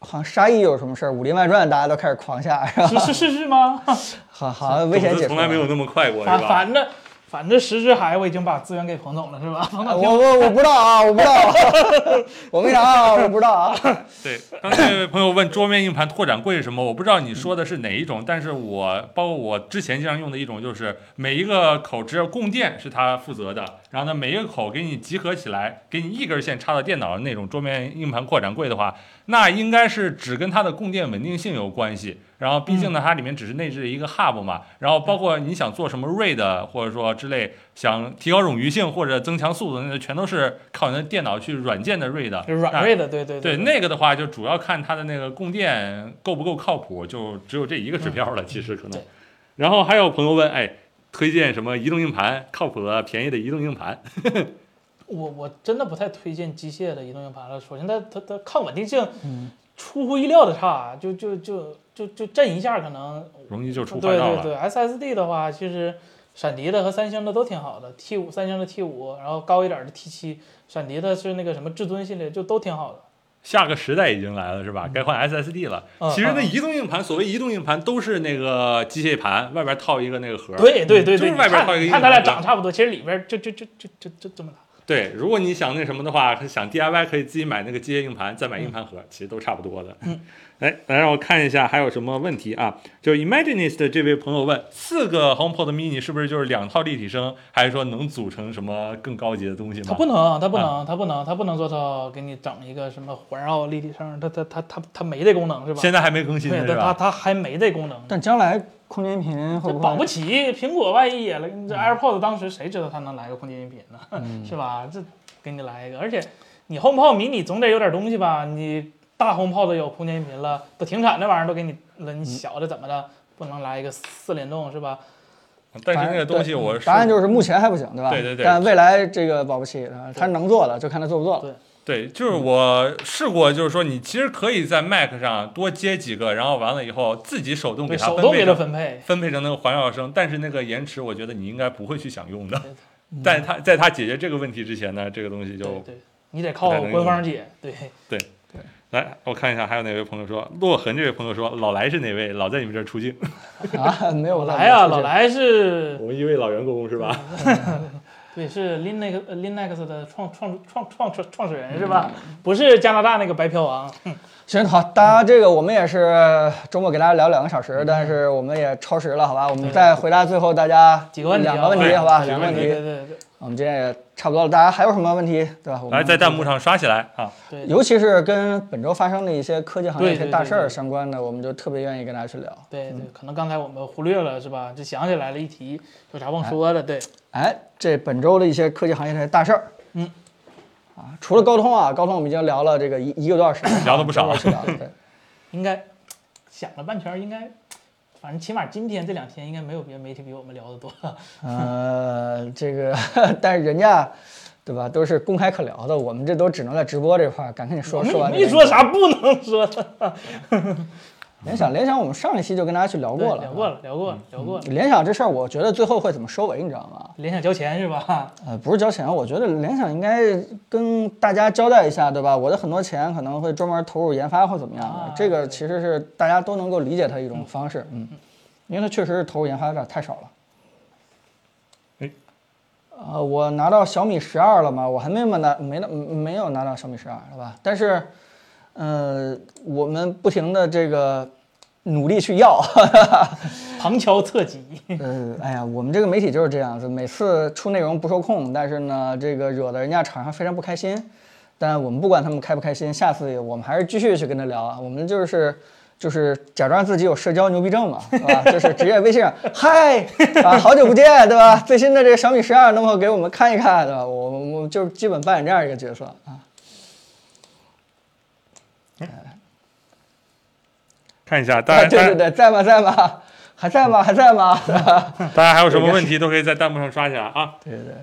[SPEAKER 1] 好像沙溢有什么事儿，《武林外传》大家都开始狂下， 是吧？
[SPEAKER 2] 是是是是吗？
[SPEAKER 1] 好 好像危险
[SPEAKER 4] 总之
[SPEAKER 1] 解除啊
[SPEAKER 4] 从
[SPEAKER 1] 了。
[SPEAKER 4] 来没有那么快过是
[SPEAKER 2] 反
[SPEAKER 4] 吧？
[SPEAKER 2] 啊反正反正石之海我已经把资源给彭总了是吧？彭
[SPEAKER 1] 哎
[SPEAKER 2] 总
[SPEAKER 1] 我我我不知道啊，我不知道啊， 我没啥啊，我不知道啊。
[SPEAKER 4] 对，刚才有位朋友问桌面硬盘拓展柜是什么，我不知道你说的是哪一种，但是我包括我之前经常用的一种，就是每一个口只要供电是它负责的，然后呢每一个口给你集合起来，给你一根线插到电脑的那种桌面硬盘扩展柜的话，那应该是只跟它的供电稳定性有关系。然后毕竟呢，它里面只是内置一个 hub 嘛，然后包括你想做什么 RAID 或者说之类，想提高冗余性或者增强速度，那就全都是靠你的电脑去软件的 RAID。
[SPEAKER 2] 就是软位的，对对
[SPEAKER 4] 啊对那个的话，就主要看它的那个供电够不够靠谱，就只有这一个指标了。其实可能
[SPEAKER 2] 嗯对。
[SPEAKER 4] 然后还有朋友问，哎，推荐什么移动硬盘靠谱的、便宜的移动硬盘？
[SPEAKER 2] 我我真的不太推荐机械的移动硬盘了。首先它，它它抗稳定性出乎意料的差，就就就就就震一下可能。
[SPEAKER 4] 容易就出
[SPEAKER 2] 对
[SPEAKER 4] 坏道
[SPEAKER 2] 嗯对
[SPEAKER 4] 了。
[SPEAKER 2] 对，SSD 的话，其实闪迪的和三星的都挺好的，T 五三星的 T 五，然后高一点的 T 七，闪迪的是那个什么至尊系列，就都挺好
[SPEAKER 4] 嗯
[SPEAKER 2] 的。
[SPEAKER 4] 下个时代已经来了，是吧？该换 SSD 了。
[SPEAKER 2] 嗯
[SPEAKER 4] 其实那移动硬盘，所谓移动硬盘都是那个机械盘外边套一个那个盒儿。
[SPEAKER 2] 对对对
[SPEAKER 4] 就
[SPEAKER 2] 对，
[SPEAKER 4] 是外边套一个
[SPEAKER 2] 你
[SPEAKER 4] 硬
[SPEAKER 2] 看
[SPEAKER 4] 盘
[SPEAKER 2] 咱
[SPEAKER 4] 盒
[SPEAKER 2] 俩长得差不多，其实里边就就就就就就这么大。
[SPEAKER 4] 对，如果你想那什么的话，想 DIY 可以自己买那个机械硬盘，再买硬盘盒，其实都差不多的。嗯，来，来让我看一下还有什么问题啊？就是 Imaginist 的这位朋友问，四个 HomePod Mini 是不是就是两套立体声，还是说能组成什么更高级的东西吗？
[SPEAKER 2] 它不能，它不能，
[SPEAKER 4] 啊
[SPEAKER 2] 它不能，它不能做到给你整一个什么环绕立体声，它它它它它没这功能是吧？
[SPEAKER 4] 现在还没更新呢，
[SPEAKER 2] 对，它
[SPEAKER 4] 是
[SPEAKER 2] 它
[SPEAKER 4] 吧？
[SPEAKER 2] 它还没这功能。
[SPEAKER 1] 但将来空间音频会
[SPEAKER 2] 这
[SPEAKER 1] 不
[SPEAKER 2] 保不
[SPEAKER 1] 会？
[SPEAKER 2] 齐苹果万一也来，
[SPEAKER 4] 嗯
[SPEAKER 2] 你这 AirPods 当时谁知道它能来个空间音频呢？ 是吧？这给你来一个，而且你 HomePod mini 总得有点东西吧？你大 HomePod 有空间音频了，都停产这玩意儿都给你了，
[SPEAKER 4] 嗯
[SPEAKER 2] 你小的怎么的不能来一个四联动是吧？
[SPEAKER 4] 但是那个东西我
[SPEAKER 1] 答案就是是目前还不行，对吧？
[SPEAKER 4] 对对对
[SPEAKER 1] 但未来这个保不齐，啊他能做了就看他做不做了。
[SPEAKER 2] 对
[SPEAKER 4] 对，就是我试过，就是说你其实可以在 Mac 上多接几个，然后完了以后自己手动给
[SPEAKER 2] 对，
[SPEAKER 4] 它
[SPEAKER 2] 手
[SPEAKER 4] 分
[SPEAKER 2] 动
[SPEAKER 4] 配
[SPEAKER 2] 给它
[SPEAKER 4] 成
[SPEAKER 2] 分配。
[SPEAKER 4] 分配成那个环绕声，但是那个延迟，我觉得你应该不会去想用的。但是它 在它解决这个问题之前呢，这个东西
[SPEAKER 2] 对
[SPEAKER 4] 就
[SPEAKER 2] 对，你得靠
[SPEAKER 4] 不太能
[SPEAKER 2] 官方
[SPEAKER 4] 用
[SPEAKER 2] 解。对，
[SPEAKER 4] 来，我看一下还有哪位朋友说，洛痕这位朋友说，老来是哪位？老在你们这儿出镜，
[SPEAKER 1] 啊， 没有
[SPEAKER 2] 老来啊，老
[SPEAKER 1] 来。
[SPEAKER 2] 来是，
[SPEAKER 4] 我们一位老员工是吧？
[SPEAKER 2] 对，是 Linux Linux 的创创创创创创始人是吧？
[SPEAKER 1] 嗯
[SPEAKER 2] 不是加拿大那个白嫖王。
[SPEAKER 1] 行好，大家这个我们也是周末给大家聊两个小时，但是我们也超时了，好吧？我们再回答最后大家
[SPEAKER 2] 几个问题啊
[SPEAKER 1] 两个问题，
[SPEAKER 4] 对
[SPEAKER 1] 好吧？
[SPEAKER 4] 几
[SPEAKER 1] 两
[SPEAKER 4] 个
[SPEAKER 1] 个问
[SPEAKER 2] 对对
[SPEAKER 1] 题，
[SPEAKER 2] 对对
[SPEAKER 1] 我们今天也差不多了。大家还有什么问题，对吧？我们
[SPEAKER 4] 来，在弹幕上刷起来啊！
[SPEAKER 2] 对，
[SPEAKER 1] 尤其是跟本周发生的一些科技行业一
[SPEAKER 2] 对
[SPEAKER 1] 些
[SPEAKER 2] 对
[SPEAKER 1] 大
[SPEAKER 2] 对
[SPEAKER 1] 事儿
[SPEAKER 2] 对
[SPEAKER 1] 相关的，我们就特别愿意跟大家去聊。
[SPEAKER 2] 对对，可能刚才我们忽略了是吧？就想起来了一提，有啥忘说的？对，
[SPEAKER 1] 哎，这本周的一些科技行业的大事儿，
[SPEAKER 2] 嗯，
[SPEAKER 1] 啊，除了高通啊，高通我们已经聊了这个一一个多小时，
[SPEAKER 4] 聊了不少
[SPEAKER 1] 一个多小时聊了 对，
[SPEAKER 2] 应该想了半圈儿，应该反正起码今天这两天应该没有别的媒体比我们聊的多。
[SPEAKER 1] 呃，这个，但是人家，对吧，都是公开可聊的，我们这都只能在直播这块儿赶紧说说完这
[SPEAKER 2] 一
[SPEAKER 1] 个。
[SPEAKER 2] 说啥不能说的，
[SPEAKER 1] 联想，联想，我们上一期就跟大家去聊过了，啊嗯
[SPEAKER 2] 聊过了，聊过了，聊过了。
[SPEAKER 1] 联想这事儿，我觉得最后会怎么收尾，你知道吗？
[SPEAKER 2] 联想交钱是吧？
[SPEAKER 1] 呃，不是交钱，我觉得联想应该跟大家交代一下，对吧？我的很多钱可能会专门投入研发或怎么样的，
[SPEAKER 2] 啊
[SPEAKER 1] 这个其实是大家都能够理解它的一种方式，嗯，因为它确实是投入研发有点太少了。
[SPEAKER 4] 哎
[SPEAKER 1] 呃，我拿到小米十二了吗？我还没拿，没拿，没有拿到小米十二，对吧？但是，呃，我们不停的这个努力去要，
[SPEAKER 2] 旁敲侧击。
[SPEAKER 1] 呃，哎呀，我们这个媒体就是这样子，每次出内容不受控，但是呢，这个惹得人家厂商非常不开心。但我们不管他们开不开心，下次我们还是继续去跟他聊啊。我们就是就是假装自己有社交牛逼症嘛，对吧？就是职业微信上，嗨啊，好久不见，对吧？最新的这个小米十二，能否给我们看一看，对吧？我我我就基本扮演这样一个角色啊。
[SPEAKER 4] 看一下大
[SPEAKER 1] 啊
[SPEAKER 4] 家，
[SPEAKER 1] 对 对对，在吗？在吗？还在吗？还在吗？
[SPEAKER 4] 大家大家还有什么问题都可以在弹幕上刷起来啊！
[SPEAKER 1] 对对对，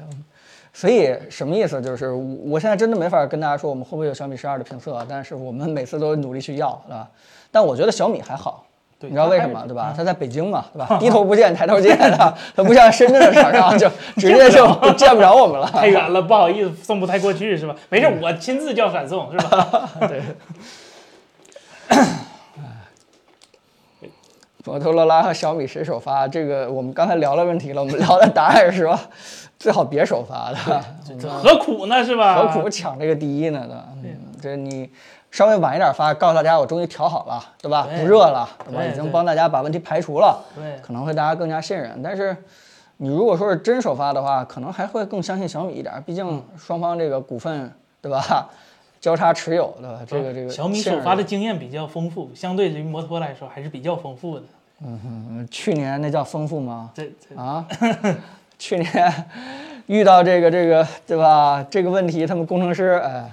[SPEAKER 1] 所以什么意思？就是我我现在真的没法跟大家说我啊们会不会有小米十二的评测，但是我们每次都努力去要，对吧？但我觉得小米还好，
[SPEAKER 2] 对
[SPEAKER 1] 你知道为什
[SPEAKER 2] 它还
[SPEAKER 1] 么
[SPEAKER 2] 是
[SPEAKER 1] 对吧？它在北京嘛，对吧？低头不见抬头见的，它不像深圳的厂商就直接就 见不着我们了。
[SPEAKER 2] 太远了，不好意思，送不太过去是吧？没
[SPEAKER 1] 嗯
[SPEAKER 2] 事，我亲自叫闪送是吧？ 对，
[SPEAKER 1] 摩托罗拉和小米谁首发？这个我们刚才聊了问题了，我们聊的答案是说最好别首发的，
[SPEAKER 2] 这何苦呢是吧？
[SPEAKER 1] 何苦抢这个第一呢？对吧？嗯，这你稍微晚一点发，告诉大家我终于调好了，对吧？
[SPEAKER 2] 对
[SPEAKER 1] 不热了，对吧？
[SPEAKER 2] 对
[SPEAKER 1] 已经
[SPEAKER 2] 对
[SPEAKER 1] 帮大家把问题排除了，
[SPEAKER 2] 对
[SPEAKER 1] 可能会大家更加信任。但是你如果说是真首发的话，可能还会更相信小米一点，毕
[SPEAKER 2] 嗯
[SPEAKER 1] 竟双方这个股份，对吧？ 交叉持有，对吧？这个这个
[SPEAKER 2] 啊小米
[SPEAKER 1] 信
[SPEAKER 2] 首
[SPEAKER 1] 任
[SPEAKER 2] 发的经验比较丰富，相对于摩托来说还是比较丰富的。
[SPEAKER 1] 嗯去年那叫丰富吗？
[SPEAKER 2] 这这
[SPEAKER 1] 啊， 去年 遇到这个这个对吧？这个问题，他们工程师哎，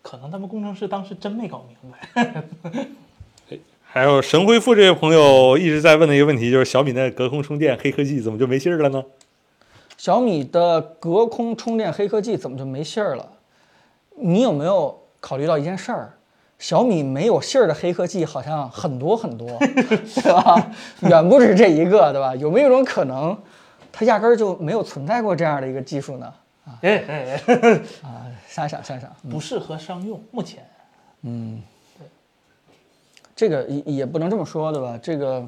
[SPEAKER 2] 可能他们工程师当时真没搞明白。
[SPEAKER 4] 还有神恢复这位朋友一直在问的一个问题，就是小米的隔空充电黑科技怎么就没信儿了呢？
[SPEAKER 1] 小米的隔空充电黑科技怎么就没信儿了？你有没有考虑到一件事儿？小米没有信儿的黑科技好像很多很多，对吧？远不止这一个，对吧？有没有一种可能，它压根儿就没有存在过这样的一个技术呢？
[SPEAKER 2] 哎哎哎，
[SPEAKER 1] 啊，想想想想，
[SPEAKER 2] 不适合商用，目前
[SPEAKER 1] 这个也也不能这么说，对吧？这个，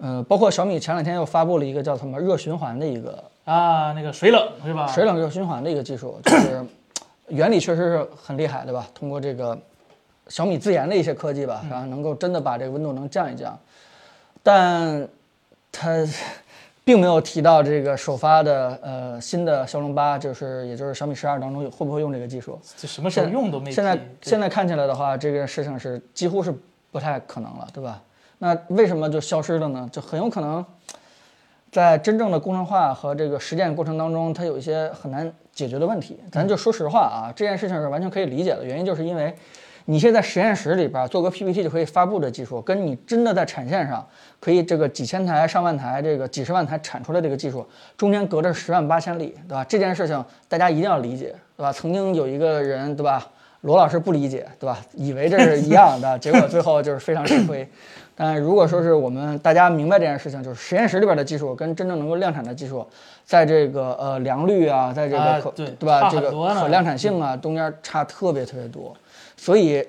[SPEAKER 1] 呃，包括小米前两天又发布了一个叫什么热循环的一个
[SPEAKER 2] 啊，那个水冷是吧？
[SPEAKER 1] 水冷热循环的一个技术，就是 原理确实是很厉害，对吧？通过这个小米自研的一些科技
[SPEAKER 2] 嗯
[SPEAKER 1] 吧，然后能够真的把这个温度能降一降，但它 并没有提到这个首发的呃新的骁龙八，就是也就是小米十二当中有会不会用这个技术？
[SPEAKER 2] 这什么时候用都没提。
[SPEAKER 1] 现在
[SPEAKER 2] 对
[SPEAKER 1] 现在看起来的话，这个事情是几乎是不太可能了，对吧？那为什么就消失了呢？就很有可能在真正的工程化和这个实践过程当中，它有一些很难解决的问题。咱就说实话啊，这件事情是完全可以理解的，原因就是因为。你现在实验室里边做个 PPT 就可以发布的技术，跟你真的在产线上可以这个几千台、上万台、这个几十万台产出来这个技术，中间隔着十万八千里，对吧？这件事情大家一定要理解，对吧？曾经有一个人，对吧？罗老师不理解，对吧？以为这是一样的， 结果最后就是非常吃亏。但如果说是我们大家明白这件事情，就是实验室里边的技术跟真正能够量产的技术，在这个呃良率啊，在这个
[SPEAKER 2] 啊
[SPEAKER 1] 可、
[SPEAKER 2] 对
[SPEAKER 1] 吧？
[SPEAKER 2] 差
[SPEAKER 1] 这
[SPEAKER 2] 很
[SPEAKER 1] 个
[SPEAKER 2] 多呢
[SPEAKER 1] 可量产性啊，中间差特别特别多。所以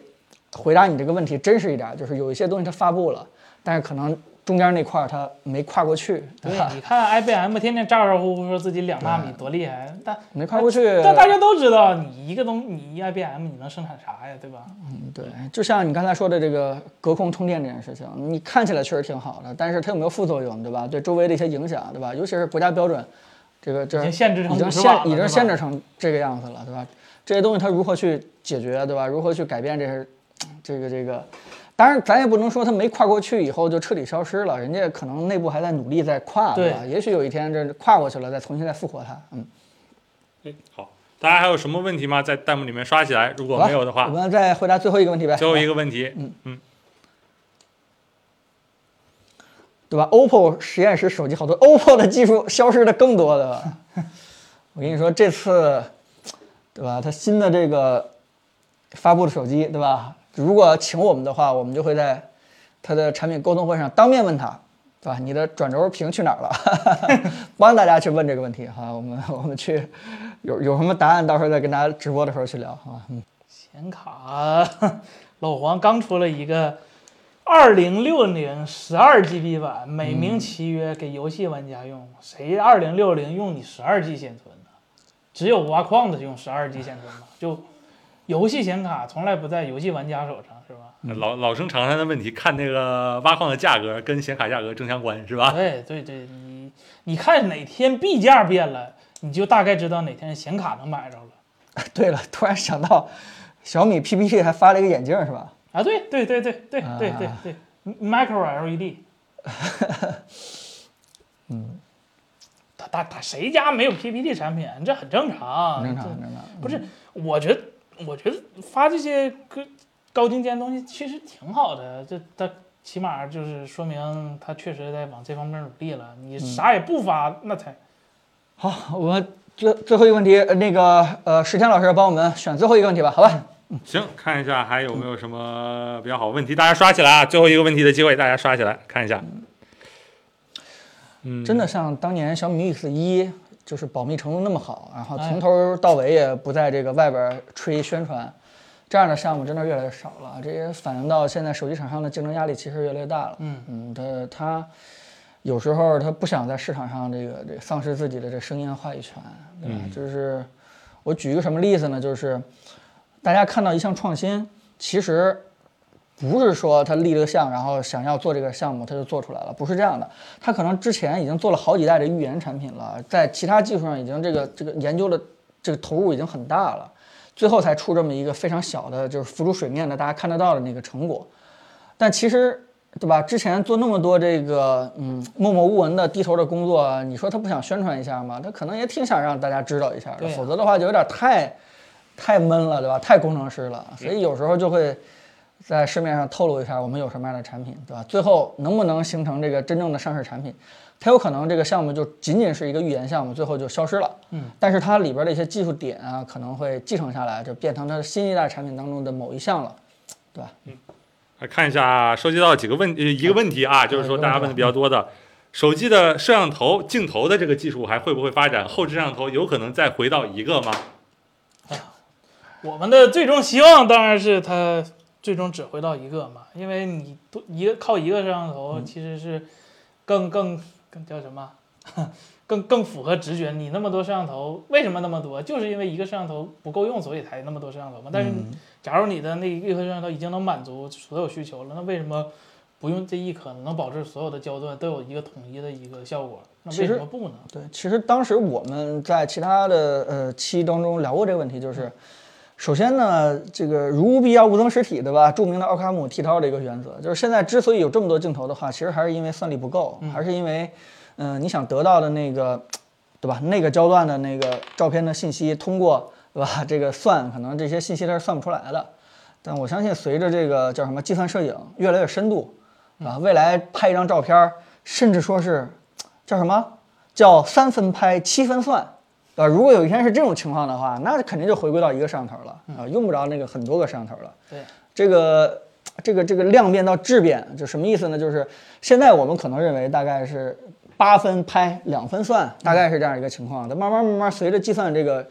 [SPEAKER 1] 回答你这个问题真实一点，就是有一些东西它发布了，但是可能中间那块儿它没跨过去，对吧
[SPEAKER 2] 对，？你看 IBM 天天咋咋呼呼说自己两纳米多厉害，但呃
[SPEAKER 1] 没跨过去。
[SPEAKER 2] 但大家都知道，你一个东，你一 IBM 你能生产啥呀，对吧？
[SPEAKER 1] 对，就像你刚才说的这个隔空充电这件事情，你看起来确实挺好的，但是它有没有副作用，对吧？对周围的一些影响，对吧？尤其是国家标准，这个这
[SPEAKER 2] 已经限制成
[SPEAKER 1] 已经
[SPEAKER 2] 50
[SPEAKER 1] 限
[SPEAKER 2] 瓦了
[SPEAKER 1] 已
[SPEAKER 2] 对
[SPEAKER 1] 经
[SPEAKER 2] 吧
[SPEAKER 1] 限制成这个样子了，对吧？这些东西它如何去解决，对吧？如何去改变这些，这个这个。当然，咱也不能说它没跨过去以后就彻底消失了，人家可能内部还在努力在跨，对
[SPEAKER 2] 对
[SPEAKER 1] 吧？也许有一天这跨过去了，再重新再复活它。嗯，
[SPEAKER 4] 哎，好，大家还有什么问题吗？在弹幕里面刷起来，如
[SPEAKER 1] 好
[SPEAKER 4] 果
[SPEAKER 1] 吧
[SPEAKER 4] 没有的话
[SPEAKER 1] 我，们再回答最后一个问题呗。
[SPEAKER 4] 最后一个问题，嗯嗯，
[SPEAKER 1] 对吧？OPPO 实验室手机好多，OPPO 的技术消失的更多的。 我跟你说，这次，对吧？它新的这个发布的手机，对吧？如果请我们的话，我们就会在它的产品沟通会上当面问他，对吧？你的转轴屏去哪儿了？ 帮大家去问这个问题哈。我们 我们去有有什么答案，到时候再跟大家直播的时候去聊，好吧？嗯。
[SPEAKER 2] 显卡，老黄刚出了一个二零六零十二 GB 版，美名其曰给游戏玩家用，谁二零六零用你十二 G 显存呢？只有挖矿的用十二 G 显存吧，就游戏显卡从来不在游戏玩家手上，是吧？
[SPEAKER 4] 嗯老老生常谈的问题，看那个挖矿的价格跟显卡价格正相关是吧？
[SPEAKER 2] 对对对，你你看哪天币价变了，你就大概知道哪天显卡能买着了。
[SPEAKER 1] 对了，突然想到，小米 PPT 还发了一个眼镜是吧？
[SPEAKER 2] 啊，对对对对对
[SPEAKER 1] 啊
[SPEAKER 2] 对对对，micro 嗯 LED。嗯，
[SPEAKER 1] 嗯
[SPEAKER 2] 他他他谁家没有 PPT 产品？这很正常，
[SPEAKER 1] 很正常，
[SPEAKER 2] 这
[SPEAKER 1] 很正常。
[SPEAKER 2] 不是，我觉得我觉得发这些高高精尖的东西其实挺好的，这它起码就是说明他确实在往这方面努力了。
[SPEAKER 1] 嗯
[SPEAKER 2] 你啥也不发，那才
[SPEAKER 1] 好，我们最最后一个问题，呃那个呃，石天老师帮我们选最后一个问题吧，好吧？
[SPEAKER 4] 行，看一下还有没有什么比较好的问题，大家刷起来啊！最后一个问题的机会，大家刷起来看一下。嗯，
[SPEAKER 1] 真的像当年小米 Mix 一，就是保密程度那么好，然后从头到尾也不在这个外边吹宣传，这样的项目真的越来越少了。这也反映到现在手机厂商的竞争压力其实越来越大了。嗯嗯，它它有时候它不想在市场上这个这丧失自己的这声音和话语权，对吧？就是我举一个什么例子呢？就是大家看到一项创新，其实不是说他立了个项，然后想要做这个项目他就做出来了，不是这样的。他可能之前已经做了好几代的预言产品了，在其他技术上已经这个这个研究的这个投入已经很大了，最后才出这么一个非常小的，就是浮出水面的大家看得到的那个成果。但其实，对吧？之前做那么多这个嗯默默无闻的低头的工作，你说他不想宣传一下吗？他可能也挺想让大家知道一下的，
[SPEAKER 2] 对啊
[SPEAKER 1] 否则的话就有点太太闷了，对吧？太工程师了，所以有时候就会在市面上透露一下我们有什么样的产品，对吧？最后能不能形成这个真正的上市产品？它有可能这个项目就仅仅是一个预言项目，最后就消失了。嗯，但是它里边的一些技术点啊，可能会继承下来，就变成它新一代产品当中的某一项了，对吧？嗯
[SPEAKER 4] 来看一下，收集到几个问呃一个问题啊，就是说大家问的比较多的，手机的摄像头镜头的这个技术还会不会发展？后置摄像头有可能再回到一个吗？
[SPEAKER 2] 我们的最终希望当然是它最终只回到一个嘛，因为你多一个靠一个摄像头
[SPEAKER 1] 嗯
[SPEAKER 2] 其实是更更更叫什么， 更更符合直觉。你那么多摄像头，为什么那么多？就是因为一个摄像头不够用，所以才那么多摄像头嘛。但是你
[SPEAKER 1] 嗯
[SPEAKER 2] 假如你的那一个摄像头已经能满足所有需求了，那为什么不用这一颗呢？能保证所有的焦段都有一个统一的一个效果？那为
[SPEAKER 1] 其
[SPEAKER 2] 什
[SPEAKER 1] 实
[SPEAKER 2] 么不呢？
[SPEAKER 1] 对，其实当时我们在其他的呃期当中聊过这个问题，就是首先呢，这个如无必要，勿增实体，对吧？著名的奥卡姆剃刀的一个原则，就是现在之所以有这么多镜头的话，其实还是因为算力不够，还是因为，嗯、你想得到的那个，对吧？那个焦段的那个照片的信息，通过对吧这个算，可能这些信息它是算不出来的。但我相信，随着这个叫什么计算摄影越来越深度，啊，未来拍一张照片儿，甚至说是叫什么叫三分拍七分算，啊，如果有一天是这种情况的话，那肯定就回归到一个摄像头了啊，用不着那个很多个摄像头了。
[SPEAKER 2] 对，
[SPEAKER 1] 这个这个这个量变到质变，就什么意思呢？就是现在我们可能认为大概是八分拍两分算，大概是这样一个情况。但慢慢慢慢随着计算这个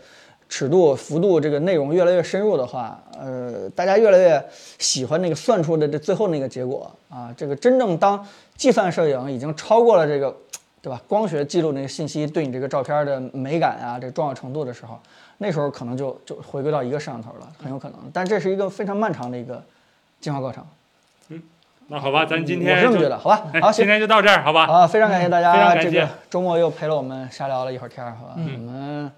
[SPEAKER 1] 尺度、幅度这个内容越来越深入的话，呃，大家越来越喜欢那个算出的这最后那个结果啊。这个真正当计算摄影已经超过了这个，对吧？光学记录那个信息对你这个照片的美感啊，这重要程度的时候，那时候可能就就回归到一个摄像头了，很有可能。但这是一个非常漫长的一个进化过程。
[SPEAKER 4] 那好吧，咱今
[SPEAKER 1] 我是
[SPEAKER 4] 天
[SPEAKER 1] 这么
[SPEAKER 4] 就
[SPEAKER 1] 觉得，好吧
[SPEAKER 4] 哎？
[SPEAKER 1] 好，
[SPEAKER 4] 今
[SPEAKER 1] 行。
[SPEAKER 4] 天就到这儿，好吧？
[SPEAKER 1] 好，非常感谢大
[SPEAKER 4] 非常
[SPEAKER 1] 家，
[SPEAKER 4] 感
[SPEAKER 1] 这
[SPEAKER 4] 谢嗯
[SPEAKER 1] 个周末又陪了我们瞎聊了一会儿天儿，好吧？我们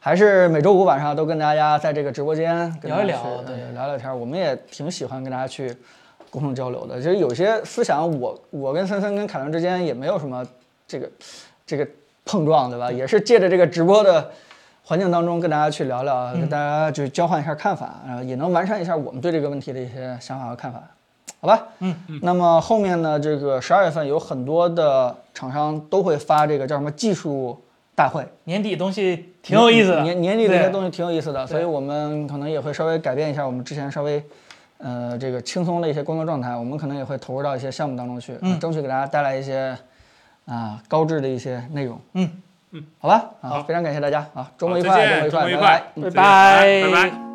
[SPEAKER 1] 还是每周五晚上都跟大家在这个直播间跟大家
[SPEAKER 2] 聊一聊
[SPEAKER 1] 去呃
[SPEAKER 2] 对
[SPEAKER 1] 聊聊天儿。我们也挺喜欢跟大家去沟通交流的，就是有些思想我我跟森森跟凯伦之间也没有什么这个这个碰撞，对吧？也是借着这个直播的。环境当中跟大家去聊聊，
[SPEAKER 2] 嗯
[SPEAKER 1] 跟大家去交换一下看法，然后也能完善一下我们对这个问题的一些想法和看法。好吧，嗯嗯。那么后面呢，这个十二月份有很多的厂商都会发这个叫什么技术大会，
[SPEAKER 2] 年底东西挺有意思的，
[SPEAKER 1] 年年底的一些
[SPEAKER 2] 对
[SPEAKER 1] 东西挺有意思的，所以我们可能也会稍微改变一下我们之前稍微。呃，这个轻松的一些工作状态，我们可能也会投入到一些项目当中去，
[SPEAKER 2] 嗯
[SPEAKER 1] 争取给大家带来一些啊、高质的一些内容。
[SPEAKER 2] 嗯
[SPEAKER 1] 嗯，好吧，啊，
[SPEAKER 4] 好
[SPEAKER 1] 非常感谢大家啊，周末
[SPEAKER 4] 好
[SPEAKER 1] 愉
[SPEAKER 4] 再
[SPEAKER 1] 快，
[SPEAKER 4] 见，
[SPEAKER 1] 周
[SPEAKER 4] 周
[SPEAKER 1] 末
[SPEAKER 4] 末愉
[SPEAKER 1] 拜拜
[SPEAKER 2] 拜
[SPEAKER 4] 快。，再见拜
[SPEAKER 2] 拜
[SPEAKER 4] 拜。